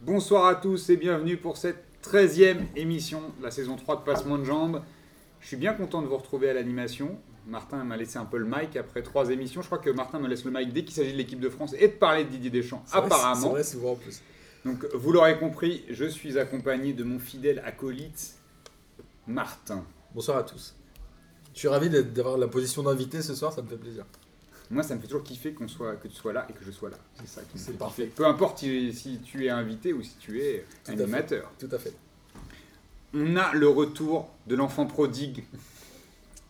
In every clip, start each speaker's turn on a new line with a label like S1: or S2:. S1: Bonsoir à tous et bienvenue pour cette 13e émission de la saison 3 de Passement de Jambes. Je suis bien content de vous retrouver à l'animation. Martin m'a laissé un peu le mic après trois émissions. Je crois que Martin me laisse le mic dès qu'il s'agit de l'équipe de France et de parler de Didier Deschamps,
S2: C'est vrai, C'est
S1: apparemment.
S2: vrai, souvent en plus.
S1: Donc, vous l'aurez compris, je suis accompagné de mon fidèle acolyte, Martin.
S2: Bonsoir à tous. Je suis ravi d'être- d'avoir la position d'invité ce soir, ça me fait plaisir.
S1: Moi, ça me fait toujours kiffer qu'on soit, que tu sois là et que je sois là. C'est ça qui me
S2: C'est
S1: fait
S2: parfait.
S1: kiffer. Peu importe si, si tu es invité ou si tu es
S2: Tout à fait.
S1: animateur.
S2: Tout à fait.
S1: On a le retour de l'enfant prodigue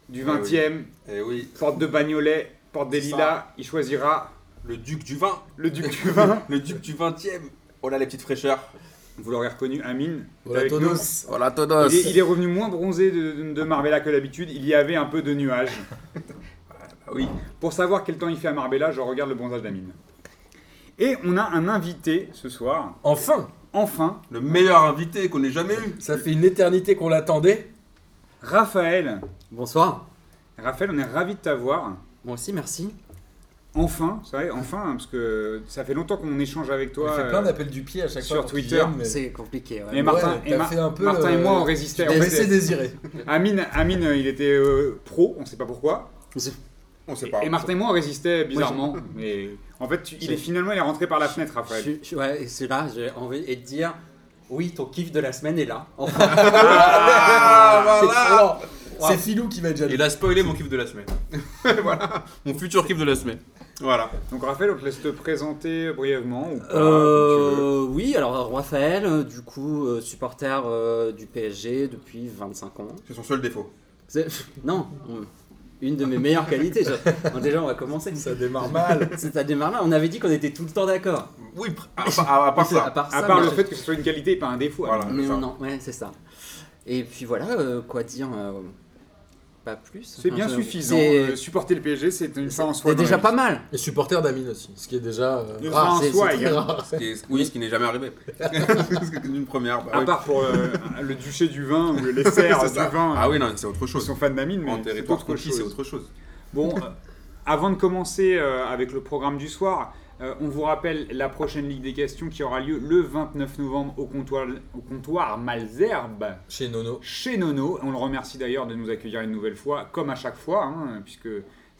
S1: du
S3: Ah oui.
S1: 20e,
S3: Eh oui,
S1: porte de Bagnolet, porte des
S3: Ça.
S1: Lilas. Il choisira
S3: le duc du vin,
S1: le duc du vin.
S3: le duc du 20e. Oh là, les petites fraîcheurs.
S1: Vous l'aurez reconnu, Amine. est
S2: Voilà
S1: avec nous.
S2: Tonos.
S4: Voilà Tonos.
S1: Il est, il est revenu moins bronzé de, de Marbella que d'habitude. Il y avait un peu de nuages.
S3: Ah oui,
S1: Pour savoir quel temps il fait à Marbella, je regarde le bronzage d'Amine. Et on a un invité ce soir.
S2: Enfin
S1: Enfin,
S3: le meilleur invité qu'on ait jamais eu.
S2: Ça fait une éternité qu'on l'attendait.
S1: Raphaël.
S5: Bonsoir.
S1: Raphaël, on est ravis de t'avoir.
S5: Moi aussi, merci.
S1: Enfin, c'est vrai, enfin, hein, parce que ça fait longtemps qu'on échange avec
S2: On
S1: toi.
S2: fait plein
S1: euh,
S2: d'appels du pied à chaque
S1: sur
S2: fois. pour qu'il
S1: Twitter.
S2: vienne, mais
S5: C'est compliqué.
S1: Et
S5: Ouais.
S1: Martin,
S2: Ouais,
S1: et,
S2: t'as
S1: Ma-
S2: fait un peu
S1: Martin et
S2: le-
S1: moi, on résistait.
S2: Je
S1: On
S2: l'ai laissé
S1: faisait-
S2: désirer.
S1: Amine, Amine, euh, il était euh, pro, on sait pas pourquoi.
S3: On sait
S1: Et,
S3: pas.
S1: et Martin et moi, on résistait bizarrement. Mais en fait, tu- il est finalement il est rentré par la fenêtre,
S5: Je
S1: Raphaël.
S5: suis- je- ouais, et c'est là, j'ai envie de dire oui, ton kiff de la semaine est là. Enfin,
S3: Ah, voilà
S2: Alors, c'est Philou qui va être jaloux.
S3: Il a spoilé mon kiff de la semaine. voilà, mon futur kiff de la semaine. Voilà.
S1: Donc Raphaël, on te laisse te présenter brièvement ou pas, comme tu veux.
S5: euh, oui, alors Raphaël, euh, du coup, euh, supporter euh, du PSG depuis 25 ans.
S3: C'est son seul défaut.
S5: C'est- Non, on- une de mes meilleures qualités. je- Bon, déjà, on va commencer.
S2: Ça démarre mal.
S5: C'est à démarre là. On avait dit qu'on était tout le temps d'accord.
S3: Oui, pr- à, à- à part ça.
S1: À
S5: ça,
S1: part
S5: moi,
S1: le
S5: je-
S1: fait que ce soit une qualité et pas un défaut. hein.
S3: Voilà,
S5: Mais
S3: c'est ça.
S5: non, ouais, c'est ça. Et puis voilà, euh, quoi dire euh, Pas plus.
S1: C'est bien
S5: Enfin, je-
S1: suffisant.
S5: c'est-
S1: Euh, supporter le PSG, c'est une
S5: C'est
S1: fin en soi.
S5: c'est
S1: dans
S5: déjà
S1: la
S5: pas
S1: vie.
S5: mal.
S2: Et supporter d'Amine aussi, ce qui est déjà euh,
S1: Une
S2: rare.
S1: fin en
S5: c'est-
S1: soi.
S5: c'est
S1: il y
S2: Très
S1: a-
S2: rare.
S3: Ce qui est- oui, ce qui n'est jamais arrivé. C'est une première. bah
S1: À
S3: oui.
S1: part pour euh, le duché du vin ou le dessert
S3: C'est
S1: du
S3: ça.
S1: vin.
S3: Ah oui, non, c'est autre
S1: Ils
S3: chose.
S1: sont fans d'Amine, mais
S3: En
S1: c'est
S3: territoire
S1: autre
S3: conquis, c'est
S1: chose.
S3: autre chose.
S1: Bon, euh, avant de commencer euh, avec le programme du soir, euh, on vous rappelle la prochaine Ligue des questions qui aura lieu le 29 novembre au comptoir, au comptoir Malzerbe
S2: Chez Nono.
S1: chez Nono. On le remercie d'ailleurs de nous accueillir une nouvelle fois, comme à chaque fois, hein, puisque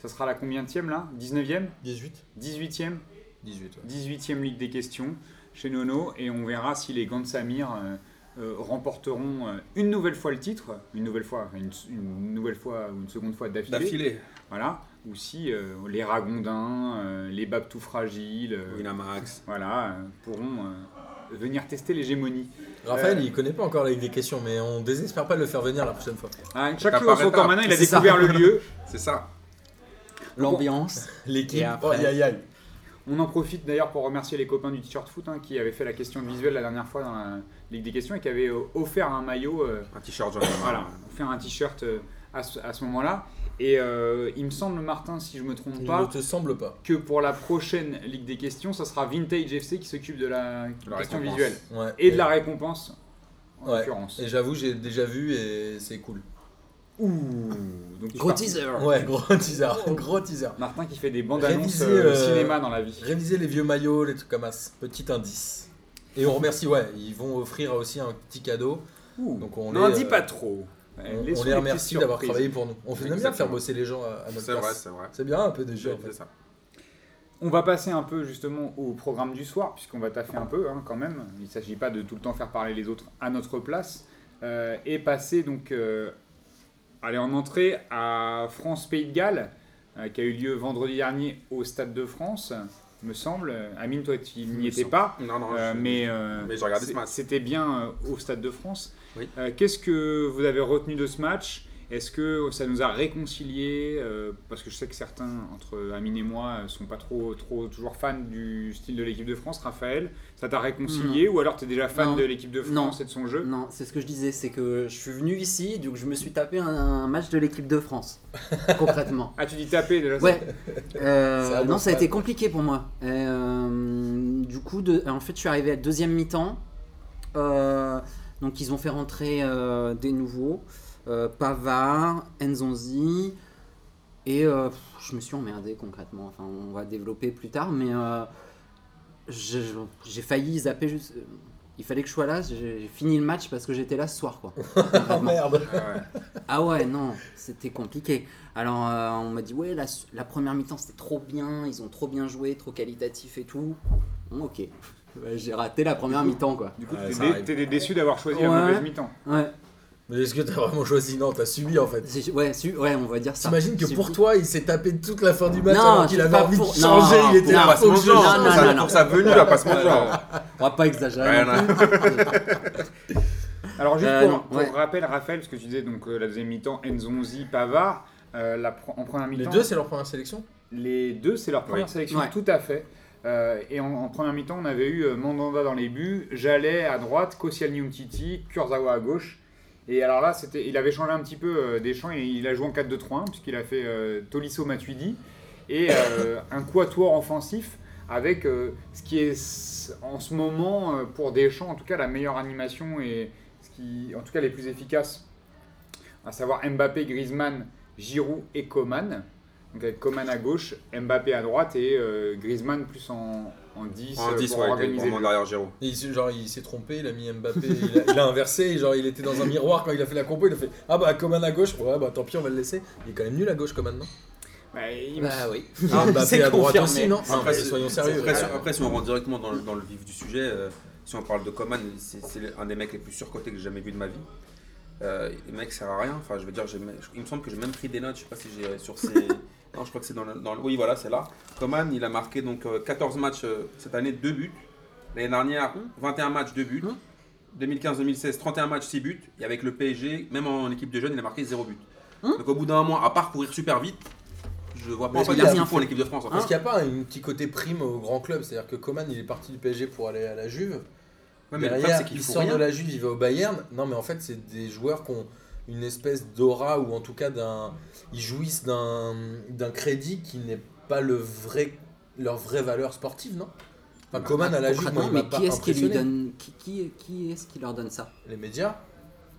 S1: ça sera la combienième là 19e
S2: 18
S1: 18e
S2: 18, ouais.
S1: 18e Ligue des questions chez Nono et on verra si les gants de Samir euh, euh, remporteront euh, une nouvelle fois le titre, une nouvelle fois, enfin, une, une nouvelle fois ou une seconde fois d'affilée,
S3: D'affilée.
S1: voilà, ou si euh, les Ragondins, euh, les Babtou fragiles, euh,
S3: Winamax.
S1: voilà, euh, pourront euh, venir tester l'hégémonie.
S2: Raphaël,
S1: Euh,
S2: il connaît pas encore avec des questions, mais on désespère pas de le faire venir la prochaine fois.
S1: Ah, chaque
S3: T'as
S1: jour
S3: pas
S1: son temps
S3: retard.
S1: maintenant, il a
S5: C'est ça.
S1: découvert le lieu.
S3: C'est ça.
S5: L'ambiance.
S2: L'équipe.
S5: Et après-
S2: Oh, aïe, aïe, aïe.
S1: On en profite d'ailleurs pour remercier les copains du t-shirt foot hein, qui avaient fait la question visuelle la dernière fois dans la Ligue des questions et qui avaient euh, offert un maillot. euh,
S3: Un t-shirt Jordan.
S1: Voilà, on fait un t-shirt euh, à ce, à ce moment-là. Et euh, il me semble, Martin, si je me trompe
S2: Il ne
S1: pas,
S2: te semble pas.
S1: que pour la prochaine Ligue des questions, ça sera Vintage FC qui s'occupe de la
S3: La
S1: question
S3: récompense.
S1: visuelle
S2: Ouais.
S1: et de la récompense en
S2: Ouais.
S1: l'occurrence.
S2: Et j'avoue, j'ai déjà vu et c'est cool.
S1: Ouh, donc tu
S5: Gros
S1: pars-
S5: teaser.
S2: Ouais, gros teaser, gros teaser.
S1: Martin qui fait des bandes annonces
S2: Réviser,
S1: euh,
S2: euh,
S1: cinéma dans la vie.
S2: Réviser les vieux maillots, les trucs comme ça. Petit indice. Et on remercie, ouais, ils vont offrir aussi un petit cadeau.
S1: Ouh,
S2: Donc on
S1: n'en
S2: les,
S1: dit
S2: euh,
S1: pas trop.
S2: On,
S1: Euh,
S2: on
S1: laissons
S2: les
S1: petites
S2: remercie d'avoir
S1: surprises.
S2: travaillé pour nous. On fait bien
S3: Exactement.
S2: faire bosser les gens à, à notre
S3: C'est vrai,
S2: place.
S3: c'est vrai.
S2: C'est bien un peu déjà. en
S3: C'est
S2: fait.
S3: ça.
S1: On va passer un peu justement au programme du soir, puisqu'on va taffer un peu hein, quand même. Il ne s'agit pas de tout le temps faire parler les autres à notre place. Euh, et passer donc, euh, aller en entrée à France-Pays de Galles, euh, qui a eu lieu vendredi dernier au Stade de France, me semble. Amine, toi, tu n'y
S3: me
S1: étais
S3: semble.
S1: pas.
S3: Non, non,
S1: euh,
S3: je-
S1: mais euh,
S3: mais j'ai regardé ce
S1: c'est-
S3: match.
S1: c'était bien euh, au Stade de France.
S3: Oui.
S1: Euh, Qu'est-ce que vous avez retenu de ce match Est-ce que euh, ça nous a réconciliés euh, Parce que je sais que certains, entre Amine et moi, euh, sont pas trop, trop toujours fans du style de l'équipe de France. Raphaël, ça t'a réconcilié Ou alors tu es déjà fan
S5: Non.
S1: de l'équipe de
S5: Non.
S1: France et de son jeu
S5: Non, c'est ce que je disais, c'est que je suis venu ici, donc je me suis tapé un, un match de l'équipe de France, concrètement.
S1: Ah, tu dis taper déjà
S5: Ouais. Euh,
S2: Ça avance
S5: non, ça a
S2: mal,
S5: été
S2: quoi.
S5: compliqué pour moi. Et, euh, du coup, de, en fait, je suis arrivé à deuxième mi-temps. Euh, donc, ils ont fait rentrer euh, des nouveaux, euh, Pavard, Nzonzi, et euh, pff, je me suis emmerdé concrètement. Enfin, on va développer plus tard, mais euh, je- j'ai failli zapper juste- il fallait que je sois là. J'ai j'ai fini le match parce que j'étais là ce soir, quoi.
S2: Ah merde
S1: Ouais.
S5: Ah ouais, non, c'était compliqué. Alors, euh, on m'a dit, ouais, la, la première mi-temps, c'était trop bien, ils ont trop bien joué, trop qualitatif et tout. Bon, ok. Bah, J'ai raté la première mi-temps, quoi.
S1: Du coup,
S2: Ouais,
S1: t'es
S2: ça
S1: dé-
S2: arrive.
S1: t'es dé- déçu d'avoir choisi
S5: Ouais.
S1: la mauvaise mi-temps.
S5: Ouais,
S2: Mais est-ce que t'as vraiment choisi Non, t'as subi en fait.
S5: c'est- ouais, su- ouais, on va dire ça.
S2: T'imagines que
S5: C'est-
S2: pour toi, il s'est tapé toute la fin du match
S5: Non,
S2: alors qu'il
S5: c'est
S2: avait
S5: pas
S2: envie
S5: pour-
S2: de changer,
S5: non,
S2: il était
S5: non,
S2: là,
S3: la
S5: pas
S2: faut que
S3: passe
S2: je
S5: non,
S3: genre.
S5: non,
S2: change.
S3: ça-
S5: non, non.
S3: Pour sa venue, la passe mon genre.
S5: On va pas exagérer. hein.
S3: Ouais,
S5: non plus.
S1: Alors juste
S5: Euh,
S1: pour,
S5: non,
S1: pour
S5: ouais.
S1: rappel, Raphaël, parce que tu disais donc euh, la deuxième mi-temps, Nzonzi, Pavard, euh, la pre- en première
S2: Les
S1: mi-temps,
S2: deux, c'est leur première sélection
S1: les deux, c'est leur première sélection,
S5: Ouais.
S1: tout à fait. Euh, et en, en première mi-temps, on avait eu euh, Mandanda dans les buts, Jallet à droite, Koscielny Niumtiti, Kurzawa à gauche. Et alors là, c'était, il avait changé un petit peu euh, des champs, et il a joué en 4-2-3-1, puisqu'il a fait euh, Tolisso Matuidi, et euh, un quatuor offensif avec euh, ce qui est s- en ce moment, euh, pour Deschamps, en tout cas, la meilleure animation et ce qui, en tout cas, les plus efficaces, à savoir Mbappé, Griezmann, Giroud et Coman. Donc avec Coman à gauche, Mbappé à droite et euh, Griezmann plus en, en 10
S3: En
S1: euh,
S3: 10,
S1: pour
S3: ouais,
S1: organiser
S3: vraiment
S1: le-
S3: derrière Giroud.
S2: Et il, s'est- genre, il s'est trompé, il a mis Mbappé, il a, il a inversé, et genre il était dans un miroir quand il a fait la compo, il a fait Ah bah Coman à gauche, ouais bah tant pis on va le laisser. Il est quand même nul à gauche Coman, non
S1: Bah, il me-
S5: bah oui.
S2: Ah, Mbappé
S4: c'est
S2: à droite
S4: confirmé.
S2: aussi, non Non,
S3: Après,
S2: mais
S3: c'est-
S2: soyons sérieux.
S3: Après, si, après, si on rentre directement dans le, dans le vif du sujet, euh, si on parle de Coman, c'est c'est le- un des mecs les plus surcotés que j'ai jamais vu de ma vie. Euh, le mec sert à rien. Enfin, je veux dire, j'ai même- je- il me semble que j'ai même pris des notes. Je sais pas si j'ai sur ces. non, je crois que c'est dans, le- dans le. Oui, voilà, c'est là. Coman, il a marqué donc euh, 14 matchs euh, cette année, 2 buts. L'année dernière,
S2: Hum.
S3: 21 matchs, 2 buts. 2015-2016, 31 matchs, 6 buts. Et avec le PSG, même en équipe de jeunes, il a marqué 0 but.
S2: Hum.
S3: Donc au bout d'un moment, à part courir super vite, je vois pas
S2: Mais
S3: en fait
S5: il a
S3: ce
S5: rien
S3: qu'il faut en
S5: fait.
S3: équipe de France. En fait.
S2: Parce qu'il n'y a pas un petit côté prime au grand club, c'est-à-dire que Coman il est parti du PSG pour aller à la Juve.
S3: Ouais, mais le problème,
S2: Derrière,
S3: c'est qu'il
S2: il
S3: faut
S2: sort
S3: rien.
S2: de la Juve, il va au Bayern. Non, mais en fait, c'est des joueurs qui ont une espèce d'aura ou en tout cas d'un, ils jouissent d'un d'un crédit qui n'est pas le vrai, leur vraie valeur sportive, non Enfin, Coman à la Juve, moi,
S5: Bah, Concrètement,
S2: il m'a
S5: mais
S2: pas
S5: qui est-ce qui lui
S2: impressionné.
S5: donne, qui, qui, qui est-ce qui leur donne ça
S2: Les médias.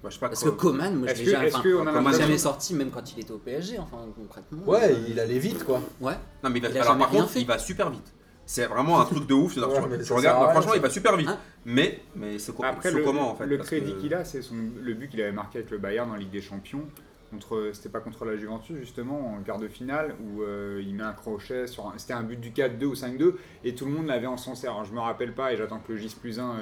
S3: Bah, je sais pas
S5: Parce que
S3: quoi.
S5: Coman, moi,
S1: Est-ce
S5: je l'ai
S1: que-
S5: jamais,
S1: est-ce qu'on a
S5: enfin,
S3: l'impression-
S5: jamais sorti, même quand il était au PSG, enfin concrètement.
S2: Ouais,
S5: Euh,
S2: il allait vite, quoi.
S5: ouais.
S3: Non, mais il va-
S5: Il a
S3: alors
S5: jamais
S3: par
S5: rien
S3: contre,
S5: fait.
S3: il va super vite. C'est vraiment un truc de ouf.
S2: Ouais,
S3: c'est-à-dire,
S2: mais
S3: tu,
S2: ça
S3: tu
S2: sert à
S3: regardes, non,
S2: rien,
S3: franchement,
S2: ça.
S3: il va super vite.
S5: Hein
S3: mais mais c'est co-
S1: Après,
S3: c'est
S1: le,
S3: comment en fait
S1: le
S3: parce
S1: crédit
S3: que-
S1: qu'il a, c'est son- le but qu'il avait marqué avec le Bayern en Ligue des Champions. Contre, c'était pas contre la Juventus justement en quart de finale où euh, il met un crochet sur un- c'était un but du 4-2 ou 5-2 et tout le monde l'avait encensé alors je me rappelle pas et j'attends que le Gis plus 1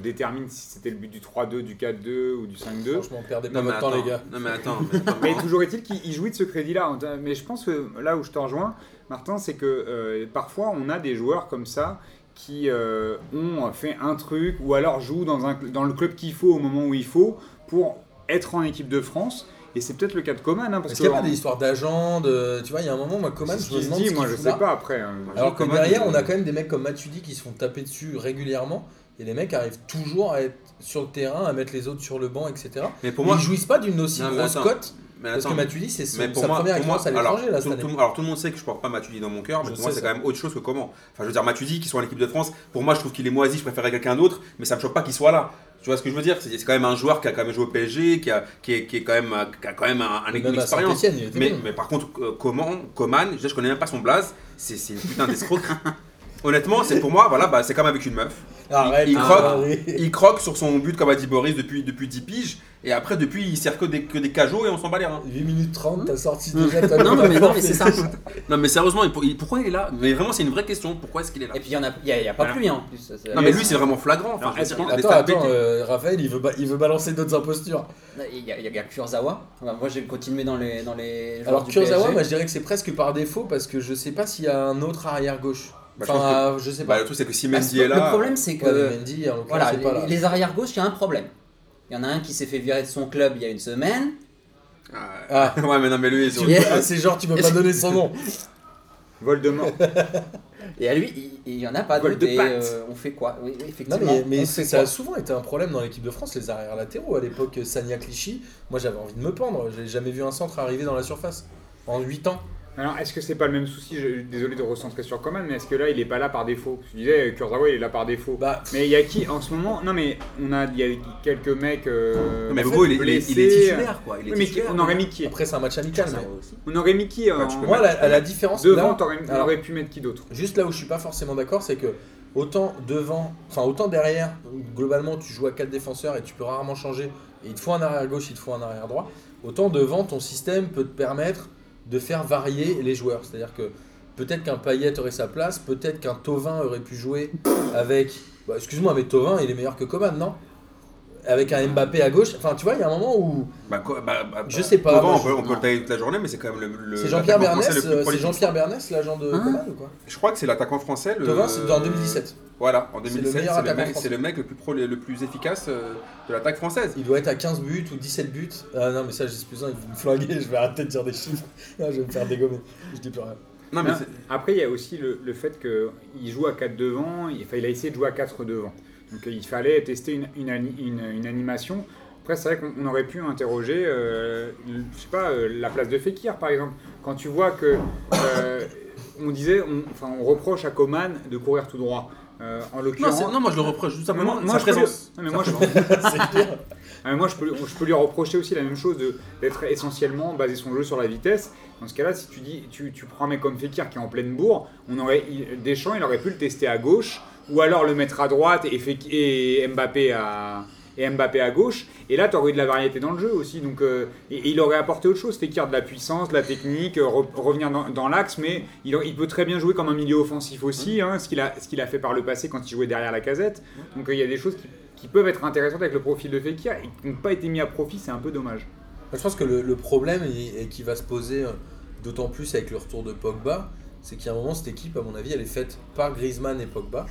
S1: détermine si c'était le but du 3-2 du 4-2 ou du 5-2
S2: Franchement, perdez pas
S3: Non, mais
S2: votre temps,
S3: attends,
S2: les gars.
S3: non, mais attends. mais attends,
S1: Mais
S3: hein.
S1: toujours est-il qu'il il jouit de ce crédit-là. Mais je pense que là où je te rejoins, Martin, c'est que euh, parfois on a des joueurs comme ça qui euh, ont fait un truc ou alors jouent dans, un, dans le club qu'il faut au moment où il faut pour être en équipe de France. Et c'est peut-être le cas de Coman. hein, parce
S2: Est-ce qu'il n'y a
S1: que-
S2: pas des histoires d'agents de... Tu vois, il y a un moment, moi, Coman,
S1: c'est ce
S2: je me
S1: qui se
S2: demande
S1: dit,
S2: ce
S1: moi
S2: qu'il
S1: je
S2: fout
S1: sais
S2: là.
S1: pas après. hein.
S2: Alors que
S3: Coman,
S2: derrière,
S3: il-
S2: on a quand même des mecs comme Matuidi qui se font taper dessus régulièrement. Et les mecs arrivent toujours à être sur le terrain, à mettre les autres sur le banc, etc.
S3: Mais
S2: Pour
S3: pour moi,
S2: ils jouissent pas d'une aussi
S3: Non, mais
S2: grosse
S3: attends.
S2: cote.
S3: mais
S2: Parce que
S3: attends,
S2: Matuidi, c'est
S3: mais
S2: son-
S3: pour
S2: sa
S3: moi,
S2: première
S3: pour moi,
S2: expérience à
S3: alors,
S2: l'étranger, là, cette
S3: tout, tout-
S2: année.
S3: alors, tout le monde sait que je porte pas Matuidi dans mon cœur, mais
S2: Je
S3: pour moi
S2: sais
S3: c'est
S2: ça.
S3: quand même autre chose que comment. Enfin, je veux dire, Matuidi qui soit en équipe de France, pour moi je trouve qu'il est moisi, je préférais quelqu'un d'autre, mais ça me choque pas qu'il soit là. Tu vois ce que je veux dire C'est c'est quand même un joueur qui a quand même joué au PSG, qui a, qui est, qui est quand même, euh, qui a quand même un, un- une
S2: Même à
S3: expérience.
S2: Saint-Etienne, il était
S3: Mais,
S2: bon.
S3: mais par contre, euh, comment, Coman, je, je connais même pas son blaze, c'est c'est une putain d'escroquerie. Honnêtement, c'est pour moi, voilà, bah, c'est comme avec une meuf.
S2: Arrête,
S3: il
S2: ah,
S3: croque.
S2: oui.
S3: Il croque sur son but, comme a dit Boris, depuis, depuis 10 piges, et après, depuis, il sert que des, que des cajots et on s'en bat les reins.
S2: 8 minutes 30, t'as sorti
S3: Hum.
S2: déjà ta
S5: Non, mais non, mais c'est ça.
S3: Non, mais sérieusement, il- il- pourquoi il est là Mais vraiment, c'est une vraie question, pourquoi est-ce qu'il est là
S5: Et puis il y en a, il y a, il y a pas
S1: Voilà.
S5: plus hein, en plus. c'est-
S2: euh,
S3: Non, mais lui, c'est vraiment flagrant. Enfin,
S1: Alors,
S3: je veux
S1: est-ce
S3: dire,
S1: qu'on-
S3: il a des
S2: Attends,
S3: stats
S2: attends,
S3: pétées.
S2: euh, Raphaël, il veut, ba- il veut balancer d'autres impostures.
S5: Il y a, il y a- il y a Kurzawa. Enfin, moi, j'ai continué dans les dans les. joueurs
S2: Alors
S5: du
S2: Kurzawa,
S5: PSG.
S2: moi je dirais que c'est presque par défaut parce que je sais pas s'il y a un autre arrière gauche.
S3: Bah, je
S2: enfin,
S3: pense
S2: euh, je sais
S3: Bah,
S2: pas.
S3: le truc, c'est que si
S5: Bah,
S3: Mendy
S5: le-
S3: est là.
S5: Le problème, c'est que
S2: Ouais, mais Mendy, en l'occurrence,
S5: voilà,
S2: c'est
S5: les,
S2: pas là.
S5: arrières gauches, il y a un problème. Il y en a un qui s'est fait virer de son club il y a une semaine.
S3: Ah,
S2: Ah.
S3: ouais, mais non, mais lui, c'est-
S5: Il est-
S2: Ah, c'est genre, tu peux pas
S5: Est-ce-
S2: donner son nom.
S1: Voldemort.
S5: Et à lui, il- il y en a pas
S1: Vol
S5: d'autres.
S1: de
S5: et,
S1: patte.
S5: euh, on fait quoi Oui, oui,
S2: Non,
S5: effectivement.
S2: mais, mais
S5: on
S2: c'est-
S5: fait
S2: ça
S5: quoi
S2: a souvent été un problème dans l'équipe de France, les arrières latéraux. À l'époque, Sania Clichy, moi j'avais envie de me pendre. J'ai jamais vu un centre arriver dans la surface en 8 ans.
S1: Alors, est-ce que c'est pas le même souci Je- Désolé de recentrer sur Coman, mais est-ce que là, il est pas là par défaut Je disais, Kurzawa, il est là par défaut.
S2: Bah,
S1: Mais il y a qui en ce moment Non, mais on a, il y a quelques mecs. euh,
S3: Mais
S1: en
S3: Bobo,
S1: fait,
S3: il est- il est il est
S1: blessés.
S3: titulaire, quoi. Il est
S1: Oui, mais qui-
S3: titulaire.
S1: on aurait mis qui
S2: après, c'est un match amical. mais-
S1: On aurait mis qui euh,
S3: Ouais, tu peux
S1: en-
S2: Moi, la, la différence.
S1: Devant,
S2: là-
S1: t'aurais- on
S2: alors,
S1: aurait pu mettre qui d'autre
S2: Juste là où je suis pas forcément d'accord, c'est que autant devant, enfin autant derrière, globalement tu joues à 4 défenseurs et tu peux rarement changer. Et il te faut un arrière gauche, il te faut un arrière droit. Autant devant, ton système peut te permettre de faire varier les joueurs. C'est-à-dire que peut-être qu'un Payet aurait sa place, peut-être qu'un Tovin aurait pu jouer avec. Bah, Excuse-moi, mais Tovin il est meilleur que Coman, non Avec un Mbappé à gauche. Enfin, tu vois, il y a un moment où.
S3: Bah, quoi- bah, bah,
S2: Je
S3: bah,
S2: sais pas,
S3: Coman,
S2: moi,
S3: on peut,
S2: je-
S3: on peut le tailler toute la journée, mais c'est quand même le. le-
S2: C'est Jean-Pierre
S3: l'attaquant
S2: Bernès,
S3: français le plus
S2: euh, c'est
S3: prolifique.
S2: Jean-Pierre Bernès l'agent de
S5: Hein
S2: Coman ou quoi
S3: Je crois que c'est l'attaquant français. Le...
S2: Tovin, c'est en 2017.
S3: Voilà, en
S2: C'est le
S3: 2017.
S2: meilleur
S3: C'est le,
S2: attaquant
S3: mec-
S2: français.
S3: c'est le mec le plus, pro, le plus efficace euh, de l'attaque française.
S2: Il doit être à 15 buts ou 17 buts. Ah non, mais ça, je dis plus un, il va me flinguer, je vais arrêter de dire des chiffres. Non, je vais me faire dégommer. Je dis plus rien.
S3: Non, mais
S1: Non.
S2: Hein
S3: c'est-
S1: Après, il y a aussi le, le fait qu'il joue à 4 devant, il, enfin, il a essayé de jouer à 4 devant. Donc euh, il fallait tester une, une ani- une- une animation. Après, c'est vrai qu'on on aurait pu interroger, euh, le- je sais pas, euh, la place de Fekir, par exemple. Quand tu vois que, euh, on disait, on, enfin, on reproche à Coman de courir tout droit. Euh, en
S3: non,
S1: l'occurrence...
S3: c'est- non, moi je le reproche tout simplement.
S1: Moi,
S3: sa
S1: moi, je peux lui-
S3: présence.
S1: non, mais moi, je-
S2: C'est pire.
S1: Ah, mais moi, je peux, je peux lui reprocher aussi la même chose de- d'être essentiellement basé son jeu sur la vitesse. Dans ce cas-là, si tu dis, tu, tu prends un mec comme Fekir qui est en pleine bourre, on aurait, il- Deschamps, il aurait pu le tester à gauche, ou alors le mettre à droite et, Fek- et Mbappé à et Mbappé à gauche. Et là, tu aurais eu de la variété dans le jeu aussi. Donc, euh, et, et il aurait apporté autre chose. Fekir de la puissance, de la technique, euh, re- revenir dans, dans l'axe, mais il, il peut très bien jouer comme un milieu offensif aussi, hein, ce qu'il a, ce qu'il a fait par le passé quand il jouait derrière la casette. Donc euh, il y a des choses qui qui peuvent être intéressantes avec le profil de Fekir et qui n'ont pas été mis à profit, c'est un peu dommage.
S2: Moi, Je pense que le, le problème il- et qui va se poser euh, d'autant plus avec le retour de Pogba, c'est qu'à un moment cette équipe, à mon avis, elle est faite par Griezmann et Pogba.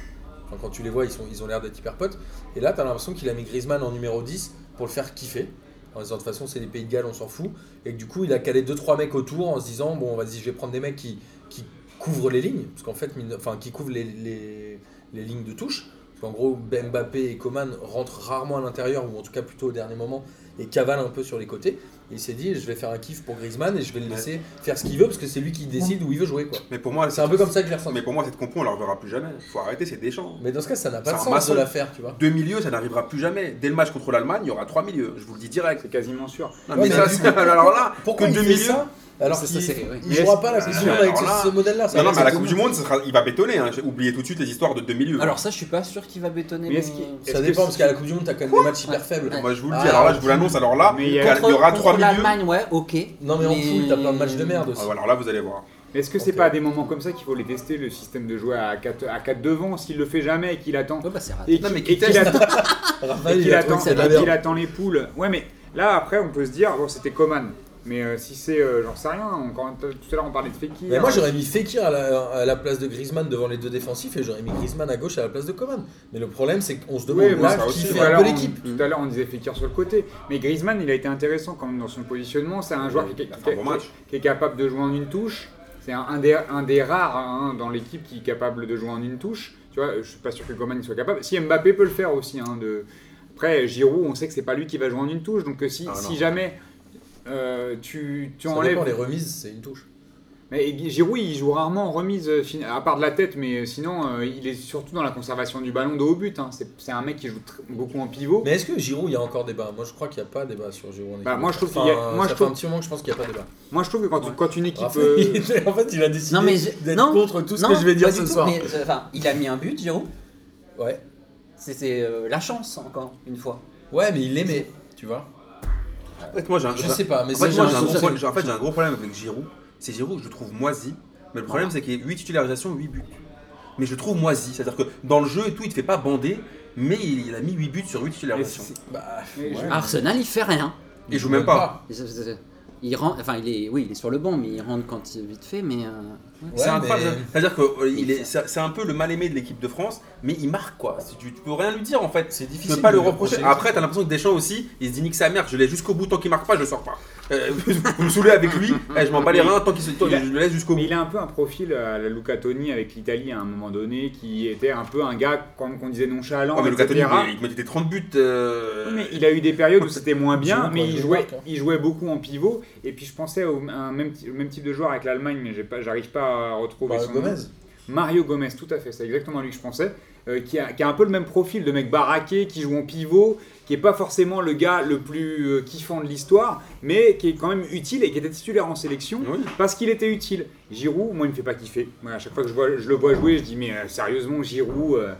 S2: Enfin, quand tu les vois, ils, sont, ils ont l'air d'être hyper potes. Et là, t'as l'impression qu'il a mis Griezmann en numéro 10 pour le faire kiffer. En disant de toute façon, c'est les pays de Galles, on s'en fout. Et que du coup, il a calé 2-3 mecs autour en se disant bon, vas-y, je vais prendre des mecs qui, qui couvrent les lignes. Parce qu'en fait, mine- enfin, qui couvrent les, les- les lignes de touche. Parce qu'en gros, Mbappé et Coman rentrent rarement à l'intérieur, ou en tout cas plutôt au dernier moment, et cavalent un peu sur les côtés. Et il s'est dit, je vais faire un kiff pour Griezmann et je vais le laisser faire ce qu'il veut parce que c'est lui qui décide où il veut jouer. quoi.
S3: Mais pour moi,
S2: C'est un peu comme ça que je l'ai
S3: Mais
S2: ressenti.
S3: pour moi, cette compo, on la reverra plus jamais. Faut arrêter, c'est Deschamps.
S2: Mais dans ce cas, ça n'a
S3: C'est
S2: pas de
S3: un
S2: sens
S3: maçon.
S2: de la faire, tu vois.
S3: Deux milieux, ça n'arrivera plus jamais. Dès le match contre l'Allemagne, il y aura trois milieux. Je vous le dis direct.
S1: C'est quasiment sûr.
S3: Non,
S2: Ouais,
S3: mais
S2: mais
S3: ça,
S2: du
S3: c'est- alors là,
S2: Pourquoi
S3: que
S2: il
S3: deux
S2: fait
S3: milieux.
S2: ça alors
S5: Ça,
S2: qu'il
S5: ça, c'est- oui.
S2: il
S1: Mais
S2: jouera pas la
S3: c'est-
S2: Coupe du
S3: Ah,
S2: Monde avec ce,
S3: alors là-
S2: ce modèle-là. ça
S3: Non, non,
S2: va
S3: mais à la
S2: être
S3: Coupe du Monde, ça sera- il va bétonner. Hein. J'ai- Oubliez tout de suite les histoires de deux milieux.
S5: Alors ça, je suis pas sûr qu'il va bétonner.
S1: Mais est-ce
S5: mais-
S1: qu'il-
S2: Ça dépend parce qu'à la Coupe du Monde, t'as quand même des matchs hyper faibles.
S3: moi, je vous le dis.
S2: Ah,
S3: alors là, je vous l'annonce. Alors là,
S1: Mais il
S3: il
S1: y
S3: y,
S1: a-
S5: Contre-
S3: aura
S5: contre
S3: trois milieux.
S5: l'Allemagne, ouais, ok.
S2: Non, mais en foot, t'as plein de matchs de merde
S3: Ah,
S2: aussi.
S3: voilà, alors là, vous allez voir.
S1: Mais Est-ce que c'est
S2: Ok.
S1: pas à des moments comme ça qu'il faut les tester, le système de jouer à 4, à quatre devant, s'il le fait jamais et qu'il attend
S5: Ouais, bah c'est raté.
S1: et
S3: Non,
S1: qu'il-
S3: mais
S1: et
S3: qu'il
S1: qu'il
S3: teste.
S1: attend-
S2: Raphaël,
S1: et
S2: il
S1: qu'il
S2: a trouvé
S1: attend,
S2: que c'est de la
S1: et
S2: merde.
S1: qu'il attend les poules. Ouais, mais là, après, on peut se dire, bon, c'était Coman. Mais euh, si c'est, euh, j'en sais rien, encore, tout à l'heure on parlait de Fekir.
S2: Mais moi j'aurais mis Fekir à la, à la place de Griezmann devant les deux défensifs et j'aurais mis Griezmann à gauche à la place de Coman. Mais le problème c'est qu'on se demande
S1: Oui, moi,
S2: là
S3: ça
S2: qui
S3: aussi,
S2: fait
S1: Tout à
S2: un peu
S1: l'heure,
S2: l'équipe.
S1: on- Tout à l'heure, on disait Fekir sur le côté. Mais Griezmann, il a été intéressant quand même dans son positionnement. C'est un joueur qui,
S3: Il a fait un bon
S1: qui-
S3: match.
S1: qui est capable de jouer en une touche. C'est un, un des, un des rares hein, dans l'équipe qui est capable de jouer en une touche. Tu vois, je suis pas sûr que Coman soit capable. Si Mbappé peut le faire aussi. hein, de... Après, Giroud, on sait que c'est pas lui qui va jouer en une touche. Donc euh, si,
S3: Ah, non.
S1: si jamais euh, tu, tu
S2: Ça
S1: enlèves.
S2: dépend, les remises c'est une touche.
S1: Mais Giroud, il joue rarement en remise, euh, fin- à part de la tête, mais euh, sinon, euh, il est surtout dans la conservation du ballon de haut but. hein. C'est c'est un mec qui joue tr- beaucoup en pivot.
S2: Mais est-ce que Giroud il y a encore débat Moi je crois qu'il n'y a pas débat sur Giroud. en équipe.
S1: Bah, moi, je trouve
S2: Enfin,
S1: qu'il y a- moi,
S2: ça
S1: je
S2: fait
S1: trouve-
S2: un petit moment que je pense qu'il n'y a pas débat.
S1: Moi, je trouve que quand, quand une équipe.
S2: Raphaël,
S1: euh,
S2: il était- en fait il a décidé
S5: Non, mais je-
S2: d'être
S5: non,
S2: contre tout ce que
S5: Non,
S2: je vais dire
S5: pas
S2: ce
S5: du tout,
S2: soir.
S5: mais, euh, enfin, il a mis un but, Giroud.
S2: Ouais.
S5: C'était euh, la chance encore une fois.
S2: ouais mais il l'aimait, tu vois.
S3: En fait, moi, j'ai un,
S2: Je
S3: j'ai-
S2: sais pas, mais
S3: en fait,
S2: c'est
S3: moi,
S2: un
S3: j'ai un,
S2: sens-
S3: gros problème- j'ai- en fait, j'ai un gros problème avec Giroud. C'est Giroud que je trouve moisi. Mais le problème, c'est qu'il y a 8 titularisations, 8 buts. Mais je le trouve moisi. C'est-à-dire que dans le jeu et tout, il te fait pas bander. Mais il, il a mis 8 buts sur 8
S1: mais
S3: titularisations.
S1: c'est-
S2: Bah,
S1: Mais je-
S2: ouais.
S5: Arsenal, il fait rien.
S3: Il joue même pas.
S5: Il rend, enfin, il est, oui, il est sur le banc, mais il rentre quand il vite fait, mais. euh,
S2: Ouais,
S5: ouais.
S3: c'est incroyable.
S2: mais-
S3: C'est-à-dire que euh, il est, c'est c'est un peu le mal-aimé de l'équipe de France, mais il marque quoi. Si Tu, tu peux rien lui dire en fait.
S2: C'est
S3: Tu
S2: difficile.
S3: peux pas
S2: de
S3: le
S2: lui
S3: reprocher. Après, t'as l'impression que Deschamps aussi, il se dit nique sa mère, je l'ai jusqu'au bout, tant qu'il marque pas, je le sors pas. Euh, vous me saoulez avec lui, eh, je m'en bats les reins, tant qu'il se tant-
S1: Il a-
S3: je le laisse jusqu'au
S1: Mais
S3: bout.
S1: il a un peu un profil à la Luca Toni avec l'Italie à un moment donné, qui était un peu un gars, comme qu'on disait, nonchalant.
S2: Ah,
S3: Oh, mais le
S1: Ah etc.
S3: Catoni, il il mettait 30 buts. euh,
S1: Mais il a eu des périodes où c'était moins
S2: Giroud,
S1: bien,
S2: quoi,
S1: mais
S2: il
S1: il
S2: joue
S1: jouait,
S2: marque, hein.
S1: il jouait beaucoup en pivot. Et puis je pensais au à un même, ti- au même type de joueur avec l'Allemagne, mais j'ai pas- j'arrive pas à retrouver
S2: Bah,
S1: son nom.
S2: Gomez.
S1: Mario Gomez, tout à fait, c'est exactement à lui que je pensais, euh, qui, a, qui a un peu le même profil de mec baraqué, qui joue en pivot, qui est pas forcément le gars le plus euh, kiffant de l'histoire, mais qui est quand même utile et qui était titulaire en sélection
S3: Oui.
S1: parce qu'il était utile. Giroud, moi, il me fait pas kiffer. Moi, à chaque fois que je, vois- je le vois jouer, je dis, mais euh, sérieusement, Giroud, euh,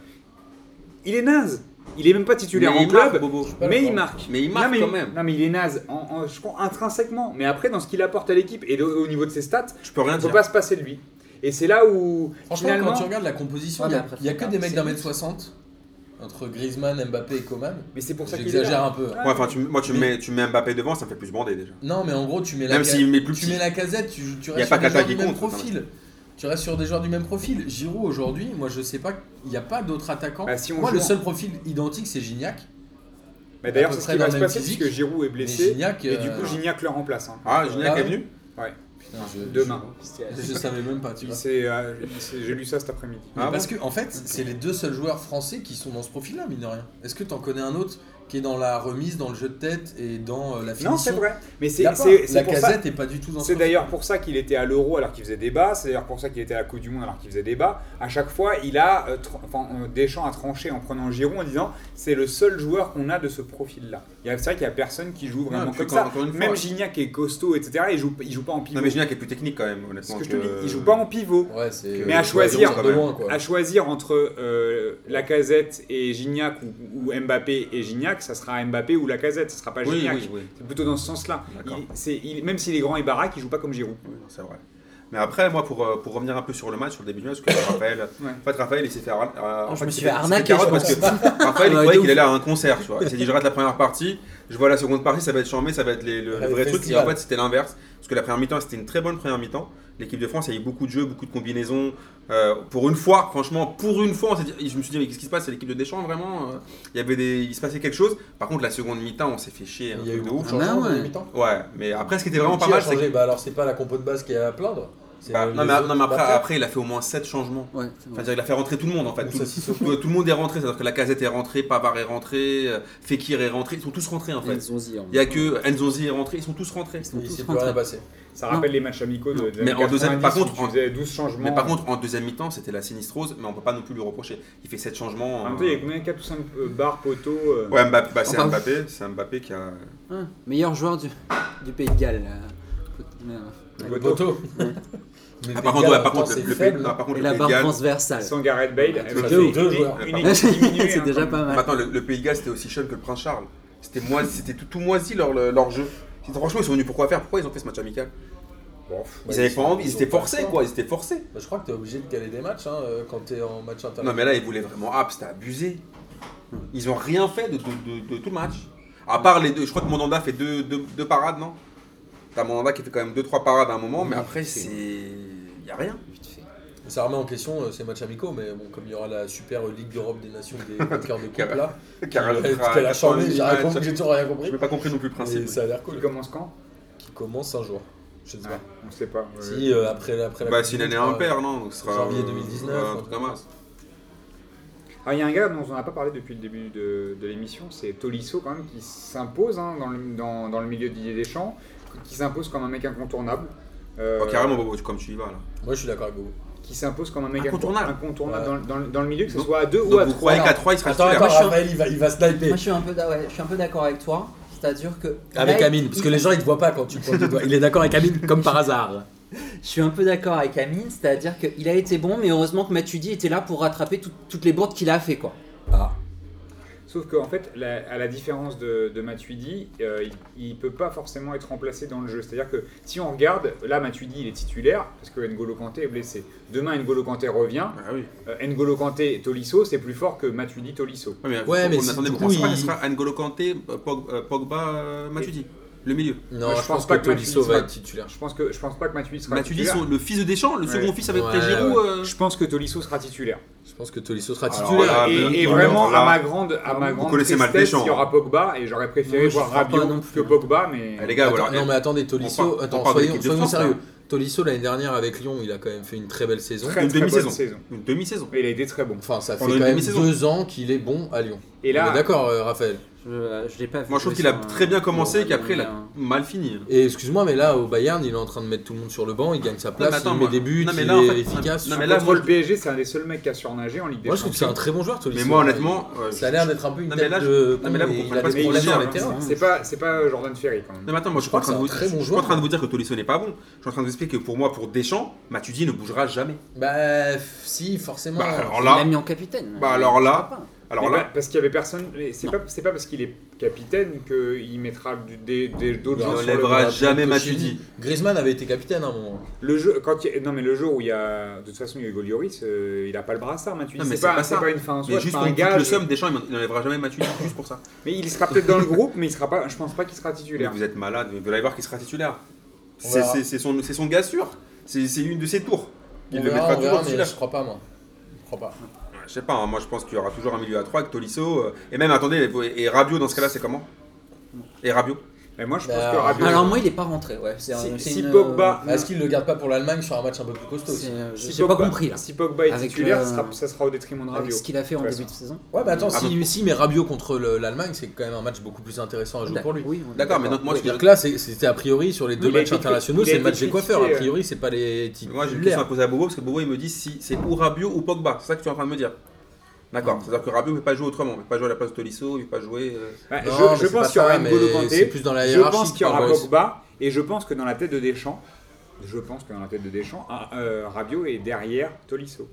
S1: il est naze. Il est même pas titulaire
S3: Mais
S1: en
S3: il marque,
S1: club,
S3: Bobo.
S2: pas
S1: mais il
S2: d'accord.
S1: marque.
S3: Mais il
S1: Non,
S3: marque
S1: mais-
S3: quand même.
S1: Non, mais il est naze, en- en- je crois, intrinsèquement. Mais après, dans ce qu'il apporte à l'équipe et au au niveau de ses stats,
S3: Je peux rien
S1: on peut
S3: dire.
S1: pas se passer de lui. Et c'est là où,
S2: Franchement,
S1: finalement,
S2: quand tu regardes la composition,
S5: Ouais,
S2: il y a-
S5: mais Ah, bah, après,
S2: il n'y a,
S5: faut
S2: que
S5: pas
S2: des mecs d'un
S5: forcer.
S2: mètre soixante entre Griezmann, Mbappé et Coman.
S1: mais c'est pour ça qu'il est
S2: J'exagère
S1: là.
S2: un peu.
S1: Ouais.
S3: Ouais, enfin, tu, moi, tu
S2: Mais-
S3: mets, tu mets Mbappé devant, ça me fait plus bander déjà.
S2: Non, mais en gros, tu mets la,
S3: Même s'il met plus
S2: tu
S3: petit.
S2: mets la casette, tu, tu
S3: Y a
S2: restes
S3: pas
S2: sur des joueurs
S3: Qatar
S2: du
S3: qui
S2: même
S3: compte,
S2: profil. Tu restes sur des joueurs du même profil. Giroud, aujourd'hui, moi, je sais pas, il n'y a pas d'autres attaquants.
S1: Bah, si on
S2: moi,
S1: joue
S2: le
S1: en-
S2: seul profil identique, c'est Gignac.
S1: Mais d'ailleurs,
S2: à peu
S1: c'est ce
S2: près
S1: qui
S2: dans
S1: va
S2: le
S1: se
S2: même
S1: passer parce
S2: physique.
S1: que Giroud est
S2: Mais
S1: blessé.
S2: Gignac,
S1: Et
S2: euh,
S1: du coup, Gignac le remplace. hein.
S3: Ah, Gignac
S2: Ah
S3: est
S2: ouais.
S3: venu
S2: putain, je-
S1: Demain.
S2: Je, je savais même pas, tu
S1: Il
S2: vois.
S1: s'est, euh, il s'est- J'ai lu ça cet après-midi.
S2: Mais
S3: Ah bon
S2: parce que, en fait, c'est les deux seuls joueurs français qui sont dans ce profil-là, mine de rien. Est-ce que t'en connais un autre qui est dans la remise, dans le jeu de tête et dans euh, la finition
S1: Non, c'est vrai. Mais
S2: Y
S1: c'est
S2: a pas.
S1: c'est- c'est
S2: La
S1: pour ça.
S2: casette est pas du tout dans ce
S1: C'est
S2: profil.
S1: d'ailleurs pour ça qu'il était à l'Euro alors qu'il faisait débat. C'est d'ailleurs pour ça qu'il était à la Coupe du Monde alors qu'il faisait débat. À chaque fois, il a euh, tr- enfin, euh, Deschamps a tranché en prenant Giroud en disant c'est le seul joueur qu'on a de ce profil-là. Il y a- C'est vrai qu'il y a personne qui joue vraiment
S3: Ouais, puis
S1: comme
S3: quand-
S1: ça.
S3: encore une fois- hein.
S1: Même Gignac est costaud, etc. Il joue, il joue pas en pivot.
S3: Non, mais euh, Gignac est plus technique quand même,
S1: C'est ce
S3: honnêtement.
S1: que je te dis. Il joue pas en pivot.
S2: Ouais, c'est- euh,
S1: Mais à
S2: ouais,
S1: choisir,
S2: de loin, quoi.
S1: À choisir entre euh, Lacazette et Gignac ou, ou Mbappé et Gignac, ça sera Mbappé ou Lacazette, ce sera pas
S3: Oui,
S1: Gignac.
S3: oui, oui.
S1: C'est plutôt dans ce sens-là.
S3: D'accord.
S1: Il- c'est- il- même s'il est grand et baraque, il joue pas comme Giroud.
S3: Oui, c'est vrai. Mais après, moi, pour, euh, pour revenir un peu sur le match, sur le début du match, parce que Raphaël, en fait, Raphaël, il s'est fait, arna- euh, en
S5: je
S3: fait,
S5: me
S3: il
S5: suis
S3: s'est
S5: fait
S3: il s'est
S5: arnaquer,
S3: carotte
S5: je
S3: parce que
S5: Ah,
S3: Raphaël, il
S5: ouais, de
S3: croyait qu'il
S5: ouf.
S3: allait à un concert, tu vois. Il s'est dit, je rate la première partie, je vois la seconde partie, ça va être chambé, ça va être les- le, le
S2: Ouais,
S3: vrai
S2: le
S3: truc. Et
S2: festival.
S3: en fait, c'était l'inverse. Parce que la première mi-temps, c'était une très bonne première mi-temps. L'équipe de France, il y avait beaucoup de jeux, beaucoup de combinaisons. Euh, pour une fois, franchement, pour une fois, on s'est dit- je me suis dit, mais qu'est-ce qui se passe C'est l'équipe de Deschamps, vraiment euh, Il y avait des, il se passait quelque chose. Par contre, la seconde mi-temps, on s'est fait chier. un
S2: Il y a eu
S3: truc de
S2: beaucoup
S3: ouf.
S2: de
S5: Ah, bah
S2: changements dans
S5: ouais.
S2: les mi-temps.
S3: Ouais, mais après, ce qui était vraiment
S2: Qui
S3: pas
S2: a
S3: mal, c'est que
S2: changé Bah alors c'est pas la compo de base qui est à plaindre. c'est euh,
S3: Bah,
S2: les
S3: non, mais,
S2: autres
S3: non, mais après,
S2: batailles.
S3: après, il a fait au moins 7 changements.
S5: Ouais, c'est vrai.
S3: Enfin, c'est-à-dire, il a fait rentrer tout le monde en fait.
S2: Mais
S3: Tout,
S2: ça, c'est sûr.
S3: tout- tout le monde est rentré, c'est-à-dire que la casette est rentrée, Pavard est rentré, euh, Fekir est rentré, ils sont tous rentrés en fait.
S5: Nzonzi, en
S3: Il n'y a que Nzonzi est rentré, ils sont tous rentrés.
S5: sont
S2: il
S5: tous
S2: s'est plus
S5: rentrés.
S2: rien passé.
S1: Ça rappelle les matchs amicaux de, de
S3: Mais en deuxième-
S1: 90,
S3: par contre,
S1: où tu
S3: en-
S1: faisais 12 changements.
S3: Mais par contre, en deuxième mi-temps, c'était la sinistrose, mais on peut pas non plus lui reprocher. Il fait 7 changements.
S1: en même
S3: euh,
S1: temps, il y a combien 4 ou 5 barres, poteaux euh,
S3: Ouais, Mbappé, bah, c'est
S5: Enfin,
S3: Mbappé, c'est Mbappé qui a.
S5: Ah, meilleur joueur du, du pays de Galles. euh, merde.
S2: Le
S1: poteaux,
S2: poteau. Mais
S3: Ah, par contre,
S2: les
S3: ouais,
S2: gars,
S3: par contre,
S2: c'est
S3: le- le-
S2: faible.
S3: non, par contre,
S5: Et
S3: le
S5: la
S3: Pays de
S5: barre
S3: Galles-
S5: transversale.
S1: Sans Gareth Bale, Eh
S2: Ouais,
S1: avec
S2: deux-
S1: une-
S2: deux
S1: une-
S2: joueurs.
S1: une
S3: Pardon.
S1: équipe diminuée,
S5: C'est
S1: hein,
S5: déjà
S1: quand
S5: pas
S1: même.
S5: mal.
S3: Maintenant, le, le Pays de Galles, c'était aussi jeune que le Prince Charles. C'était moisi- c'était tout, tout moisi leur, leur jeu. C'était- Franchement, ils sont venus pourquoi faire Pourquoi ils ont fait ce match amical
S1: Bon,
S3: Ils
S2: Ouais,
S3: avaient
S2: ils
S3: pas
S2: sont-
S3: envie,
S2: ils
S3: ils étaient
S2: ont pas
S3: forcés
S2: le temps.
S3: quoi, ils étaient forcés.
S2: Bah, je crois que t'es obligé de caler des matchs hein, euh, quand t'es en match interne.
S3: Non mais là ils voulaient vraiment ah c'était abusé. Ils ont rien fait de, de- de- de tout le match. À part les deux, je crois que Mandanda fait deux, deux, deux parades, non T'as Mandanda qui fait quand même deux trois parades à un moment, mais
S5: Oui,
S3: après
S5: c'est-
S3: c'est y a rien.
S5: Vite fait.
S2: Ça remet en question euh, ces matchs amicaux, mais bon, comme il y aura la super Ligue d'Europe des Nations des vainqueurs de coupe là,
S3: Carole
S2: euh,
S3: Tra-
S2: qu'elle a changé,
S3: 90,
S2: j'ai rien compris, j'ai
S3: Je
S2: toujours rien compris.
S3: n'ai pas compris non plus le
S2: Et
S3: principe.
S2: ça a l'air
S1: Il
S2: cool.
S1: commence quand
S2: Qui commence un jour. Je sais
S1: Ouais,
S2: pas.
S1: On sait pas. ouais.
S2: Si euh, après après la.
S3: Bah
S2: Coupe
S3: c'est une
S2: du
S3: année
S2: Monde,
S3: impaire, non Donc ce sera
S2: janvier
S3: euh,
S2: 2019,
S3: un
S2: un
S3: truc
S2: truc
S3: comme
S2: comme
S3: ça.
S1: Ah, il y a un gars dont on n'a pas parlé depuis le début de, de l'émission, c'est Tolisso quand même, qui s'impose hein, dans, le, dans, dans le milieu de Didier Deschamps, qui s'impose comme un mec incontournable. Euh,
S3: Oh, carrément, Bobo, tu- comme tu y vas là.
S2: euh, Moi je suis d'accord avec vous.
S1: Qui s'impose comme un mec
S3: Incontournable.
S1: inco- incontournable
S2: Ouais.
S1: dans le- dans, le- dans le milieu, que ce
S3: Donc-
S1: soit à deux ou
S3: Donc
S1: à
S3: vous
S1: trois.
S3: croyez qu'à 3 il sera
S2: Attends,
S3: titulaire
S2: attends,
S5: Moi, je suis-
S2: Raphaël il va il va sniper.
S5: Moi, je suis un peu, d'a- ouais, je suis un peu d'accord avec toi. C'est-à-dire que.
S2: Avec
S5: là,
S2: Amine,
S5: il-
S2: parce que les gens ils te voient pas quand tu pointes du doigt. Il est d'accord avec Amine comme par hasard.
S5: Je suis un peu d'accord avec Amine, c'est-à-dire qu'il a été bon, mais heureusement que Matuidi était là pour rattraper tout- toutes les bourdes qu'il a fait, quoi.
S2: Ah.
S1: Sauf qu'en fait, la- à la différence de, de Matuidi, euh, il ne peut pas forcément être remplacé dans le jeu. C'est-à-dire que si on regarde, là Matuidi il est titulaire, parce que N'Golo Kanté est blessé. Demain N'Golo Kanté revient,
S3: Ah oui.
S1: Euh, N'Golo Kanté Tolisso, c'est plus fort que Matuidi Tolisso.
S3: Ouais, mais,
S2: Ouais, mais
S3: on
S2: si-
S3: attendait,
S2: du
S3: vous
S2: coup,
S3: pensez pas que
S2: il-
S3: ce sera N'Golo Kanté, euh, Pog- euh, Pogba, euh, Matuidi Le milieu.
S2: Non,
S1: Moi,
S2: je, pense, pas que, Tolisso
S1: Matuidi
S2: va
S1: sera-
S2: être titulaire.
S1: Je pense que je pense pas que Matuidi sera
S3: Matuidi,
S1: titulaire.
S3: son- le fils de Deschamps, le
S1: Ouais.
S3: second fils avec
S2: Ouais,
S3: Giroud.
S2: ouais.
S3: euh,
S1: Je pense que Tolisso sera titulaire.
S2: Je pense que Tolisso sera
S3: Alors,
S2: titulaire.
S3: voilà, Ah,
S1: et
S3: mais-
S1: et
S3: mais
S1: vraiment,
S3: alors là,
S1: à ma grande, à ma
S5: vous
S1: grande
S3: connaissez mal
S1: tristesse,
S3: Deschamps,
S1: il y aura Pogba et j'aurais préféré
S5: Non, je
S1: voir
S5: crois pas
S1: Rabiot
S5: non plus,
S1: que
S5: hein.
S1: Pogba, mais
S3: Ah, les gars,
S2: Attends,
S3: voilà.
S2: Non mais attendez, Tolisso,
S3: parle- on
S2: attends,
S3: parle de
S2: soyons,
S3: l'équipe de
S2: soyons
S3: France, là.
S2: sérieux. Tolisso l'année dernière avec Lyon, il a quand même fait une très belle saison.
S1: très,
S3: une
S1: très
S3: demi-saison.
S1: bonne saison.
S3: Une demi-saison.
S1: Et il a été très bon.
S2: Enfin, ça fait
S3: Pendant
S2: quand
S3: une
S2: même
S3: demi-saison.
S2: deux ans qu'il est bon à Lyon.
S1: Et
S2: On
S1: là,
S2: est d'accord, euh, Raphaël.
S5: Je, je l'ai pas vu.
S3: Moi, je trouve
S5: jouer
S3: qu'il a
S5: sur un-
S3: très bien commencé et
S5: sur un
S3: qu'après, il a
S2: hein.
S5: terrain.
S3: mal fini.
S2: Et excuse-moi, mais là, au Bayern, il est en train de mettre tout le monde sur le banc, il gagne sa place,
S3: mais attends,
S2: il met
S3: moi-
S2: des buts,
S3: non, mais
S2: il
S3: là, en
S2: est
S3: fait,
S2: efficace.
S3: non,
S1: Non,
S3: mais
S1: mais
S3: là, moi,
S1: le PSG, c'est un des seuls mecs qui a surnagé en Ligue des
S2: Moi, je trouve que c'est un
S1: Champions.
S2: très bon joueur, Tolisso.
S3: Mais moi, honnêtement, euh,
S2: ça a l'air d'être un peu une
S3: Non,
S2: tête
S3: mais là,
S2: de.
S3: non, mais là, vous
S2: con, et il
S3: comprenez
S2: a
S3: pas ce
S2: des
S3: qu'il
S2: problèmes
S3: gère,
S2: sur les
S3: hein.
S2: terrains.
S1: C'est pas, c'est pas Jordan Ferry quand même.
S3: Non, mais attends, moi, je suis pas
S2: Je crois
S3: en train de
S2: que
S3: vous
S2: c'est un très bon
S3: je suis pas
S2: joueur. hein.
S3: en train de vous dire que Tolisso n'est pas bon. Je suis en train de vous expliquer que pour moi, pour Deschamps, Matuidi ne bougera jamais.
S2: Bah, f- si, forcément.
S3: Bah, alors
S5: Il
S3: là,
S5: l'a mis en capitaine.
S3: Bah, alors là,
S5: Je sais pas.
S3: alors
S1: Mais
S3: là,
S1: pas-
S2: bah,
S1: parce qu'il y avait personne. mais C'est
S5: Non.
S1: pas, c'est pas parce qu'il est capitaine qu'il mettra du- des- des- d'autres
S2: Il
S1: gens sur le
S3: enlèvera
S1: banc.
S2: Bah,
S3: jamais
S2: Pochettino.
S3: Matuidi.
S2: Griezmann avait été capitaine hein, à un moment.
S1: Le jeu, quand il y a- non mais le jour où il y a, de toute façon il y a Hugo Lloris, euh, il a pas le brassard, Mathieu.
S3: Non, mais
S1: C'est
S3: c'est
S1: pas,
S3: pas
S1: c'est
S3: ça.
S1: pas une fin en soi,
S3: mais
S1: c'est
S3: juste
S1: pas
S3: pour
S1: un
S3: me foutre
S1: gage.
S3: le seum, Deschamps, il m'en- il n'enlèvera jamais Matuidi juste pour ça.
S1: Mais il sera peut-être dans le groupe, mais il sera pas. Je pense pas qu'il sera
S3: Mais
S1: titulaire.
S3: vous êtes malade, mais vous allez voir qu'il sera titulaire.
S2: On
S3: C'est
S2: verra.
S3: c'est- c'est son, c'est son gars sûr. C'est c'est une de ses tours. Il
S2: On
S3: le
S2: verra,
S3: mettra
S2: on verra,
S3: toujours
S2: mais
S3: titulaire.
S2: je crois pas, moi. Je crois pas.
S3: Je sais pas, hein, moi je pense qu'il y aura toujours un milieu à 3 avec Tolisso. euh, et même, attendez, et, et Rabiot dans ce cas-là, c'est comment Et Rabiot
S1: Mais moi je pense
S2: Bah,
S1: que Rabiot.
S5: Alors moi, il est pas rentré. Ouais. C'est un-
S1: si,
S5: c'est
S1: si
S5: une, euh,
S1: Pogba,
S2: Est-ce qu'il le garde pas pour l'Allemagne sur un match un peu plus costaud aussi
S5: c'est, euh,
S1: si
S5: J'ai pas
S1: Pogba-
S5: compris là.
S1: Si Pogba est
S5: Avec,
S1: titulaire,
S5: euh,
S1: ce sera- ça sera au détriment de
S5: Avec
S1: Rabiot.
S5: ce qu'il a fait en
S1: Ouais,
S5: début
S1: ça.
S5: de saison.
S2: Ouais, mais attends,
S3: Ah,
S2: si,
S1: bah.
S3: donc-
S2: si, mais Rabiot contre le- l'Allemagne, c'est quand même un match beaucoup plus intéressant à jouer pour lui.
S5: Oui, on est
S3: D'accord, mais donc moi, ce que
S2: C'est-à-dire
S3: je-
S2: que là, c'est- c'était a priori sur les deux
S1: Il a
S2: matchs
S1: été- il
S2: internationaux,
S1: a
S2: c'est le
S1: été
S2: match des coiffeurs. A
S1: critiqué, euh.
S2: priori, c'est pas les
S3: moi j'ai une question à
S2: titulaires.
S3: poser à Bobo parce que Bobo il me dit si c'est ou Rabiot ou Pogba. C'est ça que tu es en train de me dire. D'accord,
S1: Mm.
S3: c'est-à-dire que Rabiot ne peut pas jouer autrement. Il ne peut pas jouer à la place de Tolisso, il ne peut pas jouer. euh,
S1: Bah,
S2: Non,
S1: je
S2: mais
S1: je
S2: c'est pas
S1: pense qu'il y aura
S2: ça,
S1: N'Golo
S2: mais
S1: Kanté.
S2: c'est plus dans la
S1: je
S2: hiérarchie,
S1: pense qu'il y aura
S2: Pogba aussi.
S1: Pogba et je pense que dans la tête de Deschamps, je pense que dans la tête de Deschamps, ah, euh, Rabiot est derrière Tolisso.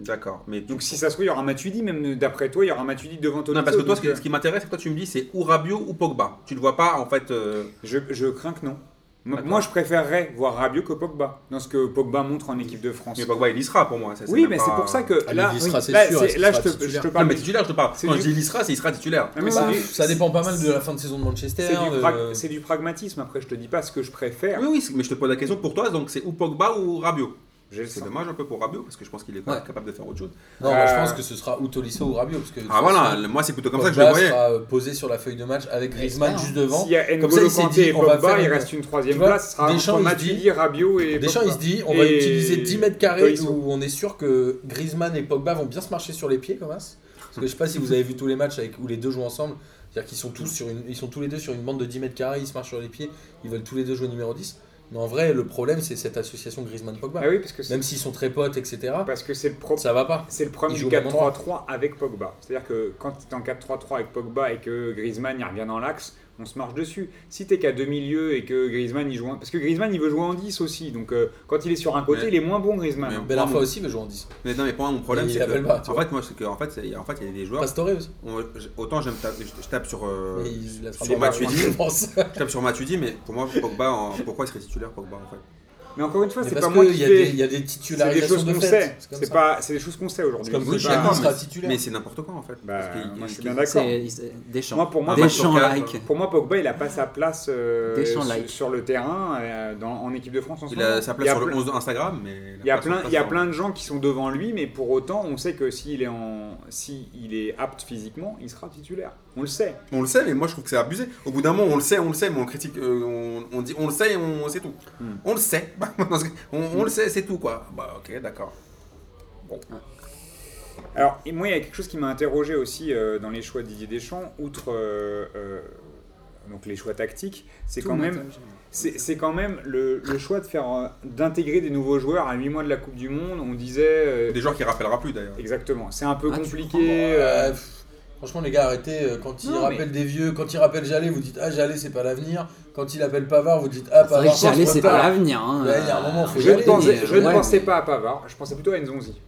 S3: D'accord, mais donc
S1: Donc si ça se trouve, il y aura Matuidi, même d'après toi, il y aura Matuidi devant Tolisso.
S3: Non, parce que toi,
S1: donc,
S3: ce qui- ce qui m'intéresse, c'est que toi, tu me dis, c'est ou Rabiot ou Pogba. Tu le vois pas, en fait. euh,
S1: Je, je crains que non. Moi,
S3: D'accord.
S1: moi, je préférerais voir Rabiot que Pogba, dans ce que Pogba montre en équipe de France.
S3: Mais Pogba, il y sera pour moi. ça,
S1: oui,
S3: même
S1: mais
S3: pas-
S1: c'est pour ça que
S2: Ah, mais
S1: là,
S2: il y sera,
S1: oui,
S2: c'est
S1: là,
S2: sûr,
S1: c'est-
S2: est-ce qu'il
S1: là, je
S2: sera
S1: te, je
S2: titulaire
S1: te
S3: Non,
S1: parle.
S3: mais
S1: du-
S3: titulaire, je te parle.
S1: C'est
S3: Quand
S1: du-
S3: je dis il y sera, c'est il sera titulaire.
S1: Non, mais
S2: Bah,
S1: c'est du-
S2: ça dépend pas mal de la fin de saison de
S1: c'est
S2: Manchester.
S1: du, prag-
S2: euh,
S1: c'est du pragmatisme. Après, je te dis pas ce que je préfère.
S3: Oui, oui, mais je te pose la question pour toi, donc c'est ou Pogba ou Rabiot.
S1: J'ai le
S3: C'est
S1: sens.
S3: dommage un peu pour Rabiot, parce que je pense qu'il est
S5: Ouais.
S3: capable de faire autre chose.
S2: Non, moi, je
S1: Euh,
S2: pense que ce sera ou Tolisso ou Rabiot. Parce que,
S3: Ah voilà, le- moi, c'est plutôt comme ça que je le
S2: Pogba
S3: voyais.
S2: sera euh, posé sur la feuille de match avec Griezmann
S5: J'espère.
S2: juste devant.
S1: S'il y a
S2: Comme ça,
S1: N'Golo
S2: il s'est
S1: Kanté
S2: dit,
S1: et
S2: on va
S1: Pogba,
S2: faire
S1: il
S2: une-
S1: reste une troisième
S2: Tu vois,
S1: place. Ce sera
S2: Deschamps,
S1: entre
S2: il se dit-
S1: Matuidi, Rabiot et
S2: Deschamps,
S1: Pogba.
S2: il se dit, on va
S1: Et
S2: utiliser 10 mètres carrés
S1: Tolisso.
S2: où on est sûr que Griezmann et Pogba vont bien se marcher sur les pieds, comme as. Parce que je sais pas si vous avez vu tous les matchs avec, où les deux jouent ensemble. C'est-à-dire qu'ils sont, tous sur une- ils sont tous les deux sur une bande de 10 mètres carrés, ils se marchent sur les pieds, ils veulent tous les deux jouer numéro 10. Mais en vrai, le problème, c'est cette association Griezmann-Pogba.
S1: Ah oui, parce que c'est Bah,
S2: Même s'ils sont très potes, etc.,
S1: parce que c'est le propre.
S2: ça va pas.
S1: C'est le problème
S2: Il
S1: du
S2: joue au même endroit.
S1: 4-3-3 avec Pogba. C'est-à-dire que quand tu es en 4-3-3 avec Pogba et que Griezmann il revient dans l'axe, on se marche dessus. Si t'es qu'à demi-lieu et que Griezmann il joue en... Parce que Griezmann il veut jouer en 10 aussi. Donc euh, quand il est sur un côté,
S3: Mais-
S1: il est moins bon Griezmann.
S3: mais-
S1: hein.
S2: Belle
S3: Pardon.
S2: fois aussi veut jouer en 10.
S3: Mais non, mais pour moi, mon problème,
S2: Il
S3: c'est
S2: l'appelle
S3: que.
S2: pas, tu
S3: en
S2: vois.
S3: fait, moi, c'est que, en fait, c'est- en fait, il y a des joueurs.
S2: Pastore aussi.
S3: on- j- autant j'aime taper- je je tape sur. euh,
S2: Mais il la fera
S3: sur
S2: pas,
S3: Matuidi.
S2: je pense.
S3: Je tape sur Matuidi, mais pour moi, Pogba, en- pourquoi il serait titulaire, Pogba, en fait
S1: Mais encore une fois,
S2: Mais
S1: c'est
S2: parce
S1: pas moi
S2: qu'il
S1: qui
S2: y, a des-
S1: fais.
S2: il y a des
S1: C'est des
S2: titularisations
S1: choses
S2: de
S1: qu'on
S2: fait.
S1: sait.
S2: C'est comme
S1: C'est
S2: ça.
S1: pas... c'est des choses qu'on sait
S2: C'est
S1: aujourd'hui.
S2: comme
S1: C'est
S2: Gaucher,
S1: pas-
S2: il sera
S3: mais-
S2: titulaire.
S3: Mais c'est n'importe quoi, en fait.
S1: Bah,
S3: parce qu'il-
S1: moi, je
S3: il-
S1: suis bien
S3: il-
S1: d'accord.
S5: C'est c'est- Deschamps.
S1: Moi, pour moi,
S5: Deschamps
S3: Pogba-
S5: like.
S1: Pour moi, Pogba, il a pas sa place euh,
S5: Deschamps
S1: sur,
S5: like.
S1: sur le terrain euh, dans- en équipe de France. en ce
S3: Il a
S1: moment.
S3: sa
S1: Il y
S3: place
S1: a
S3: sur
S1: plein-
S3: le 11 Instagram, mais
S1: Il y a
S3: pas sa
S1: plein,
S3: place
S1: il y a
S3: sur-
S1: plein de gens qui sont devant lui, mais pour autant, on sait que s'il est en, si il est apte physiquement, il sera titulaire. On le sait.
S3: On le sait, mais moi je trouve que c'est abusé. Au bout d'un moment, on le sait, on le sait, mais on critique, euh, on, on dit on le sait, et on c'est tout.
S1: Hmm.
S3: On le sait, on, on le sait, c'est tout quoi. Bah ok, d'accord.
S1: Alors, et moi, il y a quelque chose qui m'a interrogé aussi euh, dans les choix de Didier Deschamps, outre euh, euh, donc les choix tactiques, c'est
S5: Tout
S1: quand même,
S5: m'interroge.
S1: c'est c'est quand même le, le choix de faire euh, d'intégrer des nouveaux joueurs à 8 mois de la Coupe du Monde. On disait euh,
S3: Des joueurs qui rappellera plus d'ailleurs.
S1: exactement. C'est un peu
S5: Ah, tu prends,
S1: compliqué. euh,
S2: Euh, pff, Franchement, les gars, arrêtez. euh, Quand il
S1: Non,
S2: rappelle des vieux, quand il rappelle Jallet, vous dites Ah, Jallet, c'est pas l'avenir. Quand il appelle Pavard, vous dites Ah,
S5: C'est vrai
S2: Pavard,
S5: que Jallet, c'est pas l'avenir. hein.
S2: Ouais, il y a un moment, faut
S5: Euh,
S2: y
S1: Je ne
S2: aller,
S1: pensais,
S5: mais-
S1: je ne
S5: ouais,
S1: pensais
S5: mais-
S1: pas à Pavard, je pensais plutôt à Nzonzi.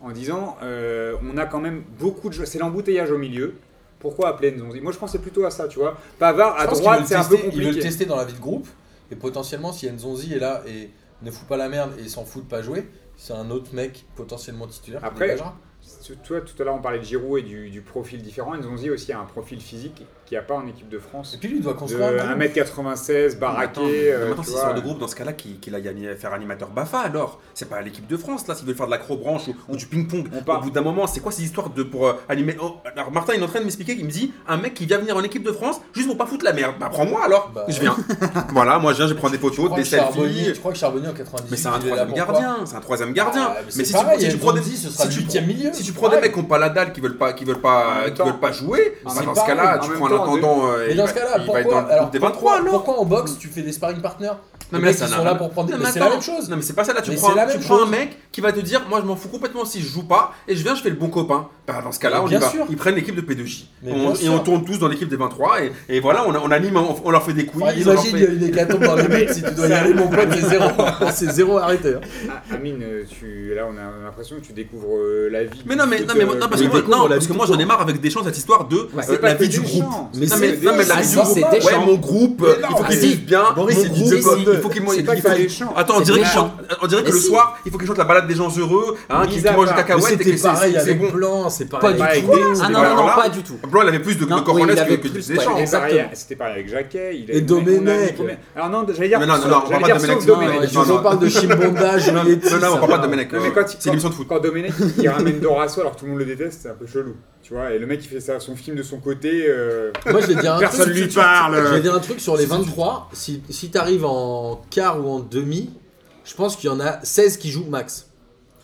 S1: En disant, euh, on a quand même beaucoup de jeux. C'est l'embouteillage au milieu. Pourquoi appeler Nzonzi Moi, je pensais plutôt à ça, tu vois. Pavard, à droite, c'est un peu
S2: Ils veulent
S1: compliqué.
S2: tester dans la vie de groupe. Et potentiellement, si Nzonzi est là et ne fout pas la merde et s'en fout de pas jouer, c'est un autre mec potentiellement titulaire. qui
S1: Après,
S2: dégagera.
S1: Tu- Toi, tout à l'heure, on parlait de Giroud et du, du profil différent. Nzonzi aussi a un profil physique qu'il n'y a pas en équipe de
S2: et
S1: France.
S2: puis lui, il doit
S1: De
S2: construire un groupe.
S1: 1m96,
S2: Bah,
S3: Attends,
S1: baraqué.
S3: mais
S1: euh,
S3: maintenant,
S1: tu
S3: s'il
S1: vois.
S3: sort de groupe, dans ce cas-là, qu'il qu'il aille animer- faire animateur Bafa alors C'est pas l'équipe de France là, s'ils veulent faire de l'acrobranche ou, ou du ping-pong.
S1: On
S3: Au
S1: part-
S3: bout d'un moment, c'est quoi ces histoires de pour euh, animer Oh, Alors Martin, il est en train de m'expliquer, il me dit un mec qui vient venir en équipe de France juste pour pas foutre la merde. Bah prends-moi alors
S2: Bah,
S3: Je viens. voilà, moi je viens, je prends des
S2: Je
S3: photos,
S2: crois
S3: des
S2: que Charbonnier-
S3: selfies.
S2: Je crois que Charbonnier en 98.
S3: Mais c'est un
S2: il est là
S3: troisième
S2: pour quoi
S3: gardien, c'est un troisième gardien.
S2: Ah,
S3: mais
S2: c'est
S3: si,
S2: pareil,
S3: tu, si tu prends des
S2: Nzonzi, ce sera
S3: si
S2: le
S3: tu-
S2: huitième milieu.
S3: si tu prends des mecs qui n'ont pas la dalle, qui veulent pas, qui veulent
S1: En
S3: pas,
S1: même
S3: qui veulent
S1: temps.
S3: pas jouer,
S1: En
S3: bah,
S1: même
S3: dans ce
S1: temps,
S3: cas-là,
S1: en
S3: tu
S1: même
S3: prends un
S1: temps, en
S3: attendant. euh,
S2: Mais
S3: il
S2: dans
S3: va-
S2: ce cas-là,
S3: il va être dans
S2: pourquoi,
S3: le
S2: alors,
S3: groupe des 23
S2: pourquoi,
S3: alors
S2: pourquoi en boxe tu fais des sparring partners Les
S4: Non, mais là,
S2: mecs
S4: ça
S2: ils
S4: n'a
S2: sont
S4: rien
S2: là
S4: à-
S2: pour prendre des
S4: Non,
S2: mais
S4: mais
S2: c'est la
S4: attends.
S2: même chose.
S4: Non mais c'est pas ça là, tu
S2: Mais
S4: prends,
S2: c'est la
S4: un- tu
S2: même
S4: prends un
S2: chose.
S4: mec qui va te dire moi je m'en fous complètement si je joue pas et je viens je fais le bon copain.
S3: Bah, dans ce cas-là, on y
S2: Bien
S3: va.
S2: sûr.
S3: Ils prennent l'équipe de P2J.
S2: Mais
S3: On-
S2: bien
S3: et on
S2: sûr.
S3: tourne tous dans l'équipe des 23 et, et voilà, on, on anime, on, on leur fait des quiz.
S2: Enfin,
S3: on leur
S2: imagine,
S3: fait-
S2: il y a une hécatombe dans les mecs, si tu dois y aller, mon pote, c'est zéro. c'est zéro arrêté. hein.
S1: Ah, Amine, euh, tu, là on a l'impression que tu découvres euh, la vie.
S3: Mais non, mais,
S1: du
S3: non,
S1: foot,
S3: mais
S1: euh,
S3: non, parce que
S1: de-
S3: moi,
S2: découvre
S3: non,
S2: la
S3: parce
S2: vie
S3: que
S2: du
S3: moi j'en ai
S2: groupe.
S3: marre avec Deschamps cette histoire de
S1: Ouais,
S3: euh,
S1: c'est pas
S3: la vie
S1: que
S3: du
S1: des
S3: groupe.
S1: gens.
S2: Mais
S3: Non
S2: c'est-
S3: mais, non, mais la
S5: Ah,
S3: vie du
S5: ça,
S3: groupe,
S5: c'est
S3: ouais,
S5: Deschamps.
S3: mon groupe,
S1: Mais non,
S3: il faut qu'il
S5: ah,
S3: vive
S5: si.
S3: bien.
S2: Boris,
S3: mon
S2: c'est du
S3: groupe,
S2: Deschamps.
S3: il faut qu'il
S1: C'est
S3: il
S1: pas que
S3: faut
S1: ça
S3: qu'il-
S1: les chante.
S3: Attends, on
S5: C'est
S3: dirait, qu'il
S5: Deschamps.
S3: chante- on dirait que
S5: Mais
S3: le
S5: si.
S3: soir, il faut qu'il chante la balade des gens heureux, hein, qui
S1: Mis
S3: qui
S1: à
S3: mangent des
S1: part.
S2: Mais
S3: cacahuètes. et que
S2: c'était
S3: c'est-
S2: pareil
S3: c'est
S2: avec
S3: bon.
S2: Blanc, c'est
S1: Pas
S2: pareil
S1: du
S2: avec
S1: tout.
S2: Deschamps.
S5: Ah non,
S3: voilà,
S5: non, non,
S3: là.
S5: pas du tout.
S3: Blanc, il avait plus de,
S5: Non,
S3: de
S5: oui,
S3: Cornelis
S5: il avait
S3: que- que
S5: plus,
S3: de
S5: ouais,
S3: Deschamps.
S1: C'était pareil-
S5: Exactement.
S1: C'était pareil avec Jacquet. Il
S2: Et Domenech.
S1: Domenech. Alors non, j'allais dire.
S3: Mais non, non, non, on va
S1: j'allais
S3: pas
S1: dire
S3: Domenech.
S1: sauf
S2: Non,
S1: Domenech.
S2: ouais, tu
S3: Non,
S2: nous
S3: non.
S2: en parles de Chimbonda, Julietti.
S3: Non, non, on
S2: ça
S3: parle pas
S2: va.
S3: de Domenech.
S1: Non,
S3: euh,
S1: mais quand il-
S3: C'est l'émission de foot.
S1: Quand Domenech il ramène Dorasso alors que tout le monde le déteste, c'est un peu chelou. Tu vois, et le mec il fait ça, son film de son côté. euh,
S2: Moi, je vais dire un
S1: Personne
S2: truc.
S1: lui parle. euh.
S2: Je vais dire un truc sur les 23. Si, si t'arrives en quart ou en demi, je pense qu'il y en a 16 qui jouent max.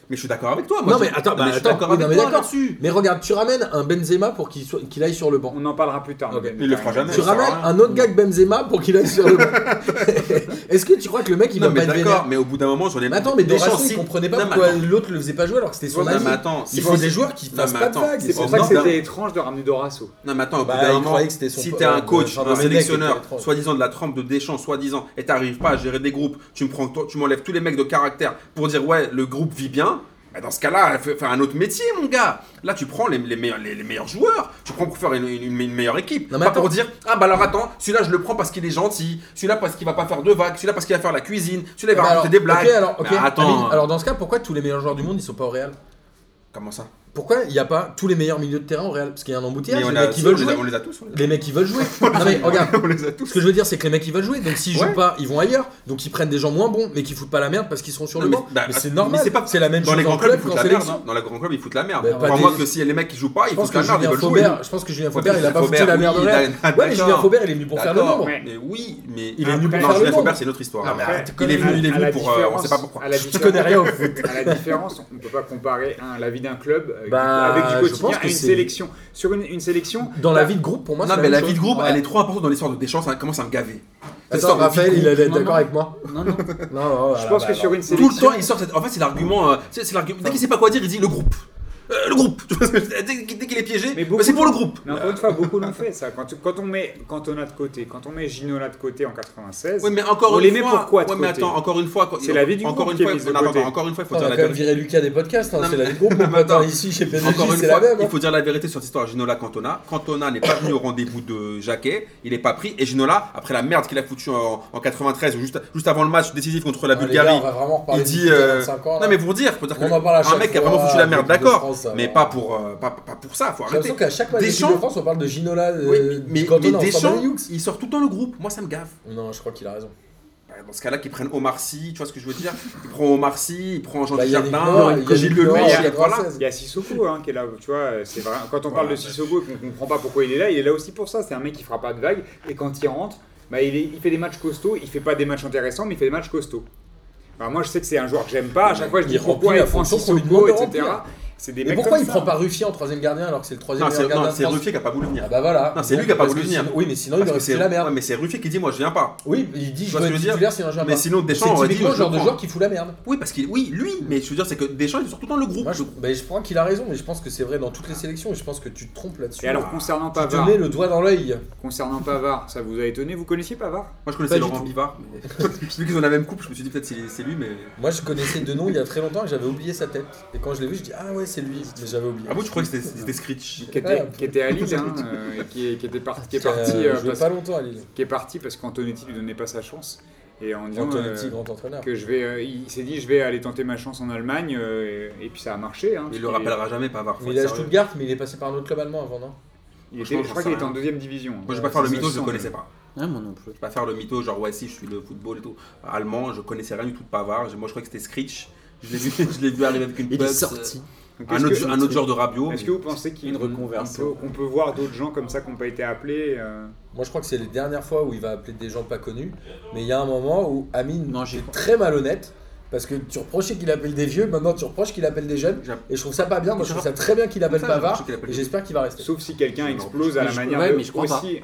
S3: Mais je suis d'accord avec toi. moi,
S2: Non, mais
S3: je-
S2: attends, bah,
S3: je suis
S2: attends,
S3: d'accord
S2: oui,
S3: avec
S2: non, mais
S3: toi
S2: d'accord.
S3: là-dessus.
S2: Mais regarde, tu ramènes un Benzema pour qu'il soit- qu'il aille sur le banc.
S1: On en parlera plus tard.
S2: Ok.
S1: mais-
S3: Il le fera jamais.
S2: Tu
S3: ça sert à
S2: ramènes
S3: rien.
S2: un autre gars que Benzema pour qu'il aille sur le banc. Est-ce que tu crois que le mec il
S3: Non,
S2: va
S3: mais
S2: pas être
S3: d'accord,
S2: vénère
S3: mais au bout d'un moment, j'en ai
S2: Mais attends, mais
S3: Deschamps,
S2: Deschamps
S3: si-
S2: il comprenait
S3: Non,
S2: pas
S3: mais
S2: pourquoi
S3: attends.
S2: l'autre le faisait pas jouer alors que c'était son
S3: Non,
S2: ami.
S3: mais attends,
S2: Il
S3: il
S2: faut
S3: faut-
S2: des joueurs qui
S3: Non,
S2: fassent
S3: mais
S2: pas de
S3: attends,
S2: vagues.
S1: C'est pour ça que c'était étrange de ramener Dorasso.
S3: Non, mais attends, au bout
S2: Bah,
S3: d'un
S2: il
S3: moment,
S2: croyait que c'était son
S3: si
S2: pote,
S3: t'es un
S2: euh,
S3: coach,
S2: enfin,
S3: un
S2: Domenech
S3: sélectionneur,
S2: était trop-
S3: soi-disant de la trempe de Deschamps, soi-disant, et t'arrives pas à gérer des groupes, tu me prends, toi, tu m'enlèves tous les mecs de caractère pour dire ouais, le groupe vit bien. bah, dans ce cas-là, fais faire un autre métier, mon gars. Là, tu prends les, les meilleurs, les, les meilleurs joueurs, tu prends pour faire une, une- une meilleure équipe.
S2: Non, mais
S3: pas
S2: attends.
S3: pour dire ah bah alors attends, celui-là je le prends parce qu'il est gentil, celui-là parce qu'il va pas faire de vagues, celui-là parce qu'il va faire la cuisine, celui-là il va
S2: Bah
S3: raconter
S2: alors,
S3: des blagues.
S2: ok, alors, ok.
S3: Bah, attends,
S2: Amine, alors dans ce cas, pourquoi tous les meilleurs joueurs du monde ils sont pas au Real
S3: comment ça
S2: Pourquoi il n'y a pas tous les meilleurs milieux de terrain au Real Parce qu'il y a un embouteillage,
S3: Mais on
S2: les
S3: a-
S2: mecs
S3: si,
S2: ils veulent
S3: on les a-
S2: jouer.
S3: on les a tous. on les a-
S2: Les mecs ils veulent jouer. Non mais regarde,
S3: On les a tous.
S2: ce que je veux dire c'est que les mecs ils veulent jouer, donc s'ils
S3: Ouais.
S2: jouent pas, ils vont ailleurs, donc ils prennent des gens moins bons, mais qui foutent pas la merde parce qu'ils seront sur
S3: Non,
S2: le
S3: mais-
S2: banc.
S3: bah,
S2: Mais c'est
S3: mais
S2: normal,
S3: c'est pas-
S2: c'est la même
S3: Dans
S2: chose
S3: les
S2: en
S3: grands clubs,
S2: club
S3: ils
S2: qu'en
S3: foutent la merde.
S2: sélection.
S3: hein. Dans les grands clubs, ils foutent la merde.
S2: Bah, pas
S3: Crois-moi
S2: des-
S3: que si les mecs qui jouent pas,
S2: Je
S3: ils
S2: pense
S3: foutent
S2: que
S3: la merde, ils
S2: Julien
S3: veulent jouer.
S2: Faubert, je pense que Julien Faubert, il a pas
S3: Faubert,
S2: foutu la
S3: oui,
S2: merde au
S3: il a-
S2: Real. Ouais, mais Julien
S3: d'accord.
S2: Faubert, il est venu pour faire le
S3: D'accord,
S2: nombre.
S1: Ouais.
S3: Mais oui, mais
S2: Il est venu
S1: Après,
S2: pour faire
S3: Non,
S2: le
S3: Julien
S2: nombre.
S3: Faubert, c'est une autre histoire.
S2: Ah, mais
S1: Après,
S3: il est Bah, venu, il est
S1: à la
S3: venu pour. euh, on
S1: différence-
S3: sait pas pourquoi.
S1: à la
S2: Je connais
S1: différence-
S2: rien au foot.
S1: À la différence, on ne peut pas comparer hein, la vie d'un club euh,
S2: Bah,
S1: avec
S2: je
S1: du
S2: pense
S1: quotidien
S2: que
S1: à une
S2: c'est-
S1: sélection. Sur une, une sélection, bah,
S2: Dans la vie de groupe, pour moi,
S3: Non,
S2: c'est
S3: mais la
S2: même
S3: vie de
S2: chose.
S3: groupe,
S2: Ouais.
S3: elle est trop importante dans l'histoire de Deschamps, ça commence à me gaver. Cette
S2: Attends,
S3: histoire de vie de
S2: Raphaël, il
S3: groupe.
S2: a l'air
S5: Non, non.
S2: d'accord avec moi.
S5: Non, non.
S2: Non, non,
S1: je
S2: voilà,
S1: pense
S2: bah,
S1: que
S2: bah.
S1: sur une sélection.
S3: Tout le temps, il sort cette. En fait, c'est l'argument. euh, c'est c'est l'argument. Dès qu'il sait pas quoi dire, il dit le groupe. Euh, le groupe Tu vois ce que je veux dire Dès dès qu'il est piégé,
S1: Mais
S3: bah,
S1: beaucoup-
S3: c'est pour le groupe
S1: Mais encore une fois, beaucoup l'ont fait ça. Quand, quand on met Cantona de côté, quand on met Ginola de côté en 96,
S3: Ouais, mais encore
S1: On
S3: une
S1: les met
S3: fois.
S1: pourquoi, de
S3: Ouais, mais
S1: côté
S3: attends, encore une fois. quand-
S1: C'est la vie du
S3: Encore
S1: groupe
S3: une
S1: qui est
S3: fois,
S1: mise de
S3: non, attends,
S1: côté.
S3: Encore une fois, il faut
S2: On
S3: dire
S2: a
S3: la
S2: quand même
S3: vérité.
S2: viré Lucas des podcasts, hein,
S3: Non,
S2: c'est
S3: mais-
S2: la vie de groupe. mon pote, hein, Ici, chez
S3: Encore
S2: PSG,
S3: une
S2: c'est la
S3: fois,
S2: même.
S3: il
S2: hein.
S3: faut dire la vérité sur cette histoire Ginola Cantona. Cantona n'est pas venu au rendez-vous de Jacquet, il n'est pas pris. Et Ginola, après la merde qu'il a foutue en, en 93, ou juste, juste avant le match décisif contre la
S2: Ah, les
S3: Bulgarie,
S2: gars, on va vraiment reparler
S3: il dit.
S2: de
S3: euh,
S2: 25 ans, là.
S3: non, mais pour dire, faut dire que
S2: On en parle à
S3: un
S2: chaque
S3: mec qui a
S2: fois,
S3: vraiment foutu la merde,
S2: avec l'équipe de
S3: d'accord.
S2: France, alors.
S3: Mais pas pour, euh, pas, pas pour ça, faut
S2: J'ai l'impression
S3: arrêter.
S2: qu'à chaque match de l'équipe
S3: Deschamps-
S2: de France, on parle de Ginola,
S3: Oui,
S2: euh,
S3: mais, mais,
S2: Cantona, on parle
S3: Deschamps,
S2: de Hughes.
S3: il sort tout le temps le groupe. Moi, ça me gave.
S2: Non, je crois qu'il a raison.
S3: Dans ce cas-là, qu'ils prennent Omar Sy, tu vois ce que je veux dire Il prend Omar Sy, il prend Jean
S2: Bah,
S3: Dujardin,
S2: Noir, il y a
S3: Gilles
S2: Yannick Noir
S3: Lemay,
S2: en
S1: il y a-
S2: 96.
S1: Il y a Sissoko hein, qui est là, tu vois, c'est vrai. Quand on parle
S3: Voilà.
S1: de Sissoko et qu'on comprend pas pourquoi il est là, il est là aussi pour ça. C'est un mec qui fera pas de vagues et quand il rentre, bah, il, est- il fait des matchs costauds. Il fait pas des matchs intéressants, mais il fait des matchs costauds. Alors moi, je sais que c'est un joueur que j'aime pas. À chaque fois, je
S2: Il
S1: dis
S2: remplit
S1: pourquoi
S2: la
S1: il prend
S2: fonction qu'on lui demande
S1: Sissoko,
S2: de
S1: etc.
S2: remplir.
S1: C'est des
S2: Mais
S1: mecs
S2: pourquoi
S1: comme
S2: il
S1: ça.
S2: prend pas Ruffier en troisième gardien alors que c'est le troisième
S3: Non, c'est-
S2: meilleur gardien
S3: non,
S2: de
S3: c'est
S2: France
S3: Ruffier qui a pas voulu venir.
S2: Ah bah voilà.
S3: Non, c'est
S2: Donc,
S3: lui qui a pas
S2: parce
S3: voulu
S2: que
S3: venir.
S2: sinon- Oui, mais sinon il
S3: Parce
S2: aurait
S3: que c'est-
S2: fait la
S3: ouais,
S2: merde.
S3: mais c'est Ruffier qui dit Moi, je viens pas.
S2: Oui, il dit je
S3: vois
S2: dois
S3: ce que
S2: être
S3: je veux dire
S2: titulaire si un joueur
S3: Mais
S2: pas.
S3: sinon,
S2: C'est
S3: Deschamps aurait dit
S2: typiquement le
S3: je le
S2: genre de
S3: prends.
S2: joueur qui fout la merde.
S3: Oui, parce qu'il. Oui, lui, mais je veux dire, c'est que Deschamps, il est surtout dans le groupe.
S2: Moi, je, ben, je crois qu'il a raison, mais je pense que c'est vrai dans toutes les sélections et je pense que tu te trompes là-dessus.
S1: Et alors concernant
S2: tu te
S1: Pavard,
S2: mets le doigt dans l'œil.
S1: concernant Pavard, ça vous a étonné Vous connaissiez Pavard
S3: Moi, je connaissais
S2: Pas du
S3: Laurent
S2: tout.
S3: Bivard. mais- Vu qu'ils ont la même coupe, je me suis dit peut-être c'est c'est lui, mais.
S2: Moi, je connaissais de nom il y a très longtemps et j'avais oublié sa tête. Et quand je l'ai vu, je dis ah ouais, c'est lui, mais j'avais oublié.
S3: Ah bon, tu crois que c'était- c'était Screech
S1: qui était,
S2: Ouais,
S1: qui était à Lille, hein, euh, et qui, est- qui était par- qui est
S2: Parce que,
S1: parti,
S2: euh,
S1: euh,
S2: je jouais
S1: parce,
S2: pas longtemps à Lille.
S1: qui est parti parce qu'Antonetti lui donnait pas sa chance. Et en disant,
S2: Antonetti,
S1: euh,
S2: grand entraîneur.
S1: que je vais, euh, il s'est dit je vais aller tenter ma chance en Allemagne euh, et, et puis ça a marché. hein,
S3: Mais Il
S1: parce
S3: le
S1: qu'il-
S3: rappellera jamais, Pavard. faut
S2: Mais il
S3: être
S2: est à
S3: sérieux.
S2: Stuttgart, mais il est passé par un autre club allemand avant, non
S1: il était-
S3: Franchement,
S1: je crois
S3: j'en sais
S1: qu'il était en
S3: rien.
S1: deuxième division.
S3: Moi, je vais pas faire le
S1: Ça,
S3: mytho,
S1: ça
S3: je le
S1: semble.
S3: connaissais pas.
S5: Ouais, moi non plus.
S3: Je vais pas faire le mytho, genre, ouais, si, je suis le football et tout. Allemand, je connaissais rien du tout de Pavard. Moi, je crois que c'était Screech. Je l'ai vu, je l'ai vu arriver avec une
S5: Il est
S3: Pulse,
S5: sorti.
S1: Donc,
S3: euh, Un
S1: est-ce
S3: autre,
S1: que-
S3: un autre genre de Rabiot.
S1: Est-ce que vous pensez qu'il
S4: Une
S1: qu'on-
S4: reconversion.
S1: qu'on peut- qu'on peut voir d'autres gens comme ça qui n'ont pas été appelés euh,
S2: Moi, je crois que c'est les dernières fois où il va appeler des gens pas connus. Mais il y a un moment où Amine
S5: Non, j'y
S2: est
S5: crois.
S2: très malhonnête Parce que tu reprochais qu'il appelle des vieux, maintenant tu reproches qu'il appelle des jeunes.
S3: J'app-
S2: Et je trouve ça pas bien, moi
S3: Et
S2: je
S3: je
S2: trouve ça très bien qu'il appelle
S3: Comme ça, j'ai
S2: Pavard,
S3: reproché qu'il appelle
S2: et j'espère qu'il va rester.
S1: Sauf si quelqu'un
S3: Mais
S1: explose à la
S5: je-
S1: manière
S5: ouais,
S1: de-
S5: mais je crois pas.
S1: aussi.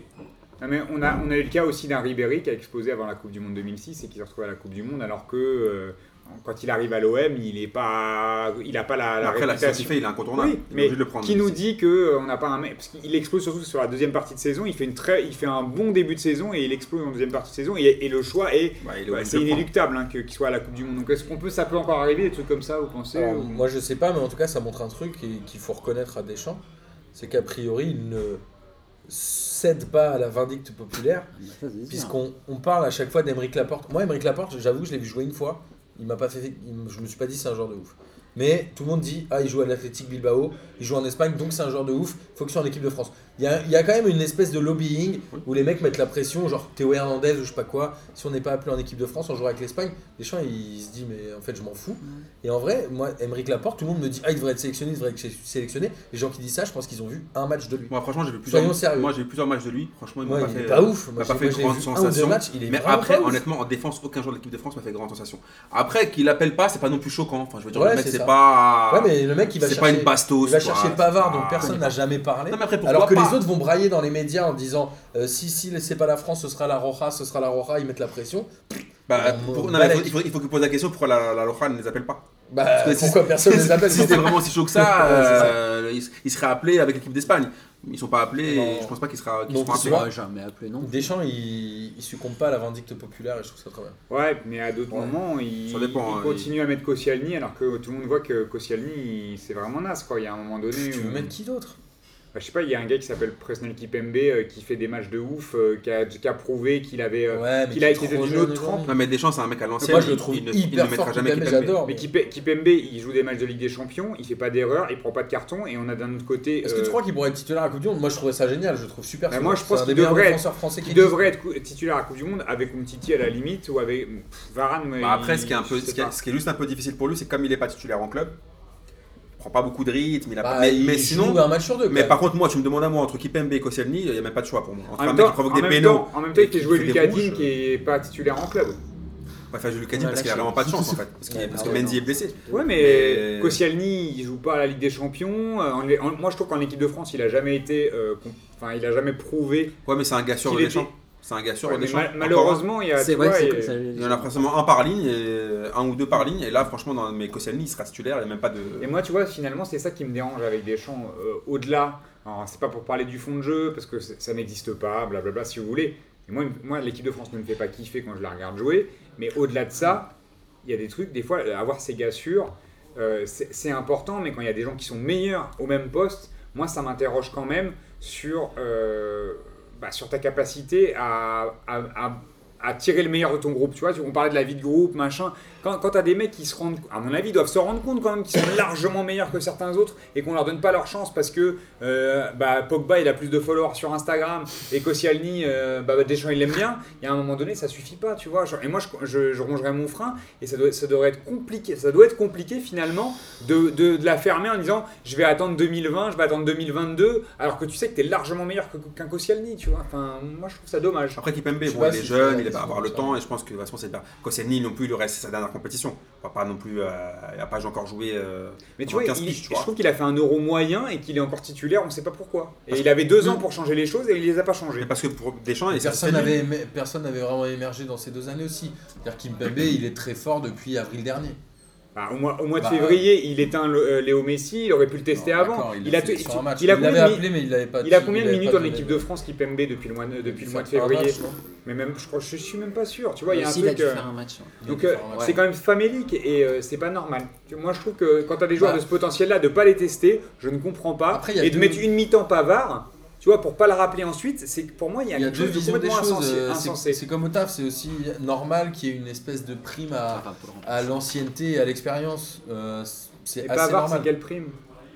S1: Non, mais on, a, on a eu le cas aussi d'un Ribéry qui a explosé avant la Coupe du Monde 2006 et qui s'est retrouvé à la Coupe du Monde alors que euh, quand il arrive à l'OM, il est pas, il a pas la, la
S3: Après, la
S1: réputation.
S3: certifié, il est incontournable.
S1: Oui,
S3: il est
S1: mais
S3: obligé de le prendre.
S1: qui nous dit que euh, on n'a pas un mec parce qu'il explose surtout sur la deuxième partie de saison. Il fait une très, il fait un bon début de saison et il explose en deuxième partie de saison et, et le choix est,
S3: Bah, il est
S1: bah,
S3: obligé
S1: c'est
S3: de le prendre.
S1: inéluctable hein, que- qu'il soit à la Coupe du Monde. Donc est-ce qu'on peut, ça peut encore arriver des trucs comme ça, vous pensez
S2: Alors,
S1: ou-
S2: moi je sais pas, mais en tout cas ça montre un truc et- qu'il faut reconnaître à Deschamps, c'est qu'a priori il ne cède pas à la vindicte populaire,
S5: Ça, c'est sûr.
S2: puisqu'on on parle à chaque fois d'Emeric Laporte. Moi Emeric Laporte, j'avoue, je l'ai vu jouer une fois, il m'a pas fait, il- je me suis pas dit c'est un joueur de ouf. Mais tout le monde dit ah il joue à l'Athletic Bilbao, il joue en Espagne donc c'est un joueur de ouf, faut qu'il soit en équipe de France. Il y a, il y a quand même une espèce de lobbying où les mecs mettent la pression, genre Théo Hernandez ou je sais pas quoi. Si on n'est pas appelé en équipe de France, on jouera avec l'Espagne. Deschamps il, se dit mais en fait je m'en fous. Et en vrai, moi Émeric Laporte, tout le monde me dit ah il devrait être sélectionné, il devrait être sé- sélectionné. Les gens qui disent ça, je pense qu'ils ont vu un match de lui.
S3: Moi, franchement, j'ai vu plusieurs.
S2: Soyons sérieux.
S3: Moi, j'ai vu plusieurs matchs de lui. Franchement, il m'a
S2: Ouais,
S3: pas
S2: il
S3: fait. euh,
S2: est pas ouf.
S3: m'a
S2: Moi,
S3: pas
S2: j'ai-
S3: fait
S2: moi, j'ai
S3: grande
S2: vu un ou deux
S3: sensation,
S2: matchs, il est
S3: Mais
S2: vraiment
S3: après,
S2: pas ouf.
S3: honnêtement, en défense, aucun joueur de l'équipe de France m'a fait grande sensation. Après, qu'il appelle pas, c'est pas non plus choquant. Enfin, je veux dire,
S2: Ouais,
S3: le mec,
S2: c'est
S3: c'est
S2: ça.
S3: pas.
S2: Ouais, mais le mec il va
S3: C'est pas
S2: chercher.
S3: une bastos.
S2: Il va
S3: quoi.
S2: chercher Pavard,
S3: Ah.
S2: donc personne n'a jamais parlé.
S3: Non, mais après, pourquoi
S2: Alors que
S3: pas
S2: les autres vont brailler dans les médias en disant euh, si, si, c'est pas la France, ce sera la Roja, ce sera la Roja, ils mettent la pression.
S3: Bah,
S2: Bon,
S3: pour-
S2: bon,
S3: non, mais
S2: Balek.
S3: faut- il faut, il faut qu'ils posent la question pourquoi la, la Lorraine ne les appelle pas.
S2: Bah,
S3: Parce que si-
S2: pourquoi personne ne les appelle
S3: Si c'était vraiment aussi chaud que ça,
S2: Ouais, c'est ça.
S3: euh, ils, ils seraient appelés avec l'équipe d'Espagne. Ils sont pas appelés
S2: Non.
S3: et je pense pas qu'ils sera- qu'ils
S2: Donc,
S3: seront appelés.
S2: soit-
S5: Ouais, jamais appelé non.
S2: Deschamps, il, il succombe pas à la vindicte populaire et je trouve ça très bien.
S1: Ouais, mais à d'autres
S2: Ouais.
S1: moments, il,
S3: Ça dépend,
S1: il
S3: hein,
S1: continue à mettre Koscielny alors que tout le monde voit que Koscielny, il- c'est vraiment naze quoi. Il y a un moment donné
S2: Tu
S1: où.
S2: veux mettre qui d'autre
S1: Bah, je sais pas, il y a un gars qui s'appelle Presnel Kipembe euh, qui fait des matchs de ouf, euh, qui, a, qui a prouvé qu'il avait. euh,
S2: Ouais,
S1: qu'il a
S2: qui est
S1: été
S2: trop
S1: d'une
S2: jeune
S1: autre
S2: aujourd'hui.
S1: trempe.
S3: Non, mais Deschamps, c'est un mec à l'ancienne.
S2: Moi, je le
S3: il-
S2: trouve
S3: il ne- il ne
S2: hyper
S3: mettra
S2: fort,
S3: jamais
S2: Kipembe,
S3: Kipembe.
S2: j'adore.
S1: Mais
S2: mais-
S1: Kipe- Kipembe, il joue des matchs de Ligue des Champions, il fait pas d'erreur, il prend pas de carton et on a d'un autre côté.
S2: Est-ce que tu
S1: euh,
S2: crois qu'il pourrait être titulaire à la Coupe du Monde Moi, je trouvais ça génial, je le trouve super.
S1: Bah,
S2: ce
S1: moi,
S2: joueur.
S1: je pense
S2: C'est un
S1: qu'il
S2: des meilleurs
S1: devrait être-
S2: défenseurs français
S1: qui
S2: existe.
S1: devrait être cou- titulaire à la Coupe du Monde avec Umtiti à la limite ou avec pff, Varane. mais
S3: Bah, après,
S1: il-
S3: ce qui est un peu,
S1: je sais
S3: ce qui
S1: pas.
S3: est, ce qui est juste un peu difficile pour lui, c'est que comme il est pas titulaire en club, il prend pas beaucoup de rythme. Il a pas,
S2: Bah,
S3: mais,
S2: il
S3: mais
S2: joue
S3: sinon,
S2: un match sur deux.
S3: mais
S2: quoi.
S3: par contre, moi, tu me demandes à moi entre Kipembe et Koscielny, il y a même pas de choix pour moi. Entre
S1: En
S3: un
S1: même,
S3: mec qui
S1: temps,
S3: provoque
S1: en,
S3: des
S1: même
S3: pénaux,
S1: temps, en même temps, il
S3: et
S1: fait
S3: qui
S1: jouer
S3: fait des
S1: Lucas Digne
S3: rouges.
S1: qui est pas titulaire en club.
S3: ouais, enfin, je lui ai dit
S5: Ouais,
S3: parce qu'il a
S5: lâche.
S3: vraiment pas de chance en fait, parce, qu'il-
S5: Ouais,
S3: parce
S5: bah
S3: que
S5: ouais,
S3: Mendy
S5: non.
S3: est blessé.
S1: Ouais, mais,
S3: Mais-
S1: Koscielny, il joue pas à la Ligue des Champions. Euh, en- en- moi, je trouve qu'en équipe de France, il a jamais été. euh, com- Enfin, il a jamais prouvé.
S3: Ouais, mais c'est un gars sûr
S1: Qu'il
S3: de
S1: était-
S3: Deschamps. C'est un gars sûr
S1: Ouais,
S3: de
S1: mais
S3: Deschamps.
S1: ma-
S3: Encore
S1: malheureusement, il y a.
S5: C'est
S1: tu
S5: vrai
S1: vois,
S5: que c'est
S1: il-
S5: comme ça.
S3: un. Il y en a forcément un par ligne, et un ou deux par ligne, et là, franchement, dans mes Koscielny, il sera titulaire, il n'y a même pas de.
S1: Et moi, tu vois, finalement, c'est ça qui me dérange avec Deschamps. euh, Au-delà, alors, c'est pas pour parler du fond de jeu, parce que c'est- ça n'existe pas, blablabla, si vous voulez. Mais moi, il- moi l'équipe de France ne me fait pas kiffer quand je la regarde jouer. Mais au-delà de ça, il y a des trucs, des fois, avoir ces gars sûrs, euh, c'est c'est important, mais quand il y a des gens qui sont meilleurs au même poste, moi, ça m'interroge quand même sur, euh, bah, sur ta capacité à, à- à- à tirer le meilleur de ton groupe. Tu vois, on parlait de la vie de groupe, machin. Quand, quand t'as des mecs qui se rendent, à mon avis, doivent se rendre compte quand même qu'ils sont largement meilleurs que certains autres et qu'on leur donne pas leur chance parce que euh, bah, Pogba il a plus de followers sur Instagram et Koscielny, euh, bah, Deschamps il l'aime bien. Et à un moment donné, ça suffit pas, tu vois. Genre- et moi, je, je, je rongerais mon frein et ça doit, ça devrait être compliqué. Ça doit être compliqué finalement de, de, de la fermer en disant je vais attendre 2020, je vais attendre 2022, alors que tu sais que t'es largement meilleur que- qu'un Koscielny, tu vois. Enfin, moi je trouve ça dommage.
S3: Après Kipembe,
S2: Je sais
S3: bon,
S2: pas
S3: il est
S2: si
S3: jeune,
S2: c'est-
S3: il va avoir le
S2: c'est-
S3: temps et je pense que de toute façon c'est pas. Koscielny non plus, il reste c'est sa dernière compétition. On va pas non plus, euh, il a pas encore joué. euh,
S1: Mais tu
S3: pendant
S1: vois,
S3: 15
S1: il-
S3: piges, tu
S1: je
S3: vois.
S1: trouve qu'il a fait un euro moyen et qu'il est encore titulaire, on sait pas pourquoi. Et il avait deux ans pour changer les choses et il les a pas changées.
S3: Mais parce que pour Deschamps, il est
S2: Personne
S3: satisfait de lui.
S2: n'avait éme- personne n'avait vraiment émergé dans ces deux années aussi. C'est-à-dire qu'Impembe, il est très fort depuis avril dernier.
S1: Bah, au mois, au mois de
S2: Bah,
S1: février, il éteint le- euh, Léo Messi, il aurait pu le tester
S2: Non,
S1: avant.
S2: d'accord,
S1: Il,
S2: Il
S1: a,
S2: l'a fait
S1: te-
S2: sur un match.
S1: il a
S2: Il
S1: combien
S2: l'avait
S1: de mi-
S2: appelé, mais il l'avait pas.
S1: il a combien de
S2: l'avait
S1: minutes
S2: pas
S1: en
S2: donné
S1: équipe
S2: le-
S1: de France qui PMB depuis le mois, de- depuis le mois de
S2: Il a dû faire un
S1: février
S2: match, non
S1: Mais même, je, crois, je suis même pas sûr. Tu vois, il y
S5: Lui
S1: a un
S5: aussi, il a
S1: truc.
S5: dû
S1: euh,
S5: faire un match. hein. ouais.
S2: Il a
S1: Donc
S2: dû
S1: euh,
S2: faire un match.
S1: c'est quand même famélique et euh, c'est pas normal. Tu- Moi je trouve que quand t'as des joueurs
S2: Bah.
S1: de ce potentiel-là, de pas les tester, je ne comprends pas.
S2: Après, il y a
S1: et de
S2: deux-
S1: mettre une mi-temps pavard, tu vois, pour pas le rappeler ensuite, c'est que pour moi il y a
S2: Il y a
S1: quelque
S2: deux
S1: chose de
S2: visions des
S1: complètement
S2: choses.
S1: insensé.
S2: euh, c'est-
S1: insensé.
S2: C'est comme au taf, c'est aussi normal qu'il y ait une espèce de prime à,
S5: Ah, Enfin, pour le
S2: à l'ancienneté et à l'expérience. Euh, c'est
S1: Et
S2: assez
S1: pavard, c'est
S2: normal.
S1: quelle prime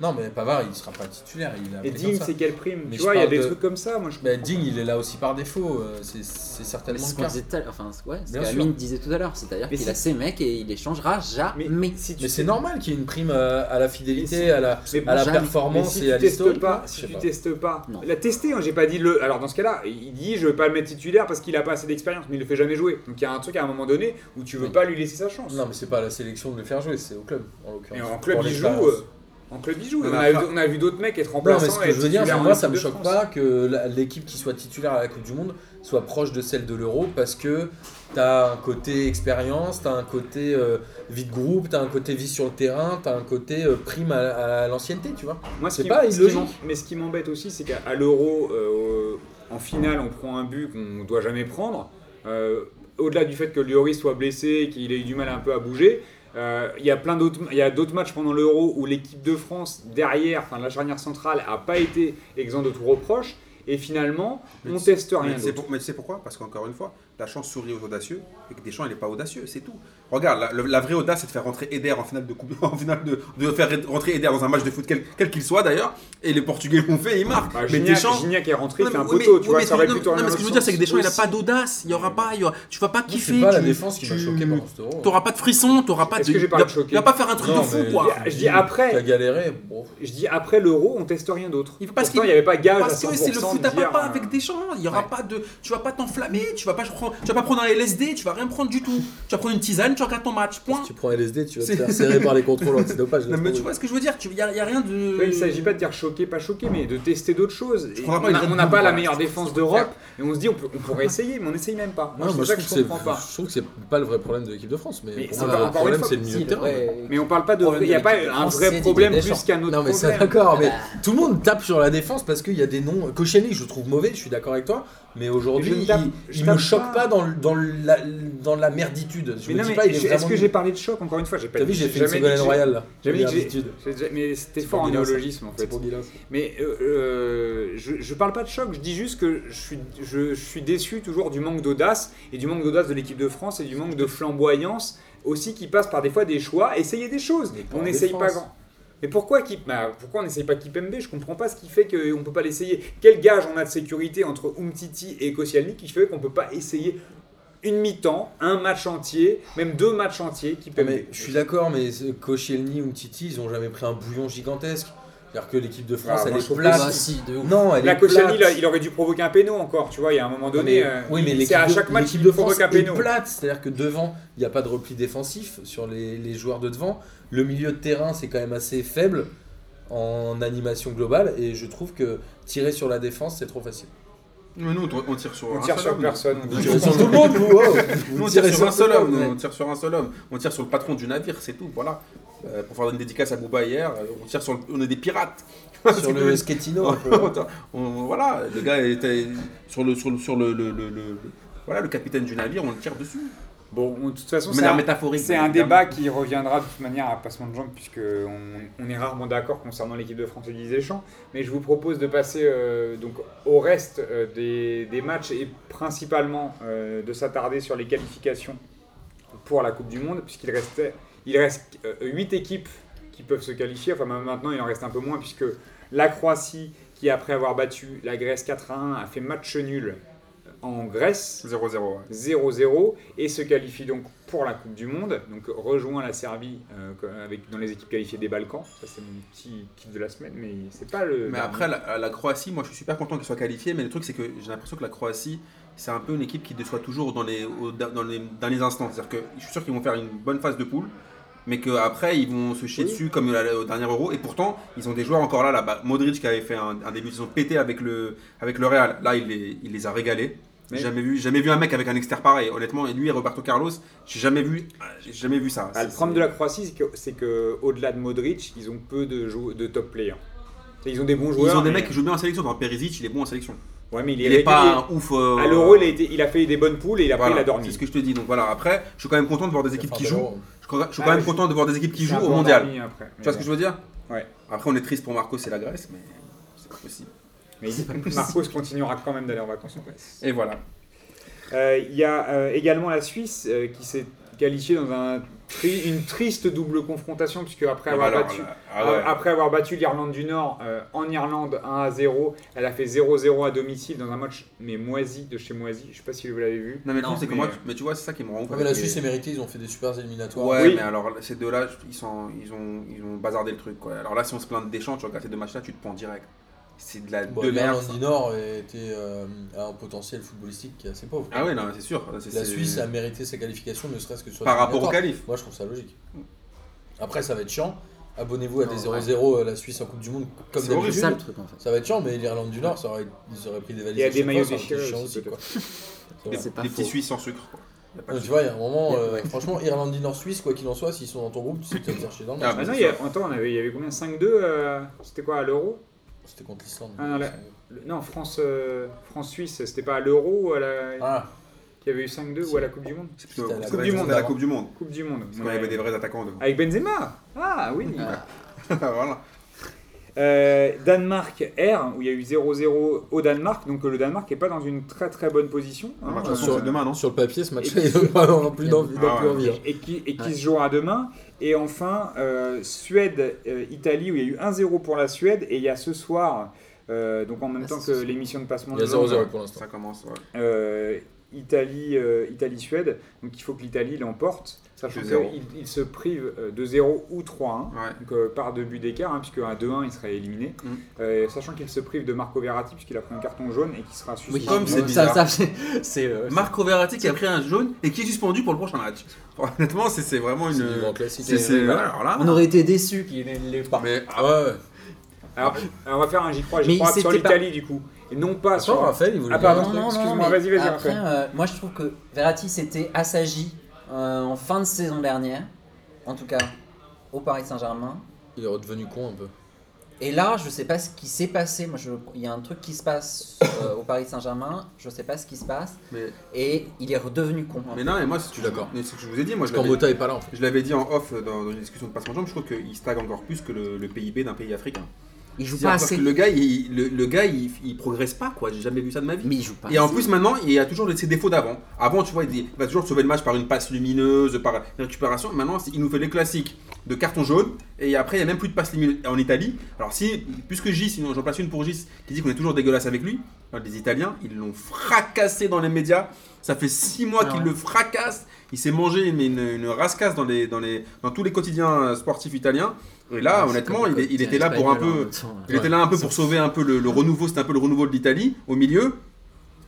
S2: Non, mais Pavard, il sera pas titulaire. Il a
S1: Et
S2: appelé comme
S1: Digne,
S2: ça.
S1: c'est quelle prime
S2: Mais
S1: Tu
S2: je
S1: vois, il y a
S2: parle
S1: des
S2: de-
S1: trucs comme ça. Moi, je
S2: Bah, Digne, il est là aussi par défaut. euh, C'est c'est
S5: Mais
S2: certainement
S5: c'est ce
S2: le
S5: qu'on
S2: cas.
S5: disait tout à l'heure. Enfin, c'est- ouais, ce
S2: Bien
S5: que
S2: sûr.
S5: Amine disait tout à l'heure. C'est-à-dire
S1: Mais
S5: qu'il
S1: si-
S5: a ses mecs et il les changera jamais.
S1: Mais si tu
S2: Mais c'est normal qu'il y ait une prime euh, à la
S1: Mais
S2: fidélité,
S1: si-
S2: à la,
S1: mais
S2: à la
S5: jamais.
S1: Mais
S2: performance
S1: si
S2: et à
S1: tu testes
S2: l'historique.
S1: pas,
S2: je
S1: si
S2: sais
S1: tu
S2: pas.
S1: testes pas,
S5: Non.
S1: il a testé, hein, j'ai pas dit le. Alors dans ce cas-là, il dit je veux pas le mettre titulaire parce qu'il a pas assez d'expérience, mais il le fait jamais jouer. Donc il y a un truc à un moment donné où tu veux
S2: Oui.
S1: pas lui laisser sa chance.
S2: Non, mais c'est pas à la sélection de le faire jouer, c'est au club, en
S1: Et
S2: l'occurrence.
S1: en club
S2: Pour
S1: il joue,
S2: l'expérience.
S1: euh, en club il joue.
S3: Non,
S1: On
S3: mais
S1: a,
S3: après-
S1: on a vu d'autres mecs être
S2: Non,
S1: remplaçants.
S2: mais ce
S1: et
S2: que je veux dire,
S1: titulaires
S2: c'est
S1: en
S2: moi,
S1: équipe
S2: ça me
S1: de
S2: choque
S1: France.
S2: pas que la- l'équipe qui soit titulaire à la Coupe du Monde soit proche de celle de l'Euro parce que t'as un côté expérience, t'as un côté euh, vie de groupe, t'as un côté vie sur le terrain, t'as un côté euh, prime à, à l'ancienneté, tu vois.
S1: Moi, ce
S2: C'est
S1: qui-
S2: pas
S1: ce qui
S2: illogique.
S1: m'en- Mais ce qui m'embête aussi, c'est qu'à à l'Euro, euh, en finale, on prend un but qu'on doit jamais prendre. Euh, Au-delà du fait que Lloris soit blessé et qu'il ait eu du mal un peu à bouger, euh, il y a plein d'autres, il y a d'autres matchs pendant l'Euro où l'équipe de France derrière, enfin la charnière centrale, a pas été exempt de tout reproche. Et finalement,
S3: Mais
S1: on
S3: tu-
S1: teste rien.
S3: Mais tu sais
S1: d'autre.
S3: pour- mais tu sais pourquoi Parce qu'encore une fois, la chance sourit aux audacieux et que Deschamps il n'est pas audacieux, c'est tout. Regarde, la, le- la vraie audace c'est de faire rentrer Eder en finale de coupe, en finale de, de faire rentrer Eder dans un match de foot quel quel qu'il soit d'ailleurs. Et les Portugais l'ont fait, ils marquent.
S1: Bah,
S3: mais
S1: Gignac,
S3: Deschamps,
S1: Gignac est rentré,
S3: Non,
S1: il fait
S3: mais-
S1: un
S3: oui, mais-
S1: poteau, tu
S3: oui,
S1: vois,
S3: mais
S1: ça aurait
S3: non,
S1: pu tourner
S4: Non, mais ce
S1: dans
S4: que je veux
S1: l'autre
S4: dire, c'est que
S1: sens.
S4: Deschamps, il n'a
S1: Aussi.
S4: pas d'audace. Il y aura pas. il y aura- Tu vas pas kiffer.
S2: C'est pas la
S4: tu-
S2: défense qui m'a
S4: tu-
S2: choqué pendant cet Euro.
S4: T'auras pas de frisson, t'auras pas de.
S1: Est-ce que j'ai parlé de choqué
S4: Il va pas faire un truc de
S2: Non,
S4: fou,
S2: mais-
S4: quoi.
S1: Je dis après.
S2: T'as galéré, bon.
S1: Je dis après l'Euro, on teste rien d'autre.
S4: Il faut pas
S1: Pourtant,
S4: ce qu'il-
S1: il n'y avait pas gage
S4: Parce
S1: à 100%
S4: que c'est le foot
S1: de
S4: à
S1: dire,
S4: papa
S1: euh,
S4: avec des champs. Il y aura
S1: ouais.
S4: pas de. Tu vas pas t'enflammer. Tu vas pas. prendre- Tu vas pas prendre un LSD. Tu vas rien prendre du tout. Tu vas prendre une tisane. Tu regardes ton match. Point.
S2: Si tu prends LSD, tu vas te
S4: C'est-
S2: faire serrer par les contrôles antidopage.
S4: Non, mais
S2: laisse
S4: tu
S2: tomber.
S4: vois ce que je veux dire. Il y, a y a rien de.
S1: Ouais, euh, il ne s'agit pas de dire choqué, pas choqué, mais de tester d'autres choses. Et
S3: qu'on
S1: on
S3: a pas une
S1: n'a
S3: Red
S1: on n'a
S3: Bull,
S1: pas la
S3: voilà,
S1: meilleure
S3: c'est ce
S1: défense
S3: qu'on
S1: d'Europe et on se dit on, peut- on pourrait essayer, mais on n'essaye même pas. Moi,
S2: Non, moi,
S1: c'est
S2: je
S1: ça que
S2: trouve
S1: je
S2: que c'est-
S1: comprends pas.
S2: je trouve que c'est pas le vrai problème de l'équipe de France. Mais,
S1: Mais
S2: pour
S1: c'est
S2: moi,
S1: pas-
S2: le
S1: encore
S2: vrai
S1: une
S2: problème,
S1: fois,
S2: c'est le milieu
S5: Si,
S2: de
S5: le
S2: terrain.
S5: vrai-
S1: Mais on parle pas de.
S5: Problème
S1: Il n'y a
S5: de
S1: pas
S5: l'équipe de
S1: un
S5: France,
S1: vrai
S5: c'est
S1: problème
S5: Didier
S1: plus
S5: Deschamps.
S1: qu'un autre
S2: Non mais c'est
S1: problème.
S2: d'accord, mais
S5: Ah bah.
S2: tout le monde tape sur la défense parce qu'il y a des noms. Koscielny, je le trouve mauvais, je suis d'accord avec toi, mais
S1: Je ne
S2: aujourd'hui,
S1: tape-
S2: il,
S1: je
S2: il
S1: tape
S2: me choque
S1: pas.
S2: pas, dans, le- dans, la, dans la merditude. Je
S1: Mais
S2: me
S1: non,
S2: dis
S1: mais
S2: pas, il est
S1: je- est-ce
S2: vraiment
S1: que
S2: nul.
S1: j'ai parlé de choc encore une fois J'ai pas
S2: T'as vu, j'ai fait une
S1: jamais dit
S2: Ségolène
S1: que
S2: Royal là.
S1: j'ai- Jamais dit que j'ai-
S2: Merditude.
S1: j'ai déjà- Mais c'était
S2: C'est
S1: fort
S2: pour
S1: en
S2: Guilain, ça.
S1: néologisme en
S2: C'est
S1: fait.
S2: pour Guilain, ça.
S1: Mais euh, euh, je, je parle pas de choc, je dis juste que je suis, je, je suis déçu toujours du manque d'audace et du manque d'audace de l'équipe de France et du manque de flamboyance aussi qui passe par des fois des choix, essayer des choses.
S2: Mais pas
S1: On
S2: en
S1: n'essaye pas
S2: défense.
S1: grand. Mais pourquoi, Kip- bah, pourquoi on n'essaye pas Kipembe Je comprends pas ce qui fait qu'on ne peut pas l'essayer. Quel gage on a de sécurité entre Umtiti et Koscielny qui fait qu'on peut pas essayer une mi-temps, un match entier, même deux matchs entiers
S2: Non,
S1: Kipembe
S2: mais je suis d'accord, mais ce- Koscielny ou Titi, ils ont jamais pris un bouillon gigantesque. C'est-à-dire que l'équipe de France,
S1: Ah, moi, je
S2: elle est
S1: trouve
S5: Bah,
S2: plate.
S5: si, de ouf.
S2: Non, elle est
S1: Là, Koscielny,
S2: plate.
S1: là, il aurait dû provoquer un péno encore, tu vois, il y a un moment donné.
S2: Mais-
S1: euh,
S2: oui, mais
S1: c'est
S2: l'équipe
S1: à
S2: de-
S1: chaque match
S2: l'équipe
S1: qu'il
S2: de France
S1: provoque un
S2: est
S1: péno.
S2: plate. C'est-à-dire que devant, il n'y a pas de repli défensif sur les, les joueurs de devant. Le milieu de terrain, c'est quand même assez faible en animation globale. Et je trouve que tirer sur la défense, c'est trop facile.
S3: Mais nous, on t- on tire sur
S1: On
S3: un
S2: Ah,
S1: tire
S3: seul
S1: sur
S3: homme.
S1: personne.
S3: On
S1: Vous
S3: tire
S1: tirez
S3: sur-
S2: tout le monde, vous, wow.
S3: Nous, on
S2: Vous
S3: tire
S2: tirez
S3: sur un
S2: tout
S3: seul
S2: le
S3: homme,
S2: monde,
S3: nous,
S1: hein.
S2: ouais.
S3: on tire sur un seul homme. On tire sur le patron du navire, c'est tout, voilà. Euh, pour faire une dédicace à Booba hier, euh, on tire sur le- on est des pirates.
S2: hein. Sur le euh, Schettino, un peu.
S3: On- on- voilà, le gars était sur le sur le sur le, le- le- le- voilà le capitaine du navire, on le tire dessus.
S1: Bon, on- de toute façon,
S3: De
S1: c'est
S3: manière
S1: un,
S3: métaphorique.
S1: c'est un
S3: évidemment.
S1: débat qui reviendra de toute manière à passement de jambes, puisque on, on est rarement d'accord concernant l'équipe de France et Didier Deschamps. Mais je vous propose de passer euh, donc au reste euh, des, des matchs et principalement euh, de s'attarder sur les qualifications pour la Coupe du Monde, puisqu'il restait, il reste 8 équipes qui peuvent se qualifier. Enfin, même maintenant, il en reste un peu moins, puisque la Croatie, qui après avoir battu la Grèce 4 à 1, a fait match nul en Grèce.
S3: 0-0. ouais.
S1: 0-0 et se qualifie donc pour la Coupe du Monde. Donc rejoint la Serbie euh, avec, dans les équipes qualifiées des Balkans. Ça c'est mon petit kiff de la semaine, mais c'est pas le.
S3: Mais après la, la Croatie, moi je suis super content qu'ils soient qualifiés, mais le truc c'est que j'ai l'impression que la Croatie, c'est un peu une équipe qui déçoit toujours dans les au- dans les derniers instants. C'est-à-dire que je suis sûr qu'ils vont faire une bonne phase de poule, mais qu'après ils vont se chier
S1: Oui.
S3: dessus comme la- au dernier Euro. Et pourtant, ils ont des joueurs encore là là-bas. Modric qui avait fait un, un début de saison pété avec le avec le Real. Là, il les, il les a régalés. J'ai
S1: Mais-
S3: Jamais vu, jamais vu un mec avec un extérieur pareil. Honnêtement, et lui et Roberto Carlos, j'ai jamais vu, j'ai jamais vu ça.
S1: Ah, le
S3: C'est-
S1: problème de la Croatie, c'est que, c'est que au-delà de Modric, ils ont peu de, jou- de top players. C'est- Ils ont des bons
S3: Ils
S1: joueurs.
S3: ont des
S1: mais-
S3: mecs qui jouent bien en sélection. Dans Perisic, il est bon en sélection.
S1: Ouais, mais il est,
S3: Il est
S1: régulier.
S3: pas un ouf. euh,
S1: À l'Euro, il a, été- il a fait des bonnes poules et il a
S3: Voilà,
S1: il a dormi.
S3: C'est ce que je te dis. Donc voilà, après, je suis quand même content de voir des équipes qui jouent. Je suis quand je suis quand
S1: Ah,
S3: même
S1: je-
S3: content de voir des équipes qui
S1: Il a
S3: jouent
S1: un peu
S3: au mondial.
S1: endormi après, mais
S3: Tu vois ce que
S1: bon.
S3: je veux dire
S1: Ouais.
S3: Après, on est triste pour Marco, c'est la Grèce, mais c'est pas possible.
S1: Mais Marcos continuera quand même d'aller en vacances en Grèce.
S3: Et voilà.
S1: Euh, Il y a euh, également la Suisse euh, qui s'est qualifié dans un tri- une triste double confrontation, puisque après
S3: Ah bah
S1: avoir
S3: alors,
S1: battu,
S3: là, ah ouais.
S1: Après avoir battu l'Irlande du Nord euh, en Irlande 1 à 0, elle a fait 0-0 à domicile dans un match mais moisi de chez moisi. Je sais pas si vous l'avez vu.
S3: Non mais le
S1: Non,
S3: truc c'est que
S1: mais-
S3: moi, tu- mais tu vois, c'est ça qui me rend ouf
S2: Ouais, Ah, mais la
S3: avec les-
S2: Suisse est méritée, ils ont fait des super éliminatoires.
S3: Ouais,
S1: Oui.
S3: mais alors ces deux-là, je- ils, sont, ils, ont, ils ont bazardé le truc. Quoi. Alors là, si on se plaint de Deschamps, tu regardes ces deux matchs-là, tu te prends direct. C'est de la
S2: Bon,
S3: de merde.
S2: L'Irlande du Nord était, euh, a un potentiel footballistique qui est assez pauvre.
S3: Ah ouais, non, c'est sûr. C'est-
S2: la
S3: c'est-
S2: Suisse a mérité sa qualification, ne serait-ce que sur
S3: Par
S2: les
S3: rapport au
S2: éliminatoires.
S3: calife.
S2: Moi, je trouve ça logique. Après, ça va être chiant. Abonnez-vous à
S5: Non,
S2: des
S5: ouais.
S2: 0-0 à la Suisse en Coupe du Monde, comme
S3: C'est
S5: C'est
S3: horrible.
S2: d'habitude.
S5: ça le truc en fait.
S2: Ça va être chiant, mais l'Irlande du Nord, ça aurait, ils auraient pris des valises.
S1: Il y a
S2: à
S1: des
S2: chaque
S1: maillots
S2: fois, ça aurait été
S1: déchirés
S2: chiant
S1: aussi,
S2: quoi.
S3: Des,
S5: C'est pas
S3: des
S5: faux.
S3: petits Suisses sans sucre. Quoi. Y a pas de
S2: Non, tu
S3: sucre.
S2: vois, il y a un moment, euh, franchement, Irlande du Nord, Suisse, quoi qu'il en soit, s'ils sont dans ton groupe, tu sais que tu vas te chercher dans le match.
S3: Ah,
S1: Ah non,
S3: c'est
S1: il y a,
S3: ça.
S1: attends, on avait, il y avait combien 5-2 euh, C'était quoi à l'euro
S3: bah.
S2: C'était contre l'Islande.
S1: Ah, non, là- Le- Non, France, euh, France-Suisse, c'était pas à l'euro ou à la-
S2: Ah,
S1: qu'il y avait eu 5-2 ou à la Coupe du Monde
S3: C'est
S2: C'était
S3: plutôt-
S2: à la
S3: c'est
S2: Coupe
S3: la
S1: du
S3: Coupe
S1: Monde
S3: du,
S2: avant.
S3: Monde.
S1: Coupe du Monde.
S3: Parce qu'on avait des vrais attaquants devant.
S1: Avec Benzema Ah oui
S5: Ah.
S3: voilà.
S1: Euh, Danemark R, où il y a eu 0-0 au Danemark, donc euh, le Danemark n'est pas dans une très très bonne position.
S4: Ah,
S3: Le match,
S1: Euh,
S3: de toute façon, c'est demain, non
S2: Ah, sur le papier, ce match-là,
S1: Et-
S2: ils n'ont pas vraiment plus d'envie.
S3: Ah,
S2: d'en plus
S3: ouais.
S2: envie, hein.
S1: et qui, et qui
S5: Ouais.
S1: se jouera demain. Et enfin, euh, Suède, euh, Italie, où il y a eu 1-0 pour la Suède. Et il y a ce soir, euh, donc en même
S5: Ah,
S1: temps que
S5: c'est ce soir.
S1: l'émission de passement
S2: Il y
S1: de
S2: a 0-0
S1: Jambes,
S2: pour l'instant.
S3: Ça commence. ouais.
S1: euh, Italie, euh, Italie-Suède. donc il faut que l'Italie l'emporte, sachant
S3: 2-0.
S1: qu'ils ils se privent euh, de 0 ou 3-1.
S3: Ouais.
S1: Donc euh, par deux buts d'écart, hein, puisque à 2-1 il serait éliminé.
S3: Mm.
S1: Euh, sachant qu'il se prive de Marco Verratti, puisqu'il a pris un carton jaune et qu'il sera suspendu.
S5: Oui,
S3: Comme c'est
S5: ça-
S3: bizarre.
S5: ça, c'est- c'est, euh,
S4: Marco Verratti qui a pris un jaune et qui est suspendu pour le prochain match.
S3: Honnêtement, c'est c'est vraiment
S2: C'est du grand
S3: une.
S2: classique.
S3: C'est. c'est-
S2: Ouais.
S3: Alors là.
S5: On aurait été déçus qu'il l'ait pas.
S2: Mais ah ouais, ouais.
S1: Alors, alors, on va faire un j'y crois,
S5: Mais
S1: j'y crois
S5: c'était
S1: sur
S5: pas-
S1: l'Italie du coup. Et non pas
S2: Attends,
S1: sur.
S2: Raphaël, il voulait
S1: Ah,
S2: dire un
S1: pardon.
S2: truc.
S1: excuse-moi,
S5: mais
S1: vas-y, vas-y,
S5: Après,
S1: Raphaël.
S5: euh, moi je trouve que Verratti s'était assagi euh, en fin de saison dernière, en tout cas au Paris Saint-Germain.
S2: Il est redevenu con un peu.
S5: Et là, je sais pas ce qui s'est passé. Moi, je- il y a un truc qui se passe euh, au Paris Saint-Germain. Je sais pas ce qui se passe.
S3: Mais-
S5: Et il est redevenu con.
S3: Mais non, mais moi, c'est-
S2: suis d'accord.
S3: Mais c'est ce que je vous ai dit, moi, je
S2: Parce qu'en
S3: l'avais-
S2: Mota est pas là en fait.
S3: je l'avais dit en off euh, dans dans une discussion de passement de jambes, je trouve qu'il stagne encore plus que le le PIB d'un pays africain.
S5: il joue pas
S3: C'est-à-dire
S5: assez.
S3: que le gars, il, le, le gars il, il progresse pas, quoi. J'ai jamais vu ça de ma vie.
S5: Mais il joue pas.
S3: Et en
S5: assez.
S3: plus, maintenant, il a toujours ses défauts d'avant. Avant, tu vois, il, dit- il va toujours sauver le match par une passe lumineuse, par une récupération. Maintenant, c'est- il nous fait les classiques de carton jaune. Et après, il n'y a même plus de passe lumineuse en Italie. Alors, si, puisque Gis, sinon j'en place une pour Gis, qui dit qu'on est toujours dégueulasse avec lui, alors, les Italiens, ils l'ont fracassé dans les médias. Ça fait six mois
S5: Ah
S3: qu'ils
S5: ouais.
S3: le fracassent. Il s'est mangé une, une, une rascasse dans, les, dans, les, dans tous les quotidiens euh, sportifs italiens. Et là,
S5: C'est
S3: honnêtement,
S5: comme
S3: il,
S5: le
S3: est- il
S5: quotidien
S3: était là pour un
S5: espagnol, en
S2: hein.
S3: peu.
S5: même temps, là.
S3: Il était là un peu pour sauver un peu le, le renouveau, c'était un peu le renouveau de l'Italie au milieu.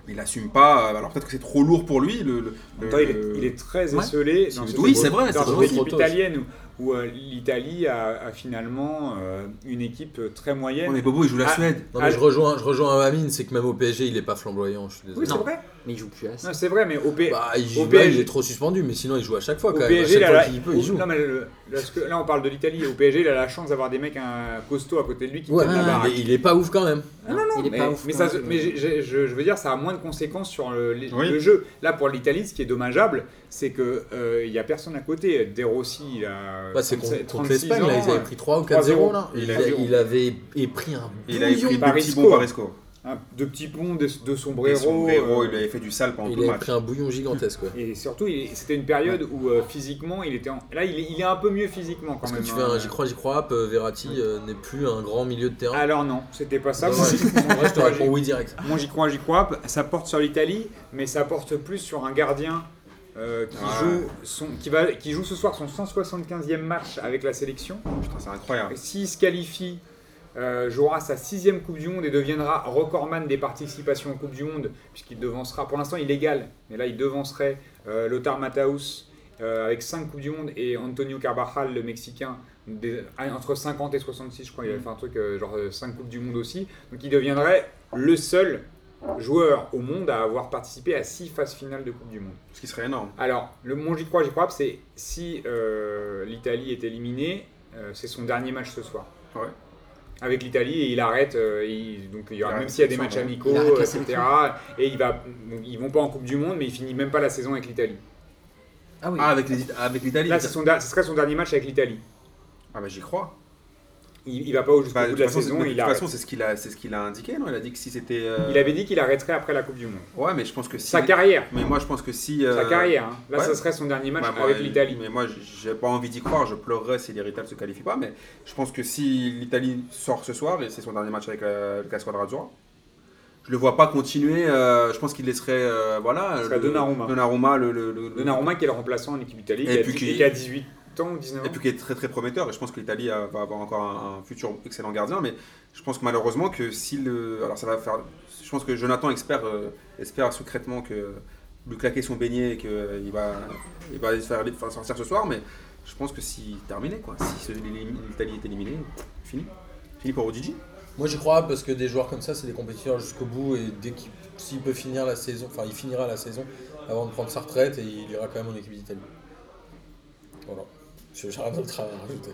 S3: Il assume pas, euh, alors peut-être que c'est trop lourd pour lui. Le, le-
S1: En même temps, il
S3: le-
S1: est, il est très
S5: Ouais.
S1: esselé dans
S3: Oui,
S1: cette
S3: c'est
S1: équipe-
S3: vrai, c'est
S1: dans cette
S3: vraiment
S2: trop
S1: équipe
S2: tôt.
S1: italienne où, où, euh, l'Italie a, a finalement euh, une équipe très
S3: Oh,
S1: moyenne.
S3: mais Bobo, il joue la
S1: Ah.
S3: Suède.
S2: Non mais
S1: Ah.
S2: je rejoins, je rejoins Amine, c'est que même au PSG, il est pas flamboyant. Je suis désolé.
S1: Oui, c'est
S5: Non.
S1: vrai.
S5: Mais il joue plus assez.
S1: Non, c'est vrai, mais au, P-
S2: Bah, il,
S1: Au
S2: joue- là, il
S1: PSG.
S2: est trop suspendu, mais sinon il joue à chaque fois
S1: au
S2: quand même.
S1: PSG,
S2: à chaque
S1: là,
S2: fois qu'il peut, il joue.
S1: non, mais le- parce que là, on parle de l'Italie. et Au PSG, il a la chance d'avoir des mecs un costaud à côté de lui qui
S2: Ouais,
S1: tiennent la
S5: ouais,
S1: barre.
S2: mais il est- il est pas ouf quand même.
S1: Ah non, non,
S5: Il est
S1: mais,
S5: pas ouf,
S1: mais
S2: hein,
S5: non,
S1: ça se-
S5: non.
S1: mais j'ai- j'ai- je, je veux dire, ça a moins de conséquences sur le, les-
S3: Oui.
S1: le jeu. Là, pour l'Italie, ce qui est dommageable, c'est que euh, il y a personne à côté. De Rossi, il a.
S2: Bah, c'est
S1: 37,
S2: contre, contre
S1: 36
S2: l'Espagne, là,
S1: ans,
S2: ils avaient
S1: ouais.
S2: pris 3 ou
S1: 3-0,
S2: 4-0. là.
S1: il
S2: Il,
S1: a-
S2: a-
S1: il
S2: il avait é- pris un
S3: Il avait pris
S2: bouillon.
S3: deux petits
S1: Parisco.
S3: bons Parisco.
S1: Un- hein, de petits ponts, de, de
S3: Et
S1: sombrero.
S3: son héros,
S1: euh,
S3: il lui avait fait du sale pendant tout
S2: Il
S3: le
S2: avait
S3: match.
S2: pris un bouillon gigantesque. ouais.
S1: Et surtout, il- c'était une période où euh, physiquement, il était. en- Là, il est, il est un peu mieux physiquement quand
S2: Parce que
S1: même.
S2: tu fais
S1: hein.
S2: un j'y crois, j'y crois, hop, euh, Verratti euh, n'est plus un grand milieu de terrain.
S1: Alors non, c'était pas Ah, ça.
S2: Ouais,
S1: Moi,
S2: ouais.
S1: j'y-
S2: En vrai, je te
S1: moi, j'y-
S2: réponds oui direct.
S1: moi, j'y crois, j'y crois. Ça porte sur l'Italie, mais ça porte plus sur un gardien. euh, qui,
S3: Ah.
S1: joue son, qui, va, qui joue ce soir son 175e match avec la sélection.
S3: Putain, c'est incroyable.
S1: Et S'il se qualifie, euh, jouera sa sixième Coupe du Monde et deviendra recordman des participations en Coupe du Monde, puisqu'il devancera, pour l'instant il est égal, mais là il devancerait euh, Lothar Matthaus euh, avec 5 Coupes du Monde et Antonio Carvajal, le Mexicain, des- ah, entre 50 et 66, je crois, il avait fait un truc euh, genre 5 Coupes du Monde aussi. Donc il deviendrait le seul joueur au monde à avoir participé à 6 phases finales de Coupe du Monde.
S3: Ce qui serait énorme.
S1: Alors, le mon j'y crois, j'y crois, c'est si euh, l'Italie est éliminée, euh, c'est son dernier match ce soir.
S3: Ouais.
S1: Avec l'Italie, et il arrête, euh, il- donc il y aura,
S3: Il
S1: même
S3: arrête
S1: s'il y a des
S3: ce
S1: matchs
S3: soir, ouais.
S1: amicaux,
S5: Il arrête la
S1: euh, etc.
S5: sélection.
S1: Et il va, donc ils vont pas en Coupe du Monde, mais il finit même pas la saison avec l'Italie.
S5: Ah oui.
S3: Ah, avec les- avec l'Italie.
S1: Là, c'est son da- ce serait son dernier match avec l'Italie.
S3: Ah, bah j'y crois.
S1: Il, il va pas au jusqu'au
S3: Bah,
S1: bout
S3: de
S1: de la
S3: toute façon,
S1: saison.
S3: c'est- de
S1: Il,
S3: toute
S1: arrête.
S3: façon, c'est ce qu'il a, c'est ce qu'il a indiqué, non Il a dit que si c'était. euh,
S1: il avait dit qu'il arrêterait après la Coupe du Monde.
S3: Ouais, mais je pense que si.
S1: Sa carrière.
S3: Mais moi, je pense que si.
S1: Sa
S3: euh,
S1: carrière. hein. Là,
S3: ouais.
S1: ça serait son dernier match
S3: Ouais, bah,
S1: avec l'Italie.
S3: Mais moi, j'ai pas envie d'y croire. Je pleurerais si l'Héritage se qualifie pas. Mais je pense que si l'Italie sort ce soir, et c'est son dernier match avec euh, la Squadra Azzurra, je le vois pas continuer. euh, je pense qu'il laisserait. euh, voilà.
S1: Ce serait
S3: le-
S1: Donnarumma.
S3: Donnarumma, le. le- le-
S1: Donnarumma qui est le remplaçant en équipe d'Italie.
S3: Et
S1: qui a
S3: puis
S1: dix-
S3: qui-
S1: Et qui a 18 ans ou 19
S3: Et
S1: ans.
S3: puis qui est très très prometteur. Et je pense que l'Italie euh, va avoir encore un, un futur excellent gardien. Mais je pense que malheureusement que si le. Alors ça va faire. Je pense que Jonathan espère, euh, espère secrètement que lui claquer son beignet et qu'il va, il va se faire, faire sortir ce soir. Mais je pense que si terminé quoi. Si ce- l'Italie est éliminée, fini. Fini pour Odigi.
S2: Moi j'y crois parce que des joueurs comme ça, c'est des compétiteurs jusqu'au bout et dès qu'il s'il peut finir la saison, enfin il finira la saison avant de prendre sa retraite et il ira quand même en équipe d'Italie. Voilà. Je- J'ai rien d'autre à rajouter.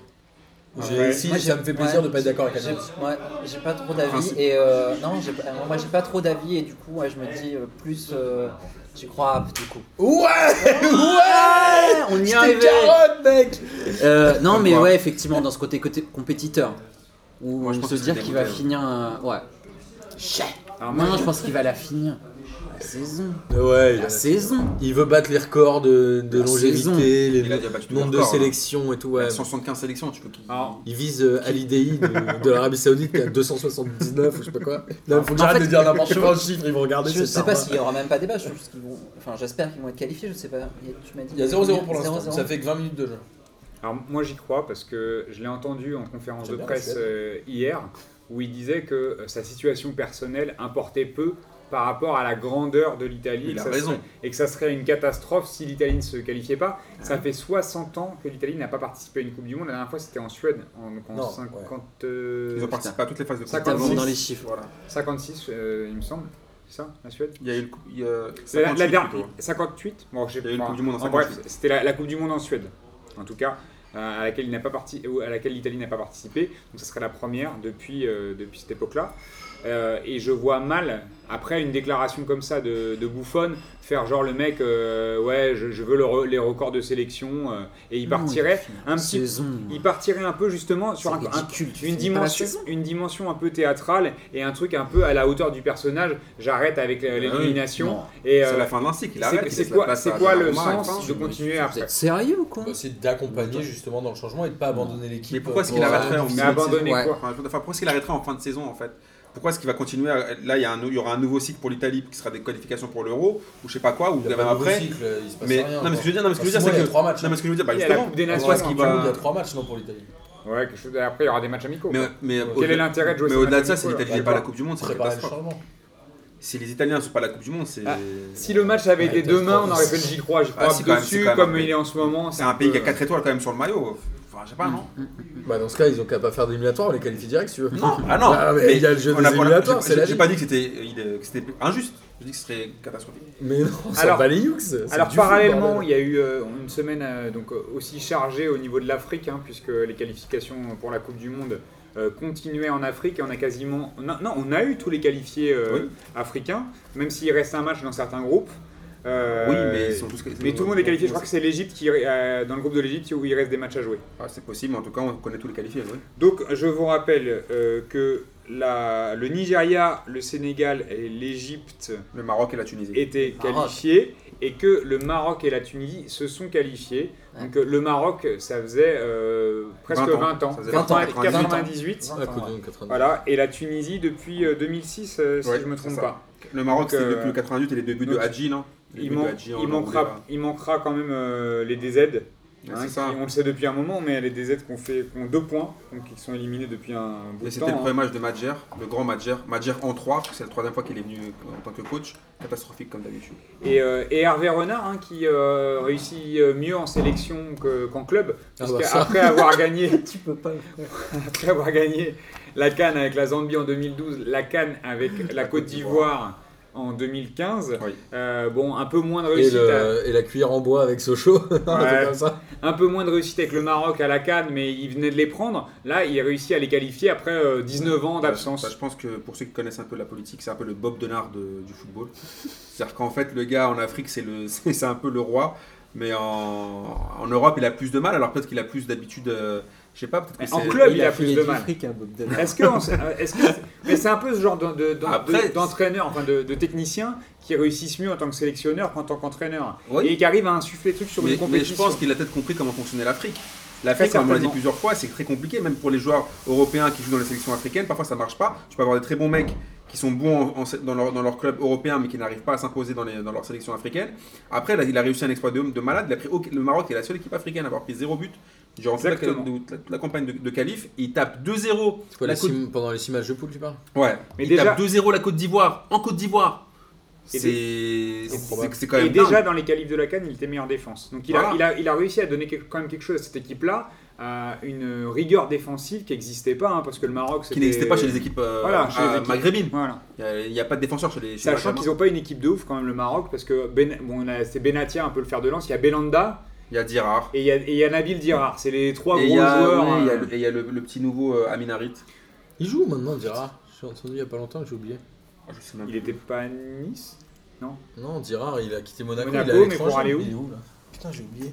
S2: J'ai-
S1: ouais.
S2: si,
S5: Moi,
S2: ça
S5: j'ai-
S2: me fait plaisir
S5: ouais.
S2: de pas être d'accord avec
S5: J'ai
S2: Adam.
S5: ouais, j'ai pas trop
S3: Enfin,
S5: d'avis
S3: c'est-
S5: et euh, non, j'ai pas- moi j'ai pas trop d'avis et du coup ouais, je me dis euh, plus euh, j'y crois à- du coup.
S2: Ouais
S5: Ouais, Ah, on y
S2: C'était
S5: arrivait.
S2: carotte, mec
S5: Euh, non, mais
S3: Moi.
S5: ouais, effectivement, dans ce côté, côté compétiteur. Où
S3: Moi, je
S5: on
S3: pense
S5: se
S3: que
S5: dire
S3: c'est
S5: qu'il va
S3: dégoûté.
S5: finir. euh, ouais.
S1: Alors, Ah, moi,
S5: Non, non, je pense qu'il va la finir. La saison.
S2: Ouais, il,
S5: La
S2: a-
S5: saison.
S2: il veut battre les records de, de
S5: La saison.
S2: longévité, les
S3: Il a déjà battu tous les
S2: nombres de
S3: records, hein.
S2: sélections et tout.
S3: Il y
S2: Ouais.
S3: a 175 sélections, tu peux qu'il.
S1: Alors,
S2: Il vise euh, Al Idei de, de l'Arabie Saoudite qui a 279 ou je sais pas quoi. Non, faut que
S5: En
S2: j'arrête
S5: fait,
S2: de dire n'importe quoi en chiffre, ils vont regarder.
S5: Je
S2: Ah, c'est
S5: sais pas
S3: hein.
S2: taré.
S5: s'il y aura même pas débat. Je pense qu'ils vont. Enfin, j'espère qu'ils vont être qualifiés. Je sais pas. Il y a- Hein Tu m'as dit.
S2: Il y a 0-0 pour
S5: 0-0.
S2: l'instant. Ça fait que 20 minutes de jeu.
S1: alors, moi, j'y crois parce que je l'ai entendu en conférence
S2: J'aime
S1: de
S2: bien la
S1: presse
S2: Suède.
S1: euh, hier où il disait que euh, sa situation personnelle importait peu par rapport à la grandeur de l'Italie.
S3: Il
S1: que
S3: a
S1: ça
S3: raison.
S1: serait- et que ça serait une catastrophe si l'Italie ne se qualifiait pas. Ça fait 60 ans que l'Italie n'a pas participé à une Coupe du Monde. La dernière fois, c'était en Suède, en, donc en
S2: Non, ouais.
S1: 50, euh,
S3: Ils ont participé à toutes les phases de
S1: Ça
S3: coupe.
S5: T'as bon
S1: Cinquante-six.
S5: dans les chiffres.
S3: Voilà.
S1: 56, euh, il me semble. C'est ça, la Suède
S3: Il y a eu le coup- il y a-
S1: C'est la, la
S3: 58
S1: dernière.
S3: plutôt.
S1: 58 Bon, j'ai
S3: Il y a eu une
S1: bon,
S3: Coupe du Monde en
S1: bref,
S3: 58.
S1: c'était la, la Coupe du Monde en Suède, en tout cas, euh, à laquelle il n'a pas parti, ou à laquelle l'Italie n'a pas participé. Donc, ça serait la première depuis, euh, depuis cette époque-là. Euh, et je vois mal, après une déclaration comme ça de, de Bouffon, faire genre le mec, euh, ouais, je, je veux le re- les records de sélection, euh, et il
S5: Non,
S1: partirait un petit
S5: Saison. hein.
S1: il partirait un peu justement sur
S5: C'est
S1: un- un-
S5: ridicule, tu
S1: une,
S5: finis pas la
S1: dimension,
S5: saison.
S1: une dimension un peu théâtrale et un truc un peu à la hauteur du personnage. J'arrête avec
S3: Ah
S1: euh, l'élimination.
S5: Non.
S1: et euh,
S3: C'est la fin de l'incycle. il arrête,
S1: c'est-
S3: il
S1: c'est
S3: laisse la
S1: quoi,
S3: place
S1: c'est
S3: à
S1: quoi le
S3: Donnarumma, et
S1: sens
S3: puis-
S1: de continuer
S5: Vous
S1: après
S5: êtes sérieux ou quoi
S2: Bah, c'est d'accompagner justement dans le changement et de pas abandonner l'équipe.
S3: Mais pourquoi est-ce qu'il
S2: pour,
S3: arrêterait
S2: euh,
S3: en
S1: Mais
S3: milieu de
S1: abandonner
S5: ouais.
S1: quoi
S3: Enfin, je- enfin, pourquoi est-ce qu'il arrêterait en fin de saison en fait Pourquoi est-ce qu'il va continuer à- Là, il y, a un- il y aura un nouveau cycle pour l'Italie qui sera des qualifications pour l'Euro ou je sais pas quoi ou
S2: Il y a
S3: même
S2: pas de nouveau
S3: après.
S2: cycle, il se passe
S3: Mais
S2: rien,
S3: non, mais ce que je
S2: quoi.
S3: veux dire, non, mais ce que je veux
S2: Parce
S3: dire, c'est
S2: que moi, il y a
S3: que
S2: trois matchs, hein.
S3: Non, mais ce que je veux dire, bah
S1: Il y a la
S3: justement.
S1: Coupe des
S3: on va
S1: Nations,
S3: voir ce
S1: la
S3: qu'il
S1: Coupe
S2: Il y a
S3: va.
S2: trois matchs non pour l'Italie.
S1: Ouais, quelque chose- après il y aura des matchs amicaux.
S3: Mais,
S1: quoi.
S3: mais,
S1: Quel est
S3: au-
S1: l'intérêt de jouer
S3: mais
S1: ces
S3: au-delà
S1: matchs
S3: de ça, si
S1: amicaux,
S3: l'Italie
S1: là
S3: n'est pas à la Coupe du Monde, c'est une
S2: Préparer le
S3: catastrophe.
S2: changement.
S3: Si les Italiens ne sont pas à la Coupe du Monde, c'est
S1: Ah, Si le match avait été
S2: Ouais,
S1: demain, on
S2: catastrophe.
S1: aurait fait le j'y crois, j'y
S3: Ah,
S1: crois
S3: si, quand même, c'est
S1: dessus
S3: quand même
S1: comme
S3: un
S1: il
S3: pays.
S1: est en ce moment.
S3: c'est un pays qui a
S1: peu-
S2: Euh,
S3: 4 étoiles quand même sur le maillot. Enfin, je sais pas, non
S2: Bah, dans ce cas, ils ont qu'à pas faire d'éliminatoire, on les qualifie direct si tu veux.
S3: Ah non
S2: Bah, mais il y a le jeu
S3: on
S2: des
S3: a- on a-
S2: éliminatoires,
S3: j'ai-
S2: c'est la
S3: J'ai
S2: vie.
S3: pas dit que c'était euh, il est- que c'était injuste. Je dis que ce serait catastrophique.
S2: Mais non, ça
S1: Alors-
S2: va les Hughes. c'est
S1: euh, Alors
S2: du foot,
S1: parallèlement,
S2: bordel.
S1: il y a eu euh, une semaine euh, donc euh, aussi chargée au niveau de l'Afrique, hein, puisque les qualifications pour la Coupe du Monde euh, continuaient en Afrique et on a quasiment, on a- non, on a eu tous les qualifiés euh,
S3: Oui.
S1: africains, même s'il reste un match dans certains groupes. Euh,
S3: Oui, mais ils sont tous
S1: mais tout le monde est qualifié. Je crois que c'est l'Égypte qui, euh, dans le groupe de l'Égypte, où il reste des matchs à jouer.
S3: Ah, c'est possible, en tout cas, on connaît tous les qualifiés. oui.
S1: Donc je vous rappelle euh, que la- le Nigeria, le Sénégal et l'Égypte
S3: Le Maroc et la Tunisie.
S1: étaient
S5: Maroc.
S1: qualifiés et que le Maroc et la Tunisie se sont qualifiés.
S5: Ouais.
S1: Donc euh, le Maroc, ça faisait euh, presque
S3: 20 ans.
S1: 20 ans.
S3: Ça faisait
S5: 20 ans,
S1: 98.
S5: 98.
S2: Ah,
S3: hein.
S2: Coupe du Monde 90.
S1: Voilà, et la Tunisie depuis euh, 2006, euh, si
S3: Ouais,
S1: je ne me
S3: c'est
S1: trompe
S3: ça.
S1: pas.
S3: Le Maroc,
S1: Donc,
S3: c'est
S1: euh,
S3: depuis le 98 et les deux buts de
S1: donc,
S3: Hadji, non Les
S1: Il,
S3: buts de
S1: man-
S3: Hadji en
S1: il
S3: Angola.
S1: manquera, il manquera quand même euh, les DZ.
S3: Ouais,
S1: hein,
S3: c'est
S1: qui-
S3: ça.
S1: on le sait depuis un moment, mais les DZ qui ont, fait, qui ont deux points, donc qui sont éliminés depuis un bout
S3: Mais
S1: de
S3: c'était
S1: temps.
S3: le premier
S1: hein.
S3: match de Madjer, le grand Madjer. Madjer en 3, c'est la troisième fois qu'il est venu en tant que coach. Catastrophique comme d'habitude.
S1: Et, euh, et Hervé Renard, hein, qui euh, réussit euh, mieux en sélection que- qu'en club, parce
S2: bah ça.
S1: qu'après avoir gagné
S5: Tu peux pas.
S1: Après avoir gagné la Cannes avec la Zambie en 2012, la Cannes avec la Côte d'Ivoire en 2015,
S3: Oui.
S1: euh, bon, un peu moins de
S2: Et,
S1: réussite. à-
S2: le- et la cuillère en bois avec Sochaux, un truc
S1: Ouais.
S2: comme ça.
S1: un peu moins de réussite avec le Maroc à la Cannes, mais il venait de les prendre. Là, il a réussi à les qualifier après euh, 19 ans d'absence.
S3: Ça, je pense que pour ceux qui connaissent un peu la politique, c'est un peu le Bob Denard de- du football. C'est-à-dire qu'en fait, le gars en Afrique, c'est le- c'est c'est un peu le roi. Mais en, en Europe, il a plus de mal. Alors peut-être qu'il a plus d'habitude. euh, je Je sais pas, peut-être que
S1: Mais en
S3: c'est-
S1: club, il, a
S6: filé
S1: plus de
S6: du
S1: mal.
S6: fric
S3: hein,
S6: à Bob Dylan.
S1: Est-ce que, on s- euh, est-ce que c'est- mais c'est un peu ce genre de- de- de-
S3: Après,
S1: de- d'entraîneur, enfin de, de technicien qui réussissent mieux en tant que sélectionneur qu'en tant qu'entraîneur
S3: Oui.
S1: et qui arrive à insuffler des trucs sur
S3: mais,
S1: une
S3: mais je
S1: compétition.
S3: pense qu'il a peut-être compris comment fonctionnait l'Afrique. L'Afrique,
S1: Très
S3: comme on l'a dit
S1: certainement.
S3: plusieurs fois, c'est très compliqué, même pour les joueurs européens qui jouent dans les sélections africaines, parfois ça marche pas. Tu peux avoir des très bons mecs qui sont bons en- en- dans, leur, dans leur club européen, mais qui n'arrivent pas à s'imposer dans, les- dans leur sélection africaine. Après, là, il a réussi un exploit de, de malade. Il a pris aucun- le Maroc est la seule équipe africaine à avoir pris zéro but durant toute la,
S1: Exactement.
S3: de- toute la- toute la campagne de, de qualif. Il tape 2-0.
S2: C'est quoi,
S3: La
S2: les
S3: coupe-
S2: six- Pendant les 6 matchs de poule, tu parles
S3: Ouais.
S1: Mais
S3: il
S1: déjà-
S3: tape 2-0 la Côte d'Ivoire en Côte d'Ivoire.
S1: Et
S3: C'est c'est- c'est quand
S1: Et
S3: même dingue.
S1: déjà dans les qualifs de la Cannes, il était meilleur en défense. Donc il, a,
S3: Voilà.
S1: il, a, il a réussi à donner quelque- quand même quelque chose à cette équipe-là, à une rigueur défensive qui n'existait pas, hein, parce que le Maroc,
S3: qui n'existait pas chez les équipes, euh,
S1: Voilà, chez les
S3: euh,
S1: équipes.
S3: maghrébines.
S1: Voilà.
S3: Il y a- Il n'y a, pas de défenseur chez les chez
S1: Sachant
S3: les
S1: qu'ils n'ont pas une équipe de ouf quand même le Maroc, parce que Ben- bon, on a- c'est Benatia un peu le fer de lance, il y a Belanda
S3: Il y a Dirar.
S1: et il y a, et il y a Nabil Dirar, c'est les trois
S3: Et il
S1: gros
S3: y a,
S1: joueurs.
S3: ouais, il y a
S1: hein.
S3: le, et il y a le- le petit nouveau euh, Amin Harit.
S2: Il joue maintenant, Dira. J'ai entendu il y a pas longtemps que j'ai oublié.
S3: Ah, je sais même
S1: Il était pas à Nice
S2: Non, Dira, il a quitté Monaco.
S1: Monaco,
S2: il est à
S1: mais pour
S2: l'étranger.
S1: aller où
S2: Il est où là Putain, j'ai oublié.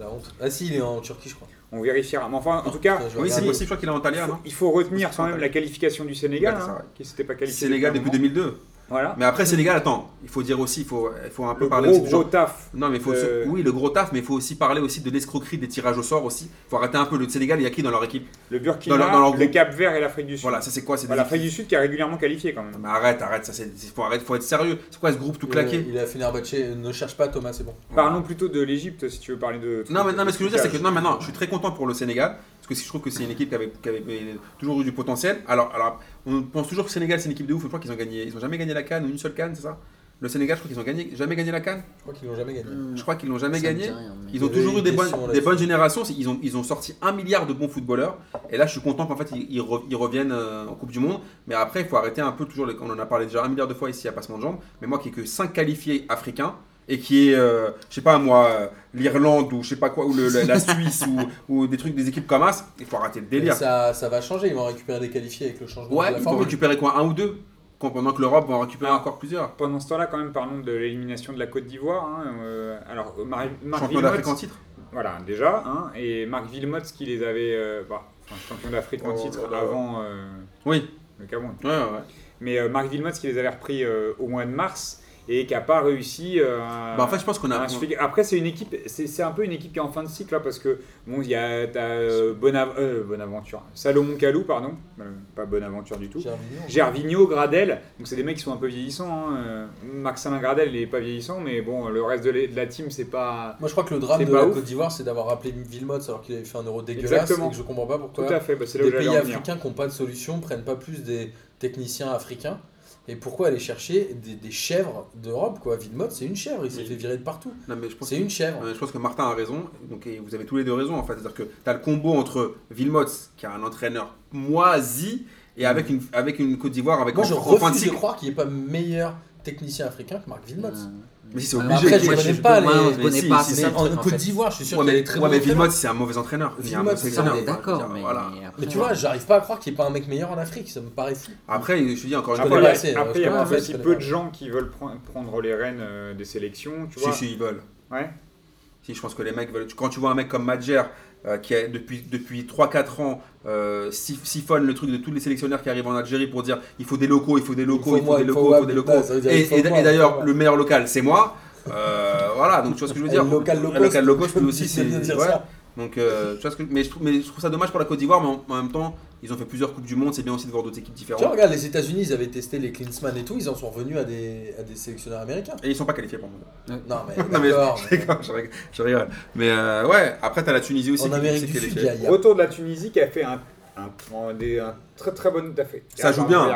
S2: La honte. Ah si, il est en Turquie, je crois.
S1: On vérifiera. Mais enfin, en tout cas,
S2: putain, je
S3: Oui, c'est
S2: Regardez.
S3: possible, je crois qu'il est en Italie,
S1: il faut,
S3: non
S1: il faut retenir quand même la qualification du Sénégal,
S3: Ouais, c'est
S1: hein,
S3: vrai.
S1: qui s'était pas qualifié.
S3: Sénégal
S1: depuis un
S3: depuis 2002.
S1: moment. Voilà.
S3: Mais après, Sénégal, attends, il faut dire aussi, il faut, il faut un peu
S1: Le
S3: parler
S1: gros,
S3: aussi. du
S1: gros
S3: genre-
S1: taf.
S3: Non, mais il faut
S1: Euh,
S3: aussi- oui, le gros taf, mais il faut aussi parler aussi de l'escroquerie des tirages au sort aussi. Il faut arrêter un peu le Sénégal, il y a qui dans leur équipe
S1: Le Burkina,
S3: Dans leur- dans leur
S1: le
S3: groupe.
S1: Cap Vert et l'Afrique du Sud.
S3: Voilà, ça c'est quoi C'est des
S1: Bah, L'Afrique
S3: équipes-
S1: du Sud qui est régulièrement qualifiée quand
S3: Non,
S1: même.
S3: mais arrête, arrête, ça c'est faut, arrête, faut être sérieux. C'est quoi ce groupe
S1: Euh,
S3: tout claqué
S2: Il, il a Fenerbahce. Ne cherche pas Thomas, c'est bon.
S1: Parlons plutôt de l'Égypte si tu veux parler de.
S3: Non mais, non, mais ce que je veux dire, c'est que non, mais non, je suis très content pour le Sénégal, parce que si je trouve que c'est une équipe qui avait, qui avait euh, toujours eu du potentiel. Alors, alors, on pense toujours que le Sénégal, c'est une équipe de ouf, je crois qu'ils ont gagné, ils ont jamais gagné la Cannes, ou une seule Cannes, c'est ça Le Sénégal, je crois qu'ils ont gagné, jamais gagné la Cannes
S2: Je crois qu'ils l'ont jamais
S1: Mm.
S2: gagné.
S3: Je crois qu'ils l'ont jamais
S5: Ça me dit
S3: gagné.
S5: rien, mais-
S3: Ils ont
S2: Il y avait
S3: toujours eu
S2: une
S3: des
S2: question
S3: bonnes, des
S2: là-dessus.
S3: bonnes générations, c'est- ils ont, ils ont sorti un milliard de bons footballeurs, et là, je suis content qu'en fait, ils, ils re- ils reviennent euh, en Coupe du Monde, mais après, il faut arrêter un peu, toujours, les- on en a parlé déjà un milliard de fois ici à Passement de Jambes, mais moi qui ai que 5 qualifiés africains, et qui est, euh, je sais pas moi, euh, l'Irlande ou je sais pas quoi, ou le- le- la Suisse ou, ou des trucs, des équipes comme As, il faut arrêter le
S2: Mais
S3: délire.
S2: Ça, ça va changer, ils vont récupérer des qualifiés avec le changement
S3: ouais,
S2: de la
S3: ils vont
S2: formule.
S3: récupérer quoi, un ou deux Quand- Pendant que l'Europe va en récupérer encore plusieurs.
S1: Pendant ce temps-là, quand même, parlons de l'élimination de la Côte d'Ivoire. hein, euh, alors, Mar Marc
S3: Champion
S1: Wilmots-
S3: d'Afrique en titre
S1: Voilà, déjà. hein, et Marc Wilmots qui les avait. euh, bah, enfin, champion d'Afrique en
S3: Oh
S1: titre
S3: là là.
S1: avant euh,
S3: Oui,
S1: le Cameroun.
S3: ouais, ouais, ouais.
S1: Mais euh, Marc Wilmots qui les avait repris euh, au mois de mars et qui n'a pas réussi. euh, à-
S3: Bah, en fait, je pense qu'on a.
S1: à insuffler- Après, c'est une équipe, c'est c'est un peu une équipe qui est en fin de cycle là, parce que bon, il y a t'as, euh, Bonav- euh, Bonaventure, Salomon Kalou, pardon, Euh, pas Bonaventure du tout.
S2: Gervinho.
S1: Gervinho, Gradel, donc c'est des mecs qui sont un peu vieillissants. hein. Euh, Maxime Gradel, il est pas vieillissant, mais bon, le reste de la- de la team, c'est pas
S2: Moi je crois que le drame
S1: C'est
S2: de
S1: pas
S2: la
S1: ouf.
S2: Côte d'Ivoire c'est d'avoir rappelé Villemot alors qu'il avait fait un euro dégueulasse
S1: Exactement.
S2: et que je comprends pas
S1: tout
S2: pourquoi
S1: à fait. bah, c'est là où
S2: des
S1: j'allais
S2: pays
S1: en venir.
S2: africains qui n'ont pas de solution prennent pas plus des techniciens africains et pourquoi aller chercher des, des chèvres d'Europe quoi Villemot c'est une chèvre, il s'est
S3: Oui.
S2: fait virer de partout.
S3: Non, mais je pense
S2: C'est une chèvre.
S3: Euh, je pense que Martin a raison, donc et vous avez tous les deux raison en fait. C'est-à-dire que tu as le combo entre Vilmots, qui a un entraîneur moisi, et avec une, avec une Côte d'Ivoire, avec
S2: Mm. Moi
S3: en-
S2: je
S3: en fin de
S2: refuse de
S3: cycle.
S2: croire qu'il n'y ait pas meilleur technicien africain que Marc Villemot.
S3: Euh, Mais si, c'est
S5: Alors
S3: obligé.
S2: Après je
S5: moi,
S2: ne
S5: euh, je-
S2: connais
S5: je-
S2: pas
S5: moi,
S2: les...
S5: je
S3: mais
S5: connais
S3: si,
S5: pas,
S3: si,
S5: c'est
S2: mais
S5: ça
S2: en
S5: le truc, en
S2: Côte
S5: fait.
S2: d'Ivoire je suis sûr
S3: Ouais,
S2: qu'il y a
S3: mais,
S2: des très
S3: ouais,
S2: bons
S3: mais
S2: entraîneurs.
S3: Vilmots, c'est un mauvais entraîneur. Il y a un
S2: Vilmots,
S3: mauvais
S2: c'est
S5: Ça,
S3: sélectionneur.
S5: on est
S3: Enfin, je
S5: d'accord,
S3: veux
S5: mais
S3: dire, voilà.
S2: Mais
S5: après, euh,
S2: tu vois, j'arrive pas à croire qu'il n'y ait pas un mec meilleur en Afrique, ça me paraît fou.
S3: Après, je te dis encore une
S2: connais
S1: Après,
S3: fois,
S1: il y
S2: pas
S1: a-
S2: assez,
S1: après,
S2: je
S1: il y a
S2: connais
S1: vraiment
S2: pas, je
S1: aussi
S2: connais
S1: peu
S2: pas.
S1: de gens qui veulent pre- prendre les rênes euh, des sélections, tu vois.
S3: si, si, ils veulent.
S1: Ouais.
S3: Si, je pense que les mecs veulent. Quand tu vois un mec comme Madjer, euh, qui a, depuis, depuis 3-4 ans euh, sif- siphonne le truc de tous les sélectionneurs qui arrivent en Algérie pour dire il faut des locaux, il faut des locaux,
S2: faut
S3: il faut,
S2: moi,
S3: des
S2: il faut
S3: locaux, il
S2: moi,
S3: faut des
S2: putain,
S3: locaux.
S2: ça veut dire,
S3: Et,
S2: il faut
S3: et-
S2: moi,
S3: et
S2: il
S3: d'ailleurs,
S2: faut
S3: le meilleur local, c'est moi. Euh, voilà, donc tu vois ce que je veux dire.
S2: Le local low
S3: Le local
S2: cost.
S3: low cost, lui aussi,
S2: C'est bien
S3: c'est.
S2: de dire
S3: ouais.
S2: ça.
S3: Donc, euh, tu vois ce que- mais, je trouve, mais je trouve ça dommage pour la Côte d'Ivoire, mais en, en même temps, ils ont fait plusieurs Coupes du Monde, c'est bien aussi de voir d'autres équipes
S2: Tu vois,
S3: différentes.
S2: regarde, les États-Unis, ils avaient testé les Klinsmann et tout, ils en sont revenus à des, à des sélectionneurs américains.
S3: Et ils sont pas qualifiés pour moi.
S2: Non, mais
S3: Non, mais-
S2: d'accord.
S3: Je rigole, je rigole, je rigole. Mais euh, ouais, après, t'as la Tunisie aussi
S2: En
S3: qui-
S2: Amérique
S3: qui
S2: du
S3: est
S2: Sud,
S3: qualifiée.
S2: il y a- il y a-
S1: Retour de la Tunisie qui a fait un, un- un- des- un très très bonne affaire.
S3: Ça joue bien.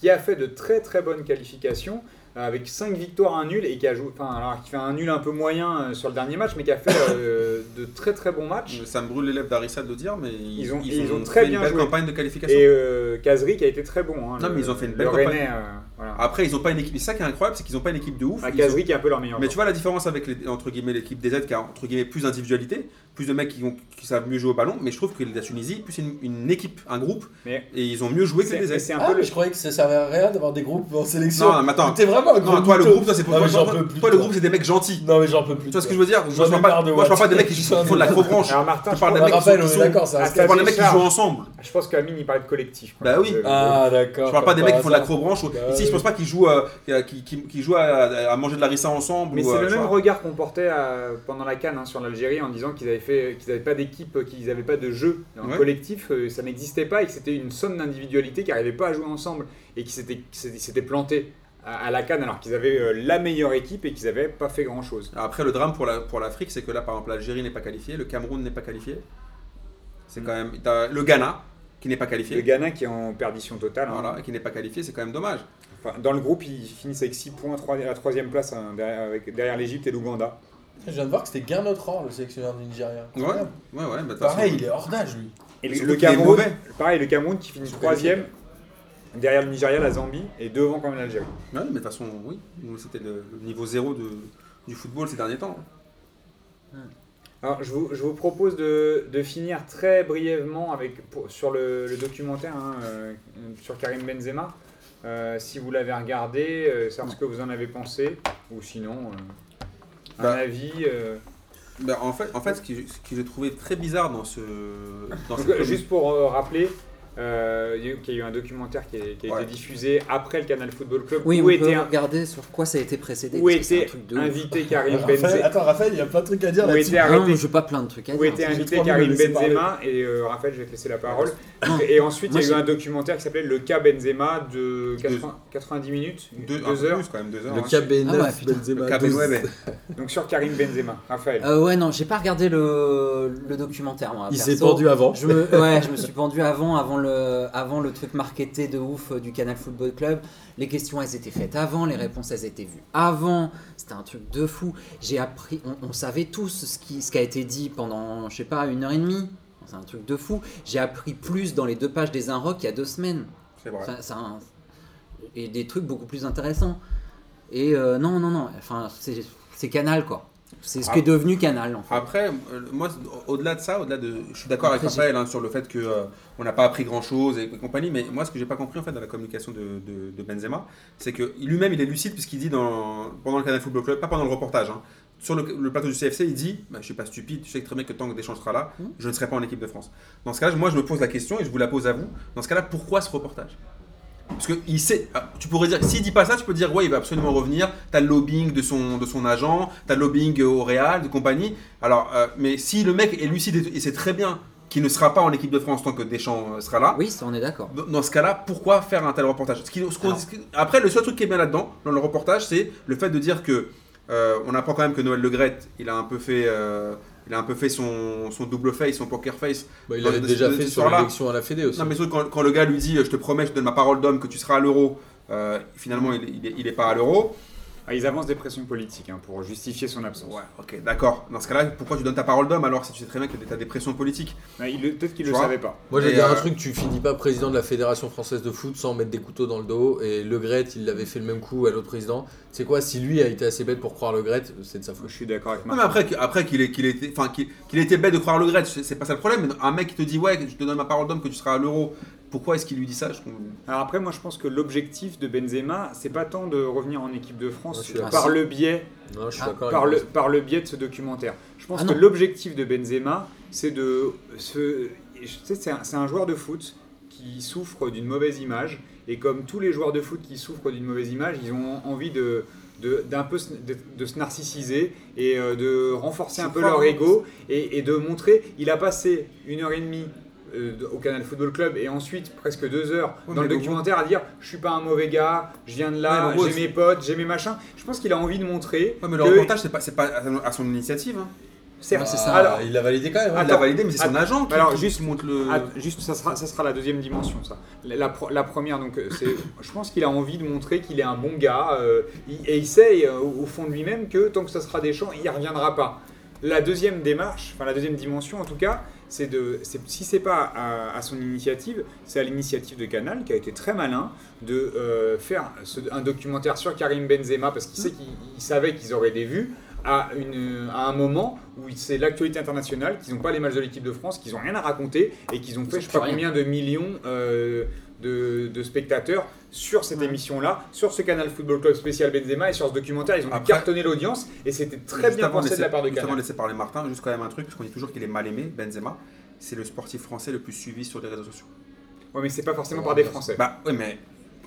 S1: Qui a fait de très très bonnes qualifications euh, avec 5 victoires, un nul et qui a joué, enfin alors qui fait un nul un peu moyen euh, sur le dernier match, mais qui a fait euh, de très très bons matchs.
S3: Ça me brûle les lèvres d'Arissa de le dire, mais ils,
S1: Ils ont-
S3: ils
S1: ils
S3: ont,
S1: ont très
S3: fait
S1: bien
S3: une belle
S1: joué.
S3: campagne de qualification.
S1: Et euh, Kazri qui a été très bon. hein,
S3: Non,
S1: le-
S3: mais ils ont fait une
S1: le
S3: belle campagne.
S1: Rennais, euh, voilà.
S3: Après, ils ont pas une équipe. C'est ça qui est incroyable, c'est qu'ils ont pas une équipe de ouf.
S1: Ah,
S3: Ils
S1: Kazri qui est un peu leur meilleur.
S3: ont- Mais tu
S1: joueur.
S3: vois la différence avec les- entre guillemets l'équipe des aides qui a entre guillemets plus d'individualité, plus de mecs qui, ont- qui savent mieux jouer au ballon. Mais je trouve que la Tunisie plus une, une équipe, un groupe,
S1: Mais-
S3: et ils ont mieux joué que
S1: C'est-
S3: les
S1: mais
S3: aides.
S1: c'est un
S2: Ah,
S1: peu
S2: mais
S1: le.
S2: je croyais que ça servait à rien d'avoir des groupes en sélection.
S3: Non, mais attends.
S2: T'es vraiment vraiment un gros
S3: Non, toi le
S2: mytho.
S3: groupe, toi c'est pour
S2: Non,
S3: toi,
S2: mais j'en
S3: toi,
S2: peux plus,
S3: toi, le groupe c'est des mecs gentils.
S2: Non, mais j'en peux plus.
S3: Tu vois ce que je veux dire Moi je
S2: J'en ai
S3: parle
S2: marre
S3: pas,
S2: de
S3: moi, je parle pas des
S2: Watt.
S3: mecs qui font de la crobranche.
S1: Alors Martin,
S3: Tu
S1: je
S3: parles
S1: parle
S3: des
S2: On
S3: mecs qui sont-
S2: rappelle,
S3: qui
S2: on est
S3: sont.
S2: d'accord, ça
S1: Ah,
S2: reste.
S3: Tu
S1: ça-
S3: parles des mecs qui
S1: Charles.
S3: jouent ensemble.
S1: Je pense qu'Amine il parlait de collectif. quoi.
S3: Bah oui.
S1: Euh,
S2: Ah, d'accord.
S3: Je parle pas des
S2: comme
S3: mecs qui font de
S2: par
S3: la
S2: hasard.
S3: crobranche.
S2: Bah
S3: Ici,
S2: oui.
S3: je pense pas qu'ils jouent, euh, euh, qui, qui- qui jouent à, à manger de la rissa ensemble.
S1: Mais
S3: ou,
S1: c'est
S3: euh,
S1: le
S3: tu
S1: même
S3: vois.
S1: regard qu'on portait à- pendant la Cannes hein, sur l'Algérie en disant qu'ils avaient fait, qu'ils n'avaient pas d'équipe, euh, qu'ils n'avaient pas de jeu, un
S3: Ouais.
S1: collectif, euh, ça n'existait pas et que c'était une somme d'individualités qui n'arrivaient pas à jouer ensemble et qui s'étaient- qui s'étaient s'étaient plantés à, à la Cannes alors qu'ils avaient euh, la meilleure équipe et qu'ils n'avaient pas fait grand chose.
S3: Après, le drame pour la- pour l'Afrique, c'est que là, par exemple, l'Algérie n'est pas qualifiée, le Cameroun n'est pas qualifié. C'est quand même. t'as le Ghana qui n'est pas
S1: Le
S3: qualifié.
S1: Ghana qui est en perdition totale. hein.
S3: Voilà, qui n'est pas qualifié, c'est quand même dommage.
S1: Enfin, dans le groupe, ils finissent avec 6 points, trois- la troisième place hein, derrière, avec- derrière l'Égypte et l'Ouganda.
S2: Je viens de voir que c'était Gernot Rohr, le sélectionneur du Nigeria.
S3: Ouais, ouais, ouais. bah, de toute façon,
S2: Pareil, il est hors d'âge, lui.
S1: Et le,
S3: Surtout
S1: le
S3: qu'il est
S1: Cameroun,
S3: mauvais.
S1: pareil, le Cameroun qui finit
S3: Surtout
S1: troisième derrière le Nigeria, la Zambie et devant quand même l'Algérie.
S3: Ouais, mais de toute façon, oui. Nous, C'était le, le niveau zéro de, du football ces derniers temps.
S1: Alors, je vous, je vous propose de, de finir très brièvement avec, pour- sur le, le documentaire hein, euh, sur Karim Benzema. Euh, si vous l'avez regardé, euh, savoir ce que vous en avez pensé, ou sinon, euh, un
S3: Bah.
S1: avis. euh.
S3: Bah, en fait, en fait ce qui- ce que j'ai trouvé très bizarre dans ce. Dans
S1: Donc,
S3: cette
S1: euh, juste pour euh, rappeler, euh, il y a eu- qu'il y a eu un documentaire qui a, qui a
S3: Ouais.
S1: été diffusé après le Canal Football Club,
S5: Oui,
S1: où
S5: on
S1: était,
S5: peut
S1: un-
S5: regarder sur quoi ça a été précédé.
S1: où
S5: parce que c'est
S1: était
S5: un truc de ouf.
S1: invité Karim
S2: Raphaël-
S1: Benzema.
S2: Attends, Raphaël, il y a plein de trucs à dire
S1: Où
S2: là-dessus.
S1: était
S5: Ah non,
S1: arrêté
S5: mais j'ai pas plein de trucs à
S1: Où
S5: dire.
S1: était
S2: J'ai
S1: invité
S2: hein, trois
S1: Karim
S2: minutes, laissez
S1: Benzema et euh, Raphaël, je vais te laisser la parole.
S5: Non.
S1: Et ensuite, il y a
S5: Moi,
S1: eu un documentaire qui s'appelait Le cas Benzema de 80 90 minutes,
S3: deux,
S1: 2
S3: un peu
S1: heures.
S3: plus, quand même, deux heures.
S2: Le
S3: hein.
S2: KB9,
S5: Ah ouais, putain.
S2: Benzema.
S3: Le KB,
S2: 12.
S3: ouais, mais-
S1: Donc sur Karim Benzema, Raphaël.
S5: Euh, ouais, non, j'ai pas regardé le, le documentaire. Moi,
S2: Il
S5: perso.
S2: s'est pendu avant.
S5: Je me, ouais, je me suis pendu avant, avant le, avant le truc marketé de ouf euh, du Canal Football Club. Les questions, elles étaient faites avant, les réponses, elles étaient vues avant. C'était un truc de fou. J'ai appris, on, on savait tous ce qui, ce qui a été dit pendant, je sais pas, une heure et demie. C'est un truc de fou. J'ai appris plus dans les deux pages des Inrocks il y a deux semaines.
S3: C'est vrai.
S5: Ça- ça- et des trucs beaucoup plus intéressants. Et euh, non, non, non. Enfin, c'est c'est Canal, quoi. C'est ce
S3: Ah.
S5: qui est devenu Canal, en fait.
S3: Après, euh, moi, au-delà de ça, au-delà de, je suis d'accord avec
S5: Après,
S3: Raphaël hein, sur le fait que euh, on n'a pas appris grand-chose et, et compagnie. Mais moi, ce que j'ai pas compris en fait dans la communication de, de- de Benzema, c'est que lui-même, il est lucide puisqu'il dit dans, pendant le Canal Football Club, pas pendant le reportage, hein, sur le, le plateau du CFC, il dit bah, :« Je suis pas stupide. Je sais que très bien que tant que Deschamps sera là,
S5: Mhm.
S3: je ne serai pas en équipe de France. » Dans ce cas-là, moi, je me pose la question et je vous la pose à vous. Dans ce cas-là, pourquoi ce reportage parce que il sait, ah, tu pourrais dire, s'il dit pas ça, tu peux dire ouais, il va absolument revenir. T'as le lobbying de son, de son agent, t'as le lobbying euh, au Real, de compagnie. Alors, euh, mais si le mec est lucide et, et sait très bien qu'il ne sera pas en équipe de France tant que Deschamps euh, sera là,
S5: Oui, ça, on est d'accord.
S3: dans- dans ce cas-là, pourquoi faire un tel reportage Ce qui- ce qu'on-
S5: Alors.
S3: ce qui- Après, le seul truc qui est bien là-dedans, dans le reportage, c'est le fait de dire que euh, on apprend quand même que Noël Le Gret, il a un peu fait, euh, il a un peu fait son, son double face, son poker face
S2: Bah, il
S3: Dans
S2: l'avait
S3: le-
S2: déjà
S3: ce-
S2: fait
S3: ce
S2: sur
S3: soir-là.
S2: l'élection à la Fédé aussi.
S3: non, mais surtout quand, quand le gars lui dit euh, Je te promets, je te donne ma parole d'homme que tu seras à l'euro, euh, finalement il, il est, il est pas à l'euro.
S1: Ah, ils avancent des pressions politiques hein, pour justifier son absence.
S3: ok, d'accord. Dans ce cas-là, pourquoi tu donnes ta parole d'homme alors si tu sais très bien que tu as des pressions politiques
S1: Ah, il le- Peut-être qu'ils
S3: Tu
S1: le
S3: vois
S1: savaient pas.
S2: Moi, je vais
S3: Et,
S2: dire un
S3: euh,
S2: truc, tu finis pas président de la Fédération Française de Foot sans mettre des couteaux dans le dos, et Le Gret, il avait fait le même coup à l'autre président. C'est quoi, si lui a été assez bête pour croire Le Gret, c'est de sa faute.
S1: Je suis d'accord avec
S3: Non,
S1: Marc.
S3: mais après, que- après qu'il ait- qu'il ait été- enfin, qu'il- qu'il était bête de croire le Gret, c'est c'est pas ça le problème. Mais un mec qui te dit Ouais, je te donne ma parole d'homme que tu seras à l'euro, pourquoi est-ce qu'il lui dit ça Je comprends-
S1: Alors après, moi, je pense que l'objectif de Benzema, c'est pas tant de revenir en équipe de
S2: Moi,
S1: France
S2: je suis d'accord.
S1: par le biais
S2: Non, je suis
S5: Ah,
S2: d'accord
S1: par
S2: avec
S1: le,
S2: toi.
S1: par le biais de ce documentaire. Je pense
S5: Ah
S1: que
S5: non.
S1: l'objectif de Benzema, c'est de se... je- tu sais, C'est un, c'est un joueur de foot qui souffre d'une mauvaise image. Et comme tous les joueurs de foot qui souffrent d'une mauvaise image, ils ont envie de de- d'un peu se- de, de se narcissiser et euh, de renforcer
S3: Je
S1: un peu
S3: crois,
S1: leur
S3: hein.
S1: ego et, et de montrer il a passé une heure et demie euh, au Canal Football Club et ensuite presque deux heures
S3: Ouais,
S1: dans le
S3: Oh, mais au
S1: documentaire à dire je suis pas un mauvais gars je viens de là
S3: Ouais, mais au
S1: j'ai
S3: gros,
S1: mes potes j'ai mes machins je pense qu'il a envie de montrer
S3: Ouais, mais le
S1: que-
S3: reportage, c'est pas, c'est pas à- à son initiative. hein.
S1: Certes.
S5: Ouais, c'est
S2: Ah,
S5: ça.
S1: Alors,
S2: il l'a validé quand même.
S3: Il
S2: hein.
S3: l'a validé, mais c'est son
S1: attends.
S3: agent qui,
S1: Alors,
S3: qui-
S1: juste-
S3: qui montre le.
S1: ah, juste, ça sera, ça sera la deuxième dimension, ça. La, la pro- la première, donc, euh, c'est, je pense qu'il a envie de montrer qu'il est un bon gars, euh, il- et il sait euh, au au fond de lui-même que tant que ça sera des champs, il n'y reviendra pas. La deuxième démarche, enfin la deuxième dimension en tout cas, c'est de, c'est, si c'est pas à, à son initiative, c'est à l'initiative de Canal qui a été très malin de euh, faire ce- un documentaire sur Karim Benzema parce qu'il sait
S5: Mmh.
S1: qu'il il savait qu'ils auraient des vues à, une, à un moment où c'est l'actualité internationale, qu'ils n'ont pas les matchs de l'équipe de France, qu'ils n'ont rien à raconter et qu'ils ont fait
S5: ont
S1: je sais pas
S5: plus rien.
S1: combien de millions euh, de, de spectateurs sur cette
S5: Ouais.
S1: émission-là, sur ce canal Football Club spécial Benzema et sur ce documentaire. Ils ont
S3: Après-
S1: cartonné l'audience et c'était très
S3: Juste
S1: bien
S3: avant
S1: pensé de
S3: laisser-
S1: la part de
S3: juste avant
S1: Canal.
S3: de laisser parler Martin, juste quand même un truc, parce qu'on dit toujours qu'il est mal aimé, Benzema. C'est le sportif français le plus suivi sur les réseaux sociaux.
S1: Ouais, mais c'est pas
S2: Oh,
S1: forcément par des Français.
S3: Bah oui, mais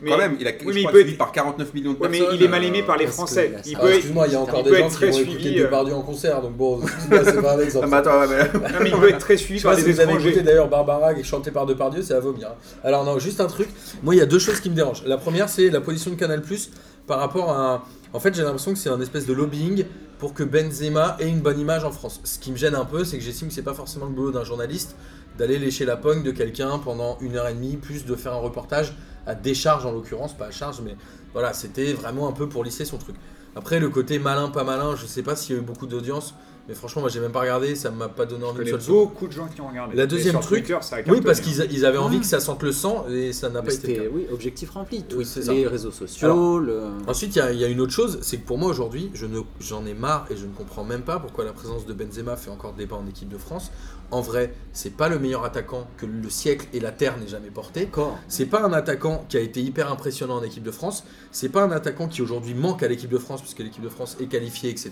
S1: Mais-
S3: quand même, il a
S1: mais
S3: je
S1: il
S3: crois,
S1: peut
S3: suivi
S1: être-
S3: par 49 millions de
S1: Ouais, mais
S3: personnes.
S1: il est mal aimé
S3: euh,
S1: par les
S5: parce que
S1: Français.
S5: là, ça-
S1: Il
S2: Ah,
S1: peut être-
S2: Excuse-moi, il y a
S5: il
S2: encore
S1: peut
S2: des
S1: être
S2: gens qui
S1: très
S2: vont
S1: suivi,
S2: écouter
S1: euh.
S2: Depardieu en concert, donc bon, excuse-moi, c'est pas un exemple.
S3: Ah, mais attends, ouais, mais-
S1: Non, mais il peut être très suivi
S2: Je sais pas
S1: par
S2: si
S1: des
S2: vous avez écouté
S1: étrangers.
S2: d'ailleurs Barbara qui est chantée par Depardieu, c'est à vomir. hein. Alors non, juste un truc. Moi, il y a deux choses qui me dérangent. La première, c'est la position de Canal+ par rapport à. En fait, j'ai l'impression que c'est un espèce de lobbying pour que Benzema ait une bonne image en France. Ce qui me gêne un peu, c'est que j'estime que c'est pas forcément le boulot d'un journaliste d'aller lécher la pogne de quelqu'un pendant une heure et demie, plus de faire un reportage à décharge en l'occurrence, pas à charge, mais voilà, c'était vraiment un peu pour lisser son truc. Après, le côté malin, pas malin, je sais pas s'il y a eu beaucoup d'audience, mais franchement, moi j'ai même pas regardé, ça m'a pas donné
S1: Je
S2: envie de
S1: connais
S2: seule seconde.
S1: beaucoup de gens qui ont regardé.
S2: La
S1: Et
S2: deuxième
S1: sur
S2: truc-
S1: Twitter, ça a
S2: Oui,
S1: cartonné.
S2: parce
S1: hein.
S2: qu'ils a- ils avaient envie que ça sente le sang et ça n'a
S5: Mais
S2: pas été
S5: c'était-
S2: le cas.
S5: oui, objectif rempli. Tous
S2: Oui, c'est ça.
S5: les réseaux sociaux,
S2: Alors,
S5: le...
S2: Ensuite, il y a- il y, a une autre chose, c'est que pour moi aujourd'hui, je ne- j'en ai marre et je ne comprends même pas pourquoi la présence de Benzema fait encore débat en équipe de France. En vrai, c'est pas le meilleur attaquant que le siècle et la terre n'aient jamais porté.
S5: corps.
S2: C'est pas un attaquant qui a été hyper impressionnant en équipe de France. C'est pas un attaquant qui aujourd'hui manque à l'équipe de France puisque l'équipe de France est qualifiée, etc.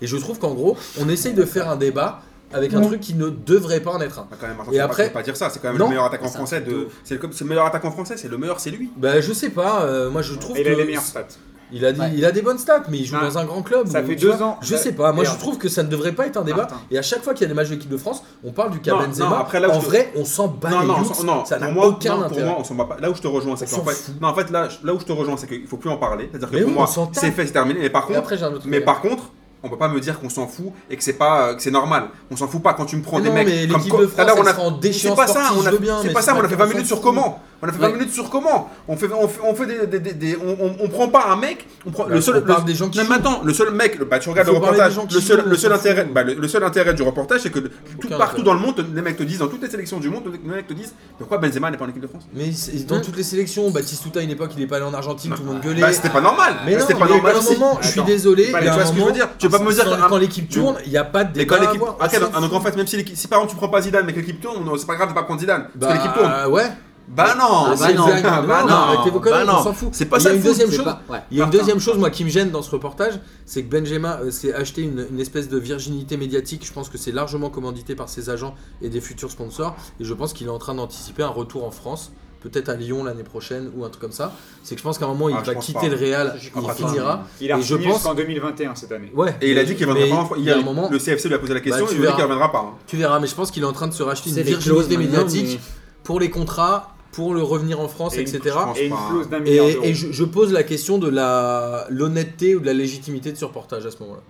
S2: Et je trouve qu'en gros, on essaye de faire un débat avec un truc qui ne devrait pas en être un.
S3: Bah, quand même, Martin,
S2: Et
S3: tu peux
S2: après-
S3: pas, tu peux pas dire ça, c'est quand même
S2: Non.
S3: le meilleur attaquant
S5: C'est un
S3: français.
S5: truc de
S3: De...
S5: ouf.
S3: C'est le... c'est le meilleur attaquant français, c'est le meilleur, c'est lui.
S2: Bah, je sais pas. euh, moi, je trouve
S1: Et il
S2: que
S1: a les meilleures stats.
S2: Il a, des,
S5: Ouais.
S2: il a des bonnes stats, mais il joue
S1: Ah.
S2: dans un grand club.
S1: Ça
S2: où,
S1: fait
S2: tu
S1: deux
S2: vois,
S1: ans.
S2: Je sais pas, moi je
S1: Merde.
S2: trouve que ça ne devrait pas être un débat.
S1: Martin.
S2: Et à chaque fois qu'il y a des matchs de l'équipe de France, on parle du cas
S3: Non,
S2: Benzema.
S3: non, après, là où
S2: en
S3: je te-
S2: vrai, on s'en bat
S3: Non,
S2: les
S3: non,
S2: youths,
S3: on- non,
S2: Bah, ça n'a
S3: pour moi,
S2: aucun
S3: non, pour
S2: intérêt.
S3: moi, on s'en bat pas. Là où je te rejoins, c'est
S2: On
S3: qu'en
S2: s'en
S3: fait,
S2: fout.
S3: non, en fait, là, je- là où je te rejoins, c'est qu'il faut plus en parler. C'est-à-dire que
S2: Mais
S3: pour
S2: oui, on
S3: moi,
S2: s'en tape.
S3: c'est fait, c'est terminé. Mais par
S2: Et
S3: contre,
S2: après, j'ai un autre
S3: mais
S2: truc.
S3: par contre, on peut pas me dire qu'on s'en fout et que c'est pas euh, que c'est normal. On s'en fout pas quand tu me prends
S2: Mais
S3: des
S2: non,
S3: mecs
S2: mais
S3: comme
S2: l'équipe
S3: Co-
S2: de
S3: tout à l'heure,
S2: France,
S3: on
S2: elle
S3: a-
S2: sera en
S3: C'est
S2: déchéance
S3: pas ça,
S2: sportive,
S3: on a
S2: je veux bien,
S3: c'est
S2: mais
S3: pas ça, on a fait 20
S2: s'en
S3: minutes sur
S2: fout.
S3: comment. On a fait 20
S2: Ouais.
S3: minutes sur comment. On fait on fait on fait des, des- des- des- on, on- on prend pas un mec, on prend
S2: Bah,
S3: le seul
S2: on
S3: le-
S2: parle des gens qui
S3: Non, mais
S2: jouent.
S3: attends, le seul mec, bah tu regardes
S2: Faut
S3: le
S2: parler des
S3: reportage,
S2: gens qui
S3: le seul
S2: jouent,
S3: le
S2: on
S3: seul
S2: s'en fout.
S3: intérêt bah, le le seul intérêt du reportage c'est que tout
S2: Aucun
S3: partout
S2: intérêt.
S3: dans le monde les mecs te disent dans toutes les sélections du monde les mecs te disent pourquoi Benzema n'est pas en équipe de France
S2: Mais c'est- dans
S5: Hein
S2: toutes les sélections, Baptiste Touta, à une époque, il est pas allé en Argentine, tout le monde gueulait.
S3: Hmm. Bah c'était pas normal.
S2: mais non,
S3: c'était pas
S2: il y a eu
S3: normal.
S2: un
S3: aussi.
S2: moment, je suis
S1: Attends.
S2: désolé,
S1: C'est
S2: il
S1: pas
S2: y
S1: les-
S2: a
S3: tu
S2: un
S3: vois ce que je
S2: moment,
S3: veux dire Tu vas pas me dire
S2: quand, quand
S3: qu'un- Hmm.
S2: l'équipe tourne, il n'y a pas de
S3: mais quand
S2: débat à
S3: l'équipe
S2: Bah,
S3: ah,
S2: avoir. Bah,
S3: Ok,
S2: On
S3: donc-
S2: s'en
S3: donc en
S2: fout.
S3: fait même si l'équipe- si par exemple tu prends pas Zidane mais que l'équipe tourne, non, c'est pas grave de pas prendre Zidane parce que l'équipe tourne.
S2: Bah ouais,
S3: Bah non,
S5: Ah, bah
S2: c'est
S5: non.
S2: exact.
S3: Ah, bah
S2: Non,
S3: non.
S2: arrêtez vos conneries,
S3: Bah
S2: on
S3: non.
S2: s'en fout.
S3: C'est pas
S2: Il y
S3: ça
S2: a
S3: le
S2: une
S3: foot,
S2: deuxième
S5: C'est
S2: chose,
S5: pas- ouais.
S2: Il y a une
S3: Martin.
S2: deuxième chose, moi, qui me gêne dans ce reportage, c'est que Benjamin euh, s'est acheté une, une espèce de virginité médiatique. Je pense que c'est largement commandité par ses agents et des futurs sponsors. Et je pense qu'il est en train d'anticiper un retour en France, peut-être à Lyon l'année prochaine ou un truc comme ça. C'est que je pense qu'à un moment, il
S3: Ah, je
S2: va
S3: pense
S2: quitter
S3: pas.
S2: le Real,
S5: J'y
S2: il
S5: crois pas.
S2: finira.
S1: Il a
S2: Et je
S1: signé
S2: pense-
S1: jusqu'en 2021 cette année.
S2: Ouais.
S3: Et il a dit qu'il reviendrait pas en France.
S2: Il y a un
S3: Hier,
S2: moment, Bah,
S3: le CFC lui a posé la question,
S2: tu
S3: il lui a
S2: verras.
S3: dit qu'il reviendra pas. hein.
S2: tu verras, mais je pense qu'il est en train de se racheter une
S5: C'est les clauses
S2: virginité
S5: maintenant,
S2: médiatique pour les contrats, pour le revenir en France,
S1: Et une-
S2: etc.
S3: je pense
S1: Et une
S3: pas.
S1: clause d'un
S2: hein. Et,
S1: milliard d'euros.
S2: et je, je pose la question de la l'honnêteté ou de la légitimité de ce reportage à ce moment-là.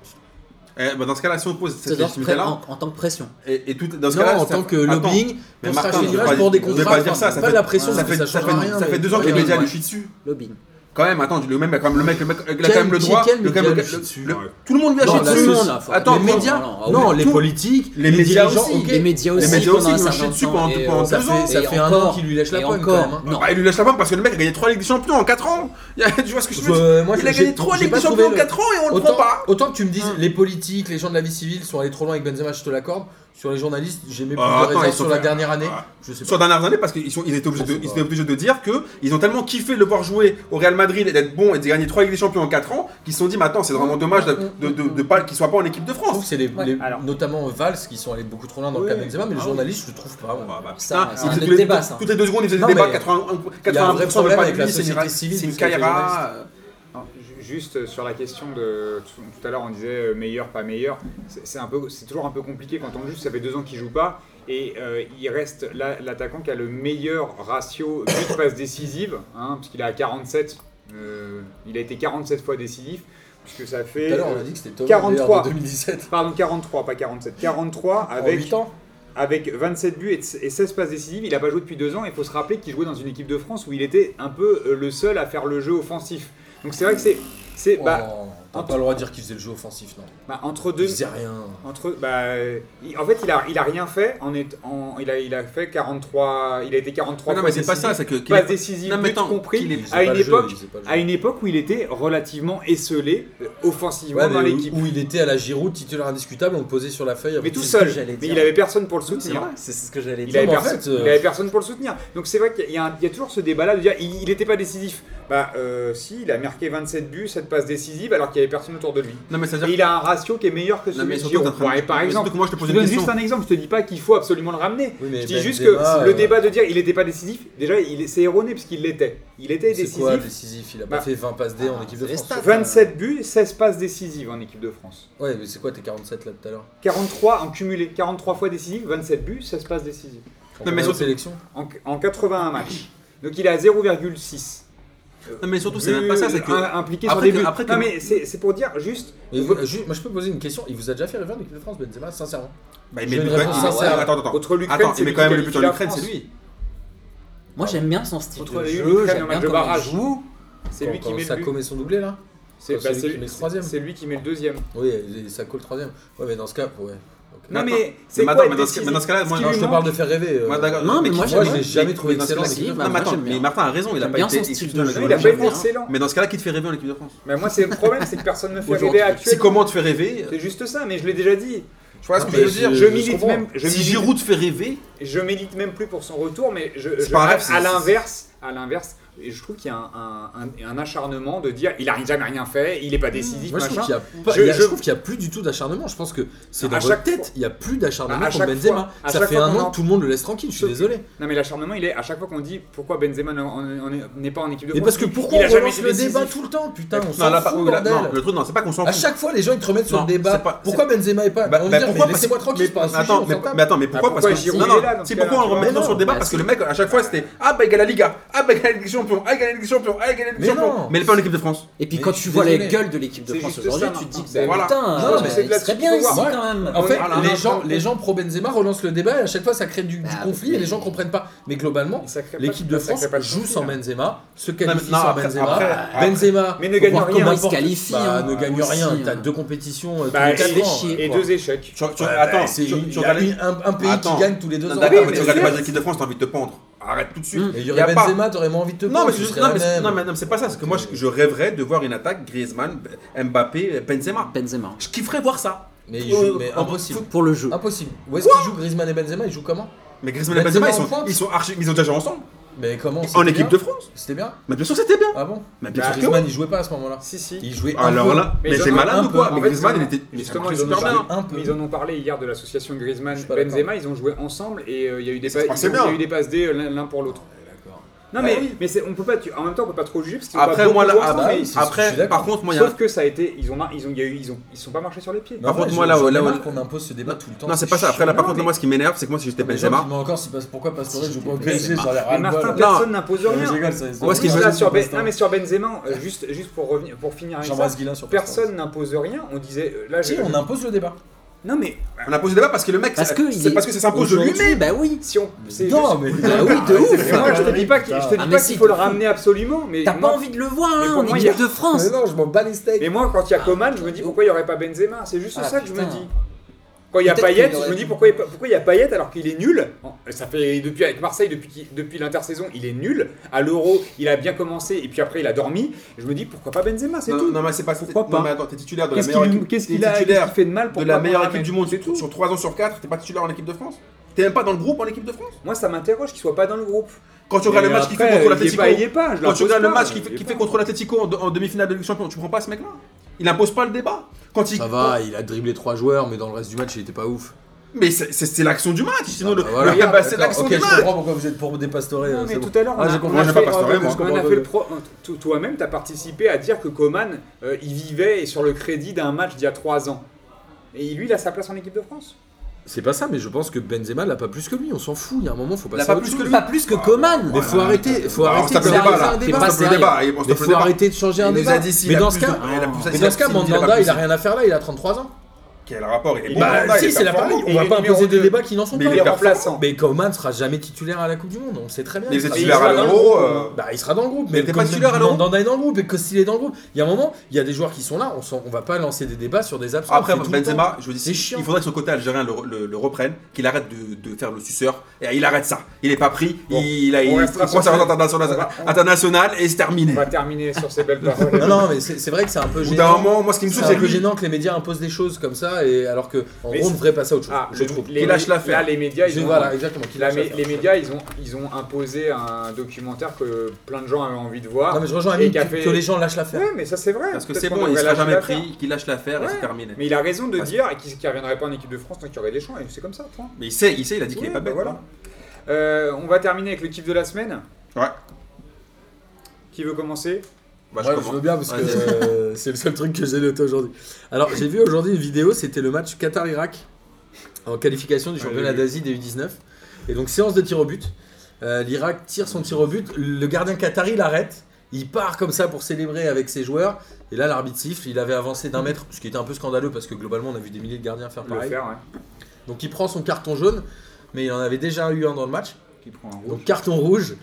S3: Eh, bah, dans ce cas-là, si on pose
S5: C'est
S3: cette
S5: dans-
S3: légitimité-là,
S5: en, en tant que pression.
S3: et, et tout, dans ce
S2: hein. Non,
S3: cas-là,
S2: en
S3: ça-
S2: tant que
S3: Attends,
S2: lobbying,
S3: mais
S2: on se
S3: Martin,
S2: rache
S3: on
S2: les
S3: peut
S2: images
S3: pas
S2: pour des
S3: dire- on peut
S2: contrats.
S3: pas dire ça, ça
S2: pas de
S3: fait-
S2: la pression,
S3: ça
S2: parce que
S3: fait,
S2: ça
S3: ça
S2: change
S3: fait-
S2: rien.
S3: ça fait
S2: mais-
S3: deux ans que les
S2: Ouais,
S3: médias
S2: ouais.
S3: lui chient dessus.
S5: Lobbying.
S3: Quand même, attends, le mec a quand même le mec, le mec, il a
S2: Quel-
S3: quand même le droit.
S2: quel
S3: le-
S2: média
S3: quand même-
S2: lui
S3: le-
S2: chie dessus
S3: le- tout le monde lui a
S2: Non,
S3: chié
S2: là,
S3: dessus.
S2: c'est-
S5: non, là, faut-
S3: Attends,
S2: les
S5: non,
S2: médias,
S5: non,
S2: non,
S5: non, non,
S2: les
S3: tout-
S2: politiques,
S3: les médias
S2: dirigeants,
S3: aussi.
S2: ok.
S5: Les médias aussi.
S3: Les médias
S5: pendant
S3: aussi, ils
S5: un
S3: ont
S5: certain
S3: chié dessus
S5: temps,
S3: pendant-
S5: et,
S3: pendant
S5: euh,
S2: Ça
S3: deux
S2: fait,
S3: ans.
S2: ça
S5: Et
S2: fait un
S5: encore.
S2: an qu'il lui lèche la
S5: Et
S2: pomme
S5: encore.
S2: quand même. hein.
S5: Non.
S3: Bah, il lui lâche la pomme parce que le mec a gagné 3 Ligues des Champions en 4 ans. Il y a- Tu vois ce que je veux dire
S2: Je- moi,
S3: Il a
S2: j'ai-
S3: gagné 3
S2: j'ai
S3: Ligues
S2: pas
S3: des
S2: trouvé
S3: Champions en
S2: le-
S3: 4 ans et on le prend
S2: Autant,
S3: pas.
S2: autant que tu me dises, les politiques, les gens de la vie civile sont allés trop loin avec Benzema, je te l'accorde. Sur les journalistes, j'ai mes plus
S3: Ah,
S2: de
S3: attends,
S2: réserves
S3: ils sont
S2: sur la
S3: fait-
S2: dernière année.
S3: Ah.
S2: Je sais
S3: sur
S2: pas.
S3: les dernières années parce qu'ils sont- ils étaient, obligés de, ils étaient obligés de dire que ils ont tellement kiffé de le voir jouer au Real Madrid et d'être bon et de gagner 3 Ligues des Champions en 4 ans qu'ils se sont dit mais attends c'est vraiment dommage de, de, de- de pas qu'ils soient pas en équipe de
S2: Je trouve
S3: France.
S2: que c'est les, les-
S1: alors.
S2: notamment Valls qui sont allés beaucoup trop loin dans le
S1: Oui.
S2: cas de Benzema, mais les
S1: Ah oui.
S2: journalistes, je trouve pas. moi.
S3: Ah, bah, putain,
S5: Ça, c'est un
S3: ils faisaient
S5: autre
S3: tous les-
S5: débat, ça.
S3: Toutes les deux secondes ils faisaient
S2: Non,
S3: des débats.
S2: mais
S3: 80,
S2: il y a un
S3: 80
S2: vrai
S3: veulent
S2: problème
S3: pas
S2: avec
S3: de
S2: la
S3: lui, c'est une
S2: société
S3: ra-
S2: civile
S3: C'est
S2: plus
S3: une
S2: que les
S3: carrière.
S2: journalistes.
S1: Non, ju- Juste euh, sur la question de tout tout à l'heure on disait euh, meilleur pas meilleur, c'est c'est un peu c'est toujours un peu compliqué quand on juge. Ça fait deux ans qu'il joue pas et euh, il reste la- l'attaquant qui a le meilleur ratio but passe décisive, hein, puisqu'il a 47, euh, il a été 47 fois décisif, puisque ça fait
S2: Tout à l'heure, on
S1: euh,
S2: a dit que c'était Thomas
S1: 43.
S2: Meyer de 2017.
S1: pardon 43 pas 47, 43
S2: Avec...
S1: avec
S2: 8 ans.
S1: avec 27 buts et et 16 passes décisives, il n'a pas joué depuis deux ans. Il faut se rappeler qu'il jouait dans une équipe de France où il était un peu euh, le seul à faire le jeu offensif. Donc c'est vrai que c'est. c'est bah,
S2: Oh, T'as pas le droit de dire qu'il faisait le jeu offensif, non.
S1: bah, entre
S2: Il
S1: deux.
S2: faisait rien.
S1: Entre, bah, euh, il- en fait, il a, il a rien fait. En est, en, il, a, il a fait 43. Il a été 43
S3: Non mais
S1: fois
S3: c'est pas ça
S1: décisif,
S3: c'est que qu'il
S1: passes
S3: est-
S1: décisives,
S3: Non, mais
S1: buts
S3: attends,
S1: compris,
S3: qu'il
S2: Il faisait
S1: à
S2: pas
S1: une
S2: le jeu,
S1: époque.
S2: il faisait pas le jeu.
S1: À une époque où il était relativement esselé, euh, offensivement
S2: Ouais,
S1: dans
S2: mais où-
S1: l'équipe.
S2: où il était à la Giroud, titulaire indiscutable, on le posait sur la feuille.
S1: Mais
S2: avec
S1: tout
S2: ses-
S1: seul.
S5: j'allais
S1: Mais
S5: dire.
S1: il avait personne pour le
S5: C'est
S1: soutenir.
S5: vrai, c'est c'est ce que j'allais
S1: Il
S5: dire.
S1: avait,
S2: Non, mais en
S1: personne,
S2: fait, euh,
S1: il avait personne pour le soutenir. Donc c'est vrai qu'il y, a un- il y a toujours ce débat-là de dire il n'était pas décisif. Bah euh, si, il a marqué 27 buts, 7 passes décisives alors qu'il n'y avait personne autour de lui.
S3: Non, mais c'est-à-dire.
S1: Et il a un ratio qui est meilleur que
S3: Non,
S1: celui
S3: mais
S1: de
S3: surtout, t'es en
S1: Giroud.
S3: train de-
S1: Ouais, Par
S3: mais
S1: exemple,
S3: surtout que moi, je te
S1: je
S3: pose
S1: te
S3: une
S1: donne
S3: question.
S1: juste un exemple, je te dis pas qu'il faut absolument le ramener.
S2: Oui, mais
S1: Je dis
S2: Benzema,
S1: juste que le
S2: euh,
S1: débat de dire il n'était pas décisif, déjà il- c'est erroné parce qu'il l'était. Il était
S2: C'est quoi
S1: décisif.
S2: décisif Il a
S1: Bah,
S2: pas fait 20 passes D en
S5: ah,
S2: équipe de
S5: c'est les
S2: France.
S5: stats.
S1: 27 buts, 16 passes décisives en équipe de France.
S2: Ouais, mais c'est quoi tes 47 là tout à l'heure
S1: 43 en cumulé, 43 fois décisif, 27 buts, 16 passes décisives.
S2: En
S3: mais
S2: combien de
S3: surtout-
S2: sélections
S1: En, en 81 matchs. Donc il est à 0,6.
S4: Non, mais surtout, c'est même pas ça, c'est que.
S1: Un- impliqué sur
S4: Après
S1: des
S4: que-
S1: buts.
S4: après que-
S1: non mais c'est c'est pour dire juste
S2: Mais vous- euh, ju- Moi, je peux poser une question. Il vous a déjà fait rêver en équipe de France, Benzema, sincèrement
S3: Bah,
S2: Je
S3: il met le
S2: vais
S3: but quand même.
S2: répondre
S3: il met-
S2: sincère.
S3: Attends, attends.
S1: contre l'Ukraine,
S3: Attends,
S1: c'est
S3: il met
S1: lui
S3: quand
S1: qui
S3: même le but en
S1: qualifie la
S3: Ukraine, c'est
S1: France.
S3: lui.
S5: Moi j'aime bien son style
S1: Contre
S5: de
S1: les
S5: jeu,
S1: Ukrainiens,
S5: j'aime
S1: au
S5: bien
S1: match de
S5: comment
S1: barrage.
S5: il joue.
S1: C'est lui
S2: Quand-
S1: qui
S2: quand
S1: met le
S2: Sako
S1: but.
S2: met son doublé là
S1: C'est
S2: quand
S1: bah,
S2: c'est
S1: c'est
S2: lui qui met
S1: lui,
S2: le troisième.
S1: c'est lui qui met le deuxième.
S2: Oui, et Sako le troisième. Ouais, mais dans ce cas, ouais. ok.
S1: Non
S3: Mais
S1: mais c'est
S3: mais
S1: quoi
S3: attends,
S1: être
S3: mais dans ce-
S1: décisif
S3: mais dans ce cas-là, moi,
S1: qui
S3: non,
S1: lui
S2: Je te
S1: manque,
S2: parle de faire rêver. euh,
S3: Moi, d'accord.
S5: Non, mais
S3: qui-
S5: moi,
S2: Moi,
S5: j'aime
S2: j'ai jamais trouvé
S3: dans ce
S2: excellent.
S3: cas-là,
S2: en équipe de
S5: si,
S2: France.
S3: Non, mais attends,
S5: j'aime bien.
S3: mais Martin a raison, il a
S5: J'aime
S3: pas
S5: bien
S3: été.
S5: son style
S3: il-
S5: de
S3: non,
S5: jeu.
S3: je-
S1: lui, il a
S5: j'aime
S1: pas été
S5: bien.
S1: excellent.
S3: Mais dans ce cas-là, qui te fait rêver en équipe de France
S1: Mais moi c'est le problème, c'est que personne ne me fait
S2: Aujourd'hui.
S1: rêver
S3: Si
S1: actuellement.
S3: comment te fait rêver
S1: C'est juste ça, mais je l'ai déjà dit.
S3: Tu vois ce
S2: Non,
S3: que je veux
S2: mais
S3: dire
S2: je-
S1: Je milite
S2: comprends.
S1: même. Je
S3: Si
S1: milite-
S3: Giroud te fait rêver,
S1: je milite même plus pour son retour, mais je,
S3: C'est
S1: je-
S3: pas
S1: à,
S3: grave, c'est-
S1: à
S3: c'est-
S1: l'inverse, à l'inverse, et je trouve qu'il y a un, un- un- un acharnement de dire il a jamais rien fait, il est pas décisif,
S2: Moi, je trouve
S1: machin.
S2: qu'il y a pas-
S1: Je-
S2: il y a-
S1: je-
S2: je trouve qu'il y a plus du tout d'acharnement. Je pense que c'est dans
S1: À
S2: votre
S1: chaque
S2: tête.
S1: fois.
S2: Il y a plus d'acharnement
S1: À
S2: contre
S1: chaque
S2: Benzema.
S1: fois. À
S2: Ça
S1: chaque
S2: fait
S1: fois qu'on
S2: un
S1: en-
S2: an que tout le monde le laisse tranquille. Je suis
S1: Sauf que-
S2: désolé.
S1: Non mais l'acharnement il est à chaque fois qu'on dit pourquoi Benzema n'en- en- en- n'est pas en équipe de
S2: Mais
S1: France.
S2: parce que pourquoi
S1: il a
S2: on
S1: jamais
S2: relance
S1: été
S2: le
S1: décisif.
S2: débat tout le temps Putain, on
S3: non, là,
S2: s'en
S3: pas-
S2: fout,
S3: oui, là, non,
S2: bordel.
S3: le truc, non, c'est pas qu'on s'en
S2: À
S3: fout.
S2: chaque fois, les gens ils te remettent sur
S3: Non,
S2: le débat.
S3: c'est pas-
S2: Pourquoi Benzema est pas
S3: Bah-
S2: On va
S3: bah,
S2: dire, mais
S3: pourquoi
S2: laissez-moi
S3: Parce-
S2: tranquille.
S3: mais-
S2: c'est pas un sujet,
S3: attends,
S2: on
S3: mais,
S2: s'en tape.
S3: mais attends, mais pourquoi
S1: Ah,
S3: Parce
S1: pourquoi
S3: que
S1: Giroud
S3: non, non,
S1: est là, dans ce
S3: c'est
S1: cas-là,
S3: pourquoi on
S1: tu vois.
S3: remet
S2: Mais
S3: sur le débat
S2: non,
S3: Parce que
S2: bah,
S3: le mec, à chaque fois, c'était Ah, bah, il gagne la Liga, Ah, bah, il gagne la Ligue des Champions, Ah, il gagne la Ligue des Champions, Ah, il gagne la Ligue des
S2: Mais
S3: Champions.
S2: non.
S3: Mais il est pas en équipe de France.
S5: Et puis
S2: Mais
S5: quand
S2: je
S5: tu
S2: suis
S5: vois les
S2: désolé.
S5: gueules de l'équipe de
S1: C'est
S5: France
S1: juste
S5: aujourd'hui,
S1: ça,
S5: tu te dis
S1: maintenant.
S5: que bah,
S3: Voilà.
S5: putain,
S2: Non,
S5: euh,
S2: mais
S1: c'est
S5: il
S1: là-dessus
S5: serait
S1: qu'il
S5: bien
S1: faut
S5: ici
S1: voir.
S5: quand même.
S2: En fait,
S3: Ah, là, là,
S2: les,
S3: là,
S2: gens,
S1: là.
S2: les gens pro Benzema relancent le débat et à chaque fois ça crée du, du
S5: Bah,
S2: conflit
S5: mais-
S2: et les gens comprennent pas. Mais globalement,
S1: Il sacrait pas-
S2: l'équipe de
S1: il sacrait
S2: France
S1: pas le
S2: joue
S1: conflit,
S2: sans
S1: là.
S2: Benzema, se qualifie
S3: non,
S2: sans
S3: après-
S2: Benzema.
S3: après- après-
S2: Benzema,
S1: Mais ne
S2: faut
S1: gagne
S2: voir
S1: rien.
S2: comment
S1: Comment
S5: il se
S2: porte-
S5: qualifie,
S2: Bah,
S5: hein,
S2: ne gagne
S5: aussi,
S2: rien.
S5: hein.
S2: T'as deux compétitions euh, tous
S1: Bah,
S2: les
S1: et,
S5: fait
S2: quatre ans.
S5: chier,
S1: et
S5: quoi.
S1: deux échecs.
S3: Tu, tu,
S2: Ouais,
S3: attends,
S2: bah, c'est
S3: tu,
S2: une-
S3: tu
S2: y a
S3: regardes
S2: une- un, un pays
S3: Attends.
S2: qui gagne tous les deux ans.
S3: D'accord,
S1: Oui,
S3: mais
S1: mais
S3: tu regardes
S1: c'est-
S3: les matchs de l'équipe de France, t'as envie de te pendre. Arrête tout de suite.
S5: Mm.
S2: Et il y
S3: Y a
S2: aurait
S3: pas-
S2: Benzema, t'aurais moins envie de te
S3: Non,
S2: prendre,
S3: mais,
S2: tu
S3: c'est-
S2: serais
S3: non,
S2: la
S3: mais c'est-
S2: même.
S3: non, mais non, mais c'est pas ça. Parce que moi, je, je rêverais de voir une attaque Griezmann, Mbappé, Benzema.
S5: Benzema.
S4: Je kifferais voir ça.
S2: Mais il joue- mais
S3: Euh,
S2: impossible.
S5: Pour le jeu.
S2: Impossible. Où est-ce qu'ils jouent Griezmann et Benzema Ils jouent comment
S3: Mais Griezmann et
S2: Benzema
S3: Benzema, ils
S2: en
S3: sont,
S2: pointe.
S3: ils sont archi, ils ont déjà joué ensemble.
S2: Mais comment
S3: En
S2: c'était
S3: équipe de
S2: bien
S3: France.
S2: C'était bien
S3: Mais bien sûr, c'était bien.
S2: Ah bon
S3: Mais
S2: Mais
S3: bien sûr que
S2: Griezmann, il jouait pas à ce moment-là.
S1: Si si.
S2: Il jouait un
S3: Alors
S2: peu.
S3: là, mais
S1: Mais
S3: c'est
S1: ils en ont
S3: malade
S2: un
S3: ou quoi
S2: peu.
S3: Mais
S1: En fait,
S3: Griezmann, il
S1: ils en ont-
S3: était il était
S1: Justement,
S3: marqué
S1: ils en,
S3: super
S1: ont parlé,
S3: bien.
S2: Un peu.
S1: mais ils en ont parlé hier de l'association
S2: Je suis pas
S1: Griezmann-Benzema. Ils ont joué ensemble et euh, il y a eu des
S3: Ça
S1: pas-
S3: se
S1: ils ont-
S3: passait
S1: il y a
S3: bien.
S1: eu des passes D euh, l'un l'un pour l'autre.
S2: D'accord.
S1: Non
S3: Bah
S1: mais,
S3: oui.
S1: mais c'est- on peut pas tu- en même temps on peut pas trop juger parce qu'ils ont pas
S3: Après,
S1: beaucoup
S3: moi, là,
S1: joué
S2: ah
S1: ensemble,
S2: bah
S1: mais
S2: oui,
S1: ils-
S2: c'est- je suis
S3: après,
S2: d'accord.
S3: par contre, moi, il y a
S1: Sauf que ça a été, ils ont, mar- ils ont, il y a eu, ils ont, ils sont pas marchés sur les pieds.
S2: Mais en
S3: contre,
S2: fait,
S3: moi,
S2: je-
S3: là,
S2: je
S3: là,
S2: remarque
S3: là-
S2: qu'on impose ce débat tout le temps.
S3: Non, c'est pas ça. Après, là, par contre, moi, ce qui m'énerve, c'est que moi, si j'étais
S2: Les gens
S3: Benzema,
S2: qui me encore, c'est parce- pourquoi Pastore joue pas au
S5: Mais
S2: PSG,
S5: c'est
S2: j'en ai
S1: Mais
S2: ras Ah, le
S1: Martin,
S2: bol.
S1: personne n'impose
S2: Non, mais je
S1: rien.
S2: rigole, ça- ça-
S3: Moi, ce qui
S1: Juste
S3: me-
S1: là, sur Ben-
S2: Pastore.
S1: non, mais sur Benzema, euh, juste, juste pour, revenir, pour finir avec ça,
S2: J'embrasse Guilain sur Pastore.
S1: personne n'impose rien. On disait, euh, là,
S2: Si,
S1: je-
S2: on impose le débat.
S1: non mais bah,
S3: on a posé débat parce que le mec,
S5: Parce
S3: c'est-
S5: que il
S3: c'est
S5: est-
S3: parce que ça s'impose de
S5: Aujourd'hui,
S3: lui-même.
S5: Bah oui.
S1: si on, c'est
S2: Non,
S1: juste-
S2: mais.
S5: Bah oui, de
S1: Mais moi, je te
S5: ouf.
S1: dis pas, qu'il- je te dis
S5: Ah, mais
S1: pas
S5: si,
S1: qu'il faut le
S5: t'es fou.
S1: ramener absolument, mais
S5: T'as
S1: moi-
S5: pas envie de le voir
S1: Mais
S5: hein,
S1: pour
S5: en
S1: moi,
S5: équipe
S1: il y
S5: de France.
S2: Mais non, je m'en bats les steaks.
S1: Mais moi, quand il y a Coman, je me dis pourquoi il n'y aurait pas Benzema. C'est juste
S5: Ah,
S1: ça que je me
S5: putain.
S1: dis. Quand il y a
S2: Peut-être
S1: Payet,
S2: qu'il aurait-
S1: je me dis pourquoi il pourquoi il y a Payet alors qu'il est nul. Ça fait depuis avec Marseille depuis qu'il- depuis l'intersaison, il est nul. À l'Euro, il a bien commencé et puis après il a dormi. Je me dis pourquoi pas Benzema, c'est
S3: Non,
S1: tout.
S3: Non, mais c'est pas.
S1: Pourquoi
S3: non,
S1: pas
S3: mais attends, t'es titulaire de la
S1: Qu'est-ce
S3: meilleure
S1: qu'il
S3: équipe.
S1: qu'est-ce
S3: t'es
S1: qu'il a, qu'est-ce
S3: titulaire
S1: qu'il fait de mal pour
S3: de la
S1: pas qu'on
S3: meilleure
S1: le
S3: équipe du
S1: ramène
S3: monde
S1: C'est tout.
S3: sur 3 ans sur 4, t'es pas titulaire en équipe de France T'es même pas dans le groupe en équipe de France
S1: Moi, ça m'interroge qu'il soit pas dans le groupe.
S3: Quand tu regardes le
S1: Mais
S3: match qu'il fait
S1: après,
S3: contre
S1: il y est
S3: l'Atletico,
S1: pas, il y est pas. Je
S3: quand tu
S1: l'impose
S3: regardes le
S1: pas,
S3: match qu'il
S1: il y
S3: fait,
S1: est
S3: qu'il
S1: pas.
S3: fait contre l'Atletico en, en demi-finale de Ligue des Champions, tu prends pas ce mec-là Il impose pas le débat quand il...
S2: Ça va, il a dribblé trois joueurs, mais dans le reste du match, il était pas ouf.
S3: Mais c'est- c'est c'est l'action du match sinon le-
S2: Ah, voilà.
S3: le- bah, C'est
S2: D'accord,
S3: l'action
S2: ok,
S3: du
S2: je
S3: match
S2: comprends pourquoi vous êtes pour dépastorer.
S1: Non, mais tout à l'heure, on
S2: Ah,
S1: a-
S2: j'ai
S1: on
S2: compris,
S1: a
S3: j'ai
S1: fait-
S3: pas
S1: on
S3: Pastore, moi, je
S1: a- on
S2: comprends
S1: a
S2: pas.
S1: fait le pro. to- Toi-même, t'as participé à dire que Coman, euh, il vivait sur le crédit d'un match d'il y a 3 ans. Et lui, il a sa place en équipe de France.
S2: C'est pas ça, mais je pense que Benzema l'a pas plus que lui, on s'en fout. Il y a un moment, faut
S3: Il a
S2: passer
S3: pas
S2: à autre
S3: plus
S2: chose.
S3: que lui
S5: Pas plus que Coman.
S2: Mais faut arrêter, faut
S3: Alors, on
S2: arrêter
S3: stoppe
S2: de
S3: le
S5: c'est
S3: débat
S5: un-
S3: là
S2: faire un
S5: c'est
S2: débat.
S5: pas
S3: On stoppe le
S5: sérieux.
S3: débat et on
S2: Mais
S3: stoppe le
S2: faut
S3: débat
S2: arrêter de changer un
S3: Il nous
S2: débat.
S3: a dit s'il
S2: Mais
S3: a
S2: dans
S3: plus
S2: ce cas,
S3: de- il a plus-
S2: mais
S3: il a
S2: dans ce cas,
S3: plus de- il a
S2: Mandanda,
S3: plus
S2: il a
S3: de-
S2: rien à faire là, il a 33 ans.
S3: Quel rapport Il est
S1: Il
S3: bon.
S1: est
S2: Bah,
S1: normal,
S2: si,
S1: il est
S2: c'est la
S1: performant,
S2: pareille.
S1: il
S2: On va
S1: est
S2: pas
S1: numéro
S2: imposer des
S1: deux.
S2: débat qui n'en sont
S1: Mais
S2: pas.
S1: il est remplaçant.
S2: Mais Coman sera jamais titulaire à la Coupe du Monde, on le sait très bien.
S3: Mais vous
S2: Il
S3: êtes
S2: sera-
S1: il
S3: titulaire à
S1: sera dans le
S3: l'euro.
S1: groupe,
S3: euh,
S1: hein.
S2: Bah, il sera dans le groupe.
S3: Mais t'es pas
S2: comme
S3: titulaire à
S2: Mandanda
S3: l'Euro
S2: est dans le groupe et Costil est dans le groupe. Il y a un moment, il y a des joueurs qui sont là, on, s'en- on va pas lancer des débats sur des absents.
S4: Après,
S2: c'est tout le temps.
S3: Benzema, je vous dis,
S2: C'est chiant.
S3: il faudrait que son côté algérien le, le- le reprenne, qu'il arrête de, de faire le suceur. Et il arrête ça. Il est pas pris,
S1: Bon,
S3: il, a, il,
S1: on
S3: il
S1: restera
S3: prend
S1: sur
S3: sa
S1: ça.
S3: route internationale,
S1: On va-
S3: internationale et c'est terminé.
S1: On va terminer sur ces belles paroles.
S2: Non, non, mais c'est c'est vrai que c'est un peu
S3: Au bout d'un
S2: gênant.
S3: moment, moi ce qui me
S2: C'est
S3: saoule,
S2: un
S3: c'est
S2: peu
S3: lui.
S2: gênant que les médias imposent des choses comme ça, et alors que en
S1: Mais
S2: gros, on
S1: c'est-
S2: devrait passer à autre chose.
S1: Ah,
S2: je
S1: le-
S2: trouve.
S1: les,
S3: Qui lâche l'affaire.
S1: Là, les médias,
S2: Je-
S1: ils ont,
S2: voilà, exactement. qui
S1: là,
S2: lâche
S1: mais-
S2: l'affaire.
S1: les médias, ils ont, ils ont imposé un documentaire que plein de gens avaient envie de voir.
S2: Non, mais je rejoins
S1: Et
S2: Amine,
S1: qui a
S2: que,
S1: fait-
S2: que les gens lâchent l'affaire.
S1: Ouais, mais ça c'est vrai.
S3: Parce que
S1: Peut-être
S3: c'est
S1: qu'on
S3: bon, il
S1: devrait
S3: sera
S1: lâcher
S3: jamais
S1: l'affaire.
S3: pris, qu'il lâche l'affaire et
S1: Ouais.
S3: c'est terminé.
S1: Mais il a raison de
S3: Parce-
S1: dire et qu'il ne reviendrait pas en équipe de France tant qu'il y aurait des champs, et c'est comme ça, point.
S3: Mais il sait, il sait, il a dit qu'il
S1: Ouais,
S3: est pas
S1: bah
S3: bête.
S1: voilà.
S3: hein.
S1: Euh, on va terminer avec le kiff de la semaine.
S3: Ouais.
S1: Qui veut commencer
S3: Bah, je
S2: Ouais, je,
S3: commence.
S2: veux bien parce que
S3: Vas-y.
S2: euh, c'est le seul truc que j'ai noté aujourd'hui. Alors j'ai vu aujourd'hui une vidéo, c'était le match Qatar-Irak en qualification du
S1: Ouais,
S2: championnat
S1: j'ai vu.
S2: d'Asie des U19. Et donc séance de tir au but. Euh, L'Irak tire son tir au but, le gardien qatari l'arrête, il part comme ça pour célébrer avec ses joueurs. Et là l'arbitre siffle, il avait avancé d'un mètre, ce qui était un peu scandaleux parce que globalement on a vu des milliers de gardiens faire
S1: Le
S2: pareil.
S1: faire, ouais.
S2: Donc il prend son carton jaune, mais il en avait déjà eu un dans le match.
S1: Qui prend un rouge.
S2: Donc carton rouge.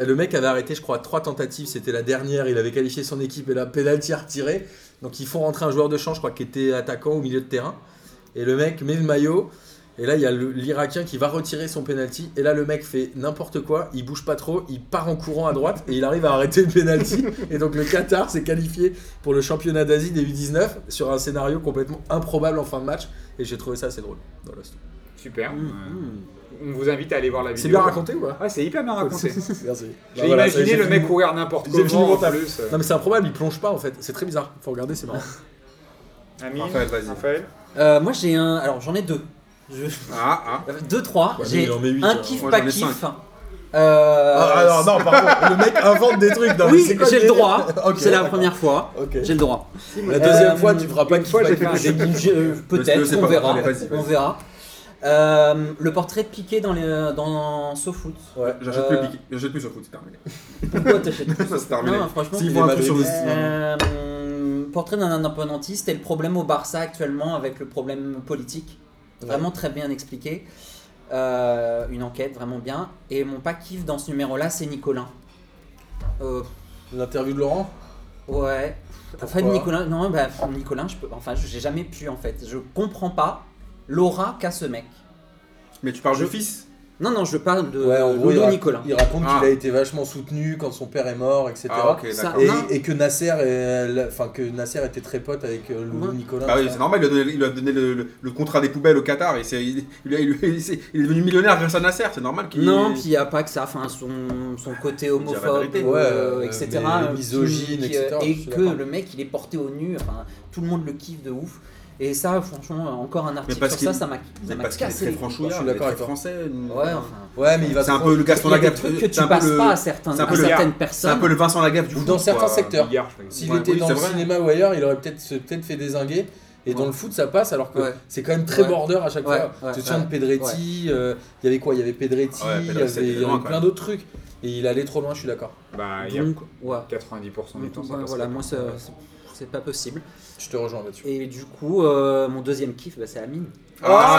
S2: Le mec avait arrêté, je crois, trois tentatives. C'était la dernière. Il avait qualifié son équipe et la pénalty a retiré. Donc ils font rentrer un joueur de champ, je crois, qui était attaquant au milieu de terrain. Et le mec met le maillot. Et là, il y a le- l'Irakien qui va retirer son penalty. Et là, le mec fait n'importe quoi. Il bouge pas trop. Il part en courant à droite et il arrive à arrêter le penalty. Et donc le Qatar s'est qualifié pour le championnat d'Asie des U19 sur un scénario complètement improbable en fin de match. Et j'ai trouvé ça assez drôle. dans la story.
S1: Super.
S5: Mmh,
S1: Euh,
S2: Hmm.
S5: mmh.
S1: on vous invite à aller voir la vidéo.
S2: C'est bien raconté ou pas
S1: Ouais, c'est hyper bien raconté.
S2: Merci.
S1: J'ai
S2: Bah voilà, ça y est,
S1: imaginé
S2: j'ai
S1: le
S2: fini
S1: mec
S2: mon-
S1: courir n'importe
S2: j'ai fini mon
S1: comment en
S2: taf.
S1: plus. euh,
S2: Non mais c'est improbable, il plonge pas en fait, c'est très bizarre. Faut regarder, c'est marrant.
S1: Amine,
S3: Raphaël, vas-y.
S1: Raphaël.
S5: Euh, moi j'ai un. Alors j'en ai deux. Je-
S3: Ah, ah.
S5: euh, Deux, trois.
S2: Ouais, mais
S5: j'ai
S2: il en met huit,
S5: un
S2: hein.
S5: kiff,
S3: Moi,
S5: pas
S3: j'en ai
S5: kiff.
S3: cinq.
S5: Euh,
S2: alors Ah, non, par contre, le mec invente des trucs. non, mais
S5: oui,
S2: c'est quoi
S5: j'ai le
S2: délire
S5: droit.
S2: Ok,
S5: c'est la
S2: d'accord.
S5: première fois.
S2: Ok.
S5: J'ai le droit.
S2: La deuxième
S5: Euh,
S2: fois, tu feras pas
S1: une
S2: qu'il
S1: fois,
S2: faille-
S1: j'ai fait un
S5: Je- je-
S3: Je
S5: Peut-être,
S3: sais
S5: on
S3: pas,
S5: verra.
S3: allez, vas-y, vas-y.
S5: On verra. Euh, le portrait de Piqué dans, les, dans SoFoot.
S2: Ouais.
S3: J'achète plus, le piqué. J'achète plus sur foot, c'est terminé.
S5: Pourquoi t'achètes plus
S3: Ça, c'est terminé.
S5: Non, franchement,
S2: S'ils
S5: c'est-
S2: voient un truc sur le
S5: Euh, portrait d'un indépendantiste et le problème au Barça actuellement avec le problème politique. Vraiment très bien expliqué. Euh, une enquête vraiment bien. Et mon pas kiff dans ce numéro-là, c'est Nicolin. Euh,
S2: L'interview de Laurent
S5: ouais. Enfin,
S2: Pourquoi
S5: Nicolin, non, bah, Nicolin, je peux. Enfin, j'ai jamais pu en fait. Je comprends pas l'aura qu'a ce mec.
S3: Mais tu parles
S5: Je-
S3: du fils
S5: Non, non, je parle de
S2: Euh, il,
S5: Lolo
S2: raconte-
S5: Nicolin.
S2: il raconte
S3: Ah.
S2: qu'il a été vachement soutenu quand son père est mort, etc.
S3: Ah, ok,
S5: Ça-
S3: d'accord.
S2: Et,
S5: Non.
S2: et que Nasser, est- la- enfin que Nasser était très pote avec euh, Loulou
S5: Ouais.
S2: Nicolas.
S3: Bah oui,
S2: ça.
S3: c'est normal, il lui a donné, il lui a donné le, le- le contrat des poubelles au Qatar. Et c'est- il, il, a- il- il s'est- il est devenu millionnaire grâce à Nasser, c'est normal qu'il.
S5: Non, puis il n'y a pas que ça, enfin, son, son côté
S3: la
S5: homophobe,
S3: vérité.
S5: euh,
S2: Ouais, euh,
S5: etc.
S2: mais
S5: euh,
S2: misogyne,
S5: qui- qui, euh,
S2: etc., je
S5: Et
S2: suis
S5: que
S2: d'accord.
S5: le mec, il est porté au nu, enfin, tout le monde le kiffe de ouf. Et ça, franchement, encore un article
S3: parce
S5: sur
S3: qu'il-
S5: ça, ça m'a ça
S3: C'est
S5: m'a
S3: parce qu'il est
S5: cassé.
S3: très
S5: les couilles.
S3: franchouillard,
S2: Je suis
S3: il est
S2: d'accord
S3: très
S2: avec toi.
S3: français. une-
S5: Ouais, enfin.
S2: Ouais, mais il va
S3: C'est un
S2: trop-
S3: peu le Gaston
S5: Il y a des
S3: Lagaffe.
S5: trucs que
S3: euh, c'est
S5: tu
S3: un peu
S5: passes
S3: le-
S5: pas à, certains,
S3: c'est un peu
S5: à
S3: le-
S5: certaines
S3: C'est un
S5: personnes.
S3: peu le Vincent Lagaffe du
S2: Ou
S3: foot.
S2: dans certains
S3: quoi.
S2: secteurs.
S1: Bigard, je crois.
S2: S'il
S3: Ouais,
S2: était
S3: oui,
S2: dans
S3: c'est
S2: le
S3: vrai.
S2: cinéma ou ailleurs, il aurait peut-être se- peut-être fait désinguer. Et dans
S5: Ouais.
S2: le foot, ça passe, alors que
S5: Ouais.
S2: c'est quand même très
S5: Ouais.
S2: border à chaque
S5: Ouais,
S2: fois.
S5: ouais,
S2: Tu te
S5: ouais.
S2: souviens de Pedretti, euh, il y avait quoi Il y avait Pedretti,
S3: Ouais,
S2: il y
S3: Pedretti,
S2: avait,
S3: c'était
S2: il y avait
S3: loin, quand
S2: plein
S3: même.
S2: d'autres trucs. Et il allait trop loin, je suis d'accord.
S1: Bah, il y a
S5: Donc, ouais.
S1: 90% du temps, ça
S5: Ouais,
S1: passe
S5: Mm. voilà,
S1: pas.
S5: moi, ça- c'est- c'est pas possible.
S2: Je te rejoins là-dessus.
S5: Et du coup, euh, mon deuxième kiff, bah, c'est Amine.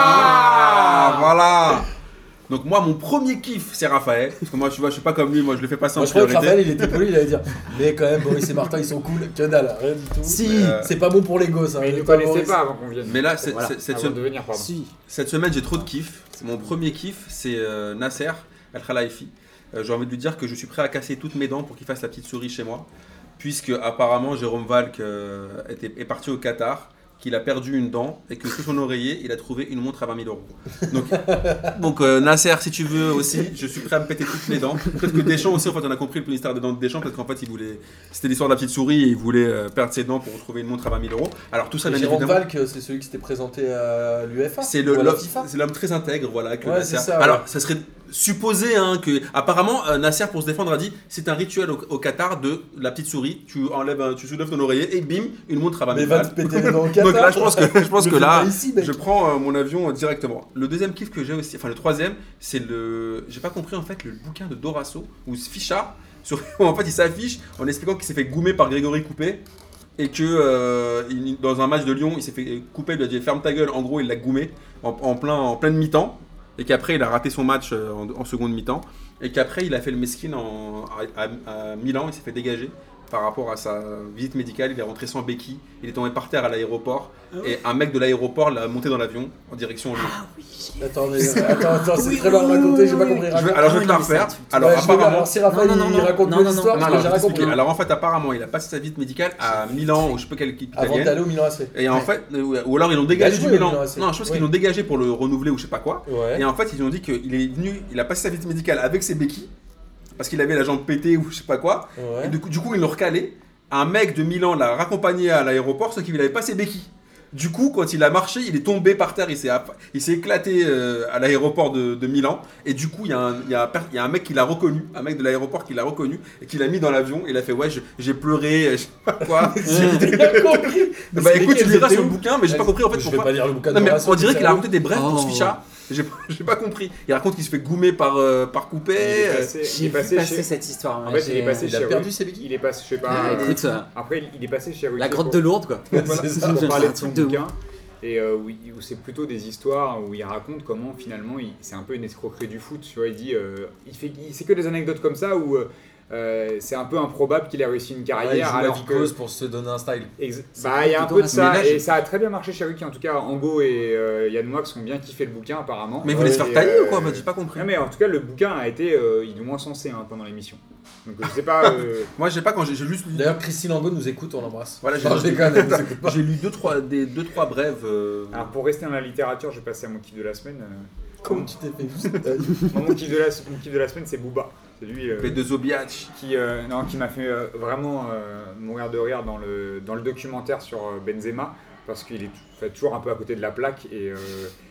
S3: Ah, voilà Donc moi, mon premier kiff, c'est Raphaël. Parce que moi, tu vois, je suis pas comme lui, moi, je le fais passer
S2: Moi,
S3: en
S2: je crois que
S3: priorité.
S2: Raphaël, il était poli, il allait dire Mais quand même, Boris et Martin, ils sont cool, que dalle, hein, rien du tout.
S5: Si
S3: Mais, euh,
S2: C'est pas bon pour les gosses. hein,
S1: Mais il ne
S2: toi,
S1: connaissait
S2: Boris.
S1: pas avant qu'on vienne.
S3: Mais là, c'est-
S1: Voilà,
S3: c'est- cette
S1: avant
S3: semaine-
S1: de venir, pardon.
S5: Si
S3: Cette semaine, j'ai trop
S2: Ah.
S3: de kiff. Mon premier kiff, c'est euh, Nasser Al Khelaifi. Euh, j'ai envie de lui dire que je suis prêt à casser toutes mes dents pour qu'il fasse la petite souris chez moi, puisque apparemment Jérôme Valk euh, était, est parti au Qatar, qu'il a perdu une dent et que sous son oreiller, il a trouvé une montre à 20 000 euros. Donc, donc euh, Nasser, si tu veux aussi, je suis prêt à me péter toutes mes dents. Peut-être que Deschamps aussi, en fait, on a compris le ministère des dents de Deschamps, parce qu'en fait, il voulait, c'était l'histoire de la petite souris et il voulait euh, perdre ses dents pour retrouver une montre à 20 000 euros. Alors tout ça,
S2: Et
S3: bien
S2: Jérôme
S3: évidemment-
S2: Valk, c'est celui qui s'était présenté à l'UFA.
S3: c'est le
S2: ou à la
S3: l'homme-
S2: FIFA.
S3: c'est l'homme très intègre, voilà. Que
S2: Ouais,
S3: Nasser-
S2: c'est ça, ouais.
S3: Alors, ça serait supposé hein, que. Apparemment, euh, Nasser, pour se défendre, a dit c'est un rituel au, au Qatar de la petite souris, tu, enlèves, un- tu soulèves ton oreiller et bim, une montre à 20
S2: Mais
S3: 000
S2: va
S3: balles.
S2: te péter les dents au
S3: Donc là,
S2: Qatar.
S3: je pense que, je pense
S2: Le
S3: que
S2: fais
S3: là,
S2: pas ici, mec.
S3: je prends euh, mon avion euh, directement. Le deuxième kiff que j'ai aussi, enfin le troisième, c'est le. J'ai pas compris en fait le bouquin de Dorasso ou Fichard. Sur... En fait, il s'affiche en expliquant qu'il s'est fait goumer par Grégory Coupé. et que euh, il- dans un match de Lyon, il s'est fait couper, il lui a dit ferme ta gueule. En gros, il l'a goumé en, en plein en pleine mi-temps et qu'après il a raté son match euh, en, en seconde mi-temps et qu'après il a fait le mesquine en- à, à- à Milan, il s'est fait dégager par rapport à sa visite médicale, il est rentré sans béquille, il est tombé par terre à l'aéroport
S2: Ah
S3: et un mec de l'aéroport l'a monté dans l'avion en direction Lyon.
S2: Attends, mais- euh, attends, attends, c'est très mal raconté, j'ai pas compris.
S3: Je vais-
S2: raconte.
S3: alors je
S5: Ah
S3: vais
S5: oui,
S3: te la
S5: non, mais c'est un
S3: refaire.
S5: truc.
S3: Alors
S2: Ouais, je veux bien,
S3: apparemment
S2: alors, si Raphaël
S5: Non, non,
S2: il
S5: non,
S2: raconte
S5: non,
S2: mon
S5: non,
S2: histoire, parce que
S3: Non,
S5: non,
S2: j'ai
S3: alors,
S2: rien
S3: je vais
S2: compris. hein.
S3: t'expliquer. Alors, en fait, apparemment, il a passé sa visite médicale à Milan ou je sais pas quelle équipe
S2: Avant
S3: italienne.
S2: d'aller au Milan AC.
S3: Et en fait, ou ou alors ils l'ont dégagé
S2: joué
S3: du
S2: au
S3: Milan.
S2: Milan AC.
S3: Non, je pense
S2: Ouais.
S3: qu'ils l'ont dégagé pour le renouveler ou je sais pas quoi.
S2: Ouais.
S3: Et en fait, ils lui ont dit qu'il est venu, il a passé sa visite médicale avec ses béquilles parce qu'il avait la jambe pétée ou je sais pas quoi. Et
S2: Ouais.
S3: du coup, du coup, ils l'ont recalé. Un mec de Milan l'a raccompagné à l'aéroport, sauf qu'il avait pas ses béquilles. Du coup, quand il a marché, il est tombé par terre, il s'est, app- il s'est éclaté euh, à l'aéroport de, de Milan. Et du coup, il y, a un- il y a un per- il y a un mec qui l'a reconnu, un mec de l'aéroport qui l'a reconnu et qui l'a mis dans l'avion. Et il a fait Ouais, je- j'ai pleuré, euh, je sais pas quoi.
S2: J'ai rien compris. Mais
S3: bah
S2: c'est
S3: écoute, tu
S2: lesquels,
S3: liras
S2: c'était
S3: sur le
S2: où
S3: bouquin, mais j'ai pas compris en fait
S2: Je vais
S3: pourquoi.
S2: pas lire le bouquin de
S3: Non, mais
S2: Horace,
S3: on dirait
S2: c'est
S3: qu'il a
S2: sérieux.
S3: raconté des brefs pour
S5: Oh.
S3: ce ficha. J'ai j'ai pas compris. Il raconte qu'il se fait goumer par, euh, par coupé.
S2: Ah,
S1: Il est
S3: euh,
S1: passé, il
S5: J'ai
S1: est
S5: vu
S1: passé
S5: passer
S1: chez.
S5: cette histoire.
S1: En
S5: ouais,
S1: fait, il est
S5: j'ai-
S1: passé
S2: Il
S1: chez.
S2: a perdu
S1: Ruth.
S2: ses béquilles.
S1: Il est passé, je sais pas.
S5: Ah,
S1: euh,
S5: écoute, euh,
S1: Après, il est passé chez.
S5: la
S1: Ruquier
S5: grotte
S1: pour-
S5: de Lourdes, quoi.
S1: Voilà,
S2: C'est
S1: on
S5: ça.
S1: parlait
S5: Un
S1: de son
S5: truc de
S1: bouquin. Et euh, où, il- où c'est plutôt des histoires où il raconte comment finalement il- c'est un peu une escroquerie du foot. Tu vois, il dit, euh, il fait, il- c'est que des anecdotes comme ça où euh, c'est un peu improbable qu'il ait réussi une
S2: Ouais, il
S1: carrière.
S2: joue la
S1: alors
S2: vie
S1: que-
S2: cause pour se donner un style.
S1: Ex-
S5: C'est
S1: Bah, il y a un
S5: plutôt
S1: peu de
S5: raciste.
S1: ça,
S3: Mais là, j'ai-
S1: et ça a très bien marché chez Ruki. En tout cas, Ango et euh, Yann Moix ont bien kiffé le bouquin, apparemment.
S3: Mais il voulait se
S1: Et,
S3: faire tailler
S1: euh,
S3: ou quoi Moi, J'ai pas compris.
S1: Non, mais en tout cas, le bouquin a été, euh, il est moins sensé hein, pendant l'émission. Donc, je sais pas. euh,
S3: Moi, j'ai pas quand j'ai j'ai juste lu.
S2: D'ailleurs, Christine Lango nous écoute, on l'embrasse.
S3: Voilà, j'ai-
S2: Non, je déconne, elle nous écoute pas.
S3: J'ai lu deux trois des deux trois brèves. euh,
S1: Alors, pour rester dans la littérature, je vais passer à mon kiff de la semaine. euh.
S2: Comment tu t'es fait bousiller
S1: Moi, mon, kiff de la, mon kiff de la semaine, c'est Booba. C'est lui. euh,
S3: les deux Zobiach.
S1: qui, euh, non, qui m'a fait euh, vraiment euh, mourir de rire dans le, dans le documentaire sur euh, Benzema, parce qu'il est tou- fait toujours un peu à côté de la plaque et euh,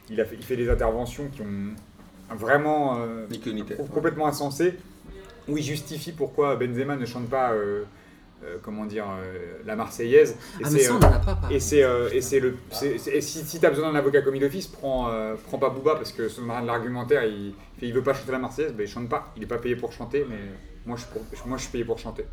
S1: il, a fait, il fait des interventions qui ont vraiment euh,
S3: Nick Unité.
S1: com- complètement insensées, où il justifie pourquoi Benzema ne chante pas, euh, euh, comment dire, euh, la Marseillaise. Et
S5: Ah, mais
S1: c'est,
S5: ça,
S1: euh,
S5: on en a pas parlé.
S1: et c'est euh, et c'est le c'est- c'est- et si, si t'as besoin d'un avocat commis d'office, prends euh, prends pas Booba parce que son marin de l'argumentaire il fait, il veut pas chanter la Marseillaise, ben il chante pas, il est pas payé pour chanter, mais moi je suis pour- moi je suis payé pour chanter.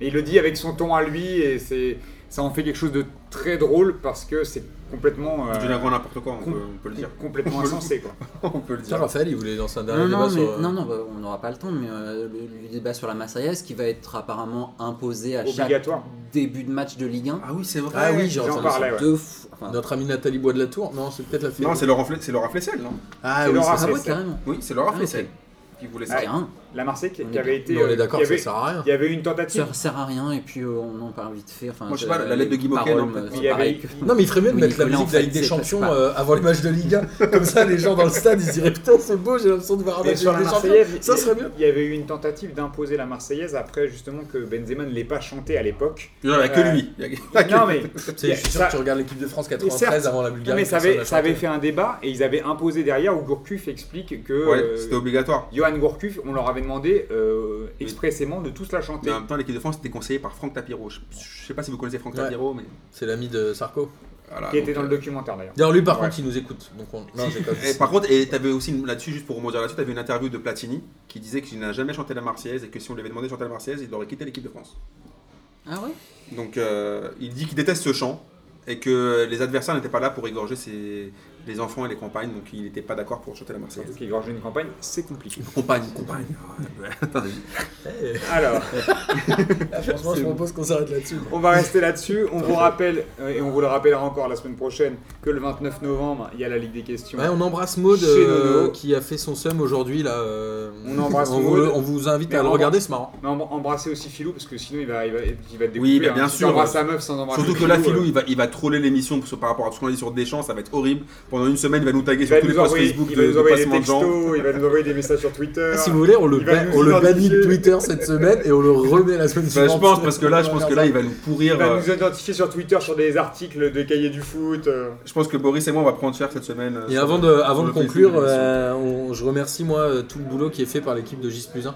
S1: Et il le dit avec son ton à lui et c'est ça en fait quelque chose de très drôle parce que c'est complètement euh,
S3: Je dirais grand n'importe quoi, on peut, on peut le dire.
S1: complètement insensé quoi.
S3: On peut le
S2: Tiens,
S3: dire.
S2: Raphaël, il voulait lancer un dernier
S5: Non,
S2: débat
S5: non, mais-
S2: sur. euh,
S5: non, non, bah, on n'aura pas le temps, mais euh, le, le débat sur la Marseillaise qui va être apparemment imposé à chaque
S1: Obligatoire.
S5: début de match de Ligue 1.
S3: Ah oui, c'est vrai.
S2: Ah oui, j'ai
S1: J'en
S2: entendu ça.
S1: parlais ouais.
S5: Deux fois. enfin,
S2: Notre amie Nathalie Bois de la Tour Non, c'est peut-être la fille.
S3: Non, c'est Laurent Fle- c'est Laura Flessel, non
S2: Ah
S1: c'est
S2: oui,
S1: Laura.
S2: c'est
S5: ah
S1: c'est
S5: ouais,
S1: ça.
S5: carrément.
S3: Oui, c'est Laura
S5: Ah,
S3: Flessel
S5: ok.
S3: qui voulait
S1: Ouais.
S3: ça.
S5: Rien.
S1: La Marseillaise qui,
S5: On est
S1: qui avait été
S2: Non, on
S1: euh,
S2: est d'accord,
S1: qui
S2: ça
S1: avait,
S2: sert à rien.
S1: il y avait eu une tentative
S5: Ça sert à rien et puis euh, on en parle vite fait. Enfin,
S3: Moi, je sais
S5: euh,
S3: pas, la lettre de Guy Moquet,
S5: paroles
S3: non,
S1: il
S5: me- sont
S1: y avait
S5: pareilles que-
S2: Non, mais il ferait mieux de
S5: Oui,
S2: mettre la
S5: Nicolas,
S2: musique
S5: en
S2: de la
S5: fait,
S2: Ligue des
S5: c'est-
S2: Champions
S5: c'est pas-
S2: euh, avant les matchs de Ligue 1. Comme ça, les gens dans le stade, ils se diraient Putain, c'est beau, j'ai l'impression de voir un
S1: Mais
S2: match de
S1: sur la
S2: Ligue des
S1: Marseillaise,
S2: Champions.
S1: il-
S2: Ça serait mieux.
S1: il y avait eu une tentative d'imposer la Marseillaise après justement que Benzema ne l'ait pas chantée à l'époque.
S3: Genre, il y a que
S1: Euh,
S3: lui. Il y a- il y a que-
S1: Non mais
S2: Tu sais, Je suis sûr
S1: ça-
S2: que tu regardes l'équipe de France
S1: Mais
S2: 93
S1: certes,
S2: avant la Bulgarie.
S1: mais ça
S2: personne
S1: avait,
S2: n'a
S1: ça avait
S2: chanté.
S1: fait un débat et ils avaient imposé derrière où Gourcuff explique que
S3: Ouais,
S1: euh,
S3: c'était obligatoire.
S1: Johan Gourcuff, on leur avait demandé euh, expressément de tous la chanter.
S3: Mais en même temps, l'équipe de France était conseillée par Franck Tapiro. Je je sais pas si vous connaissez Franck
S2: Ouais.
S3: Tapiro, mais.
S2: C'est l'ami de Sarko.
S3: voilà,
S1: qui était
S3: donc,
S1: dans le
S3: euh,
S1: documentaire d'ailleurs.
S2: D'ailleurs, lui, par
S1: Ouais.
S2: contre, il nous écoute. Donc on- Non, j'ai
S3: Et par contre, et t'avais aussi une- là-dessus, juste pour rebondir là-dessus, t'avais une interview de Platini qui disait qu'il n'a jamais chanté la Marseillaise et que si on lui avait demandé de chanter la Marseillaise, il aurait quitté l'équipe de France.
S5: Ah ouais
S3: Donc euh, il dit qu'il déteste ce chant et que les adversaires n'étaient pas là pour égorger ses- les enfants et les compagnes, donc il n'était pas d'accord pour chanter la
S1: Surtout
S3: Marseillaise.
S1: qu'il gorgeait une campagne, c'est compliqué.
S3: Compagne, compagne. Ah, ouais.
S1: Alors,
S2: Ah, Franchement, je propose qu'on s'arrête là-dessus.
S1: on va rester là-dessus. On vous rappelle, euh, et on vous le rappellera encore la semaine prochaine, que le 29 novembre, il y a la Ligue des questions.
S2: Ouais, on embrasse Maud
S1: Chez
S2: euh,
S1: Nono.
S2: qui a fait son seum aujourd'hui. là. euh,
S1: On embrasse
S2: on vous,
S1: Maud.
S2: on vous invite
S1: Mais
S2: à le
S1: on-
S2: regarder, c'est marrant.
S1: Mais embr- embrassez aussi Philou parce que sinon il va, il va, il va te découper.
S3: Oui, bah, bien
S1: Si
S3: sûr.
S1: t'embrasses sa meuf sans embrasser
S3: Surtout que là,
S1: euh,
S3: Philou, il va, il va troller l'émission parce que par rapport à tout ce qu'on a dit sur Deschamps, ça va être horrible. Pendant une semaine, il va nous taguer
S1: il
S3: sur
S1: va
S3: tous les
S1: nous
S3: posts
S1: envoyer,
S3: Facebook
S1: il
S3: de,
S1: va nous
S3: de
S1: envoyer des
S3: placement de gens. Ah,
S1: textos, il va nous envoyer des messages sur Twitter.
S2: Si vous voulez, on le,
S1: Il va
S2: ba-
S1: nous
S2: on le bannit de
S1: identifier.
S2: Twitter cette semaine et on le remet la semaine
S3: Bah,
S2: suivante.
S3: je pense parce que là, je pense que là, il va nous pourrir.
S1: Il va
S3: euh,
S1: nous identifier sur Twitter sur des articles de cahiers du foot. euh.
S3: Je pense que Boris et moi, on va prendre cher cette semaine. euh,
S2: Et
S3: sur-
S2: avant de, avant
S3: sur
S2: de
S3: le Facebook
S2: conclure,
S3: l'émission.
S2: euh, on- je remercie moi euh, tout le boulot qui est fait par l'équipe de Gis plus 1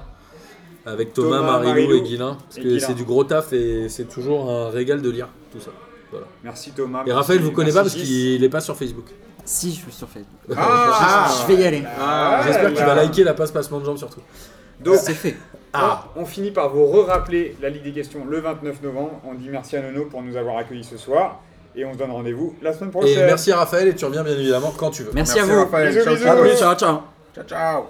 S2: avec Thomas,
S1: Thomas,
S2: Marilou,
S1: Marilou
S2: et Guilin parce
S1: et
S2: que
S1: Guilin.
S2: c'est du gros taf et c'est toujours un régal de lire tout ça.
S1: Merci Thomas.
S2: Et
S1: Ah, merci-
S2: Raphaël vous connaît
S1: merci
S2: pas parce
S1: Gis.
S2: qu'il est pas sur Facebook.
S5: Si, je suis sur Facebook.
S3: Ah,
S5: je vais y aller.
S3: Ah,
S1: Ah,
S2: J'espère qu'il va
S1: là.
S2: liker la passe passement de jambes surtout.
S1: Donc,
S5: C'est fait.
S2: Ah.
S1: on on finit par vous re-rappeler la Ligue des questions le 29 novembre. On dit merci à Nono pour nous avoir accueillis ce soir. Et on se donne rendez-vous la semaine prochaine.
S2: Et merci Raphaël, et tu reviens bien évidemment quand tu veux.
S5: Merci, à
S3: Merci,
S5: vous.
S3: Raphaël.
S1: Bisous,
S3: Ciao,
S1: bisous.
S5: Ah oui, ciao, ciao.
S3: Ciao, ciao.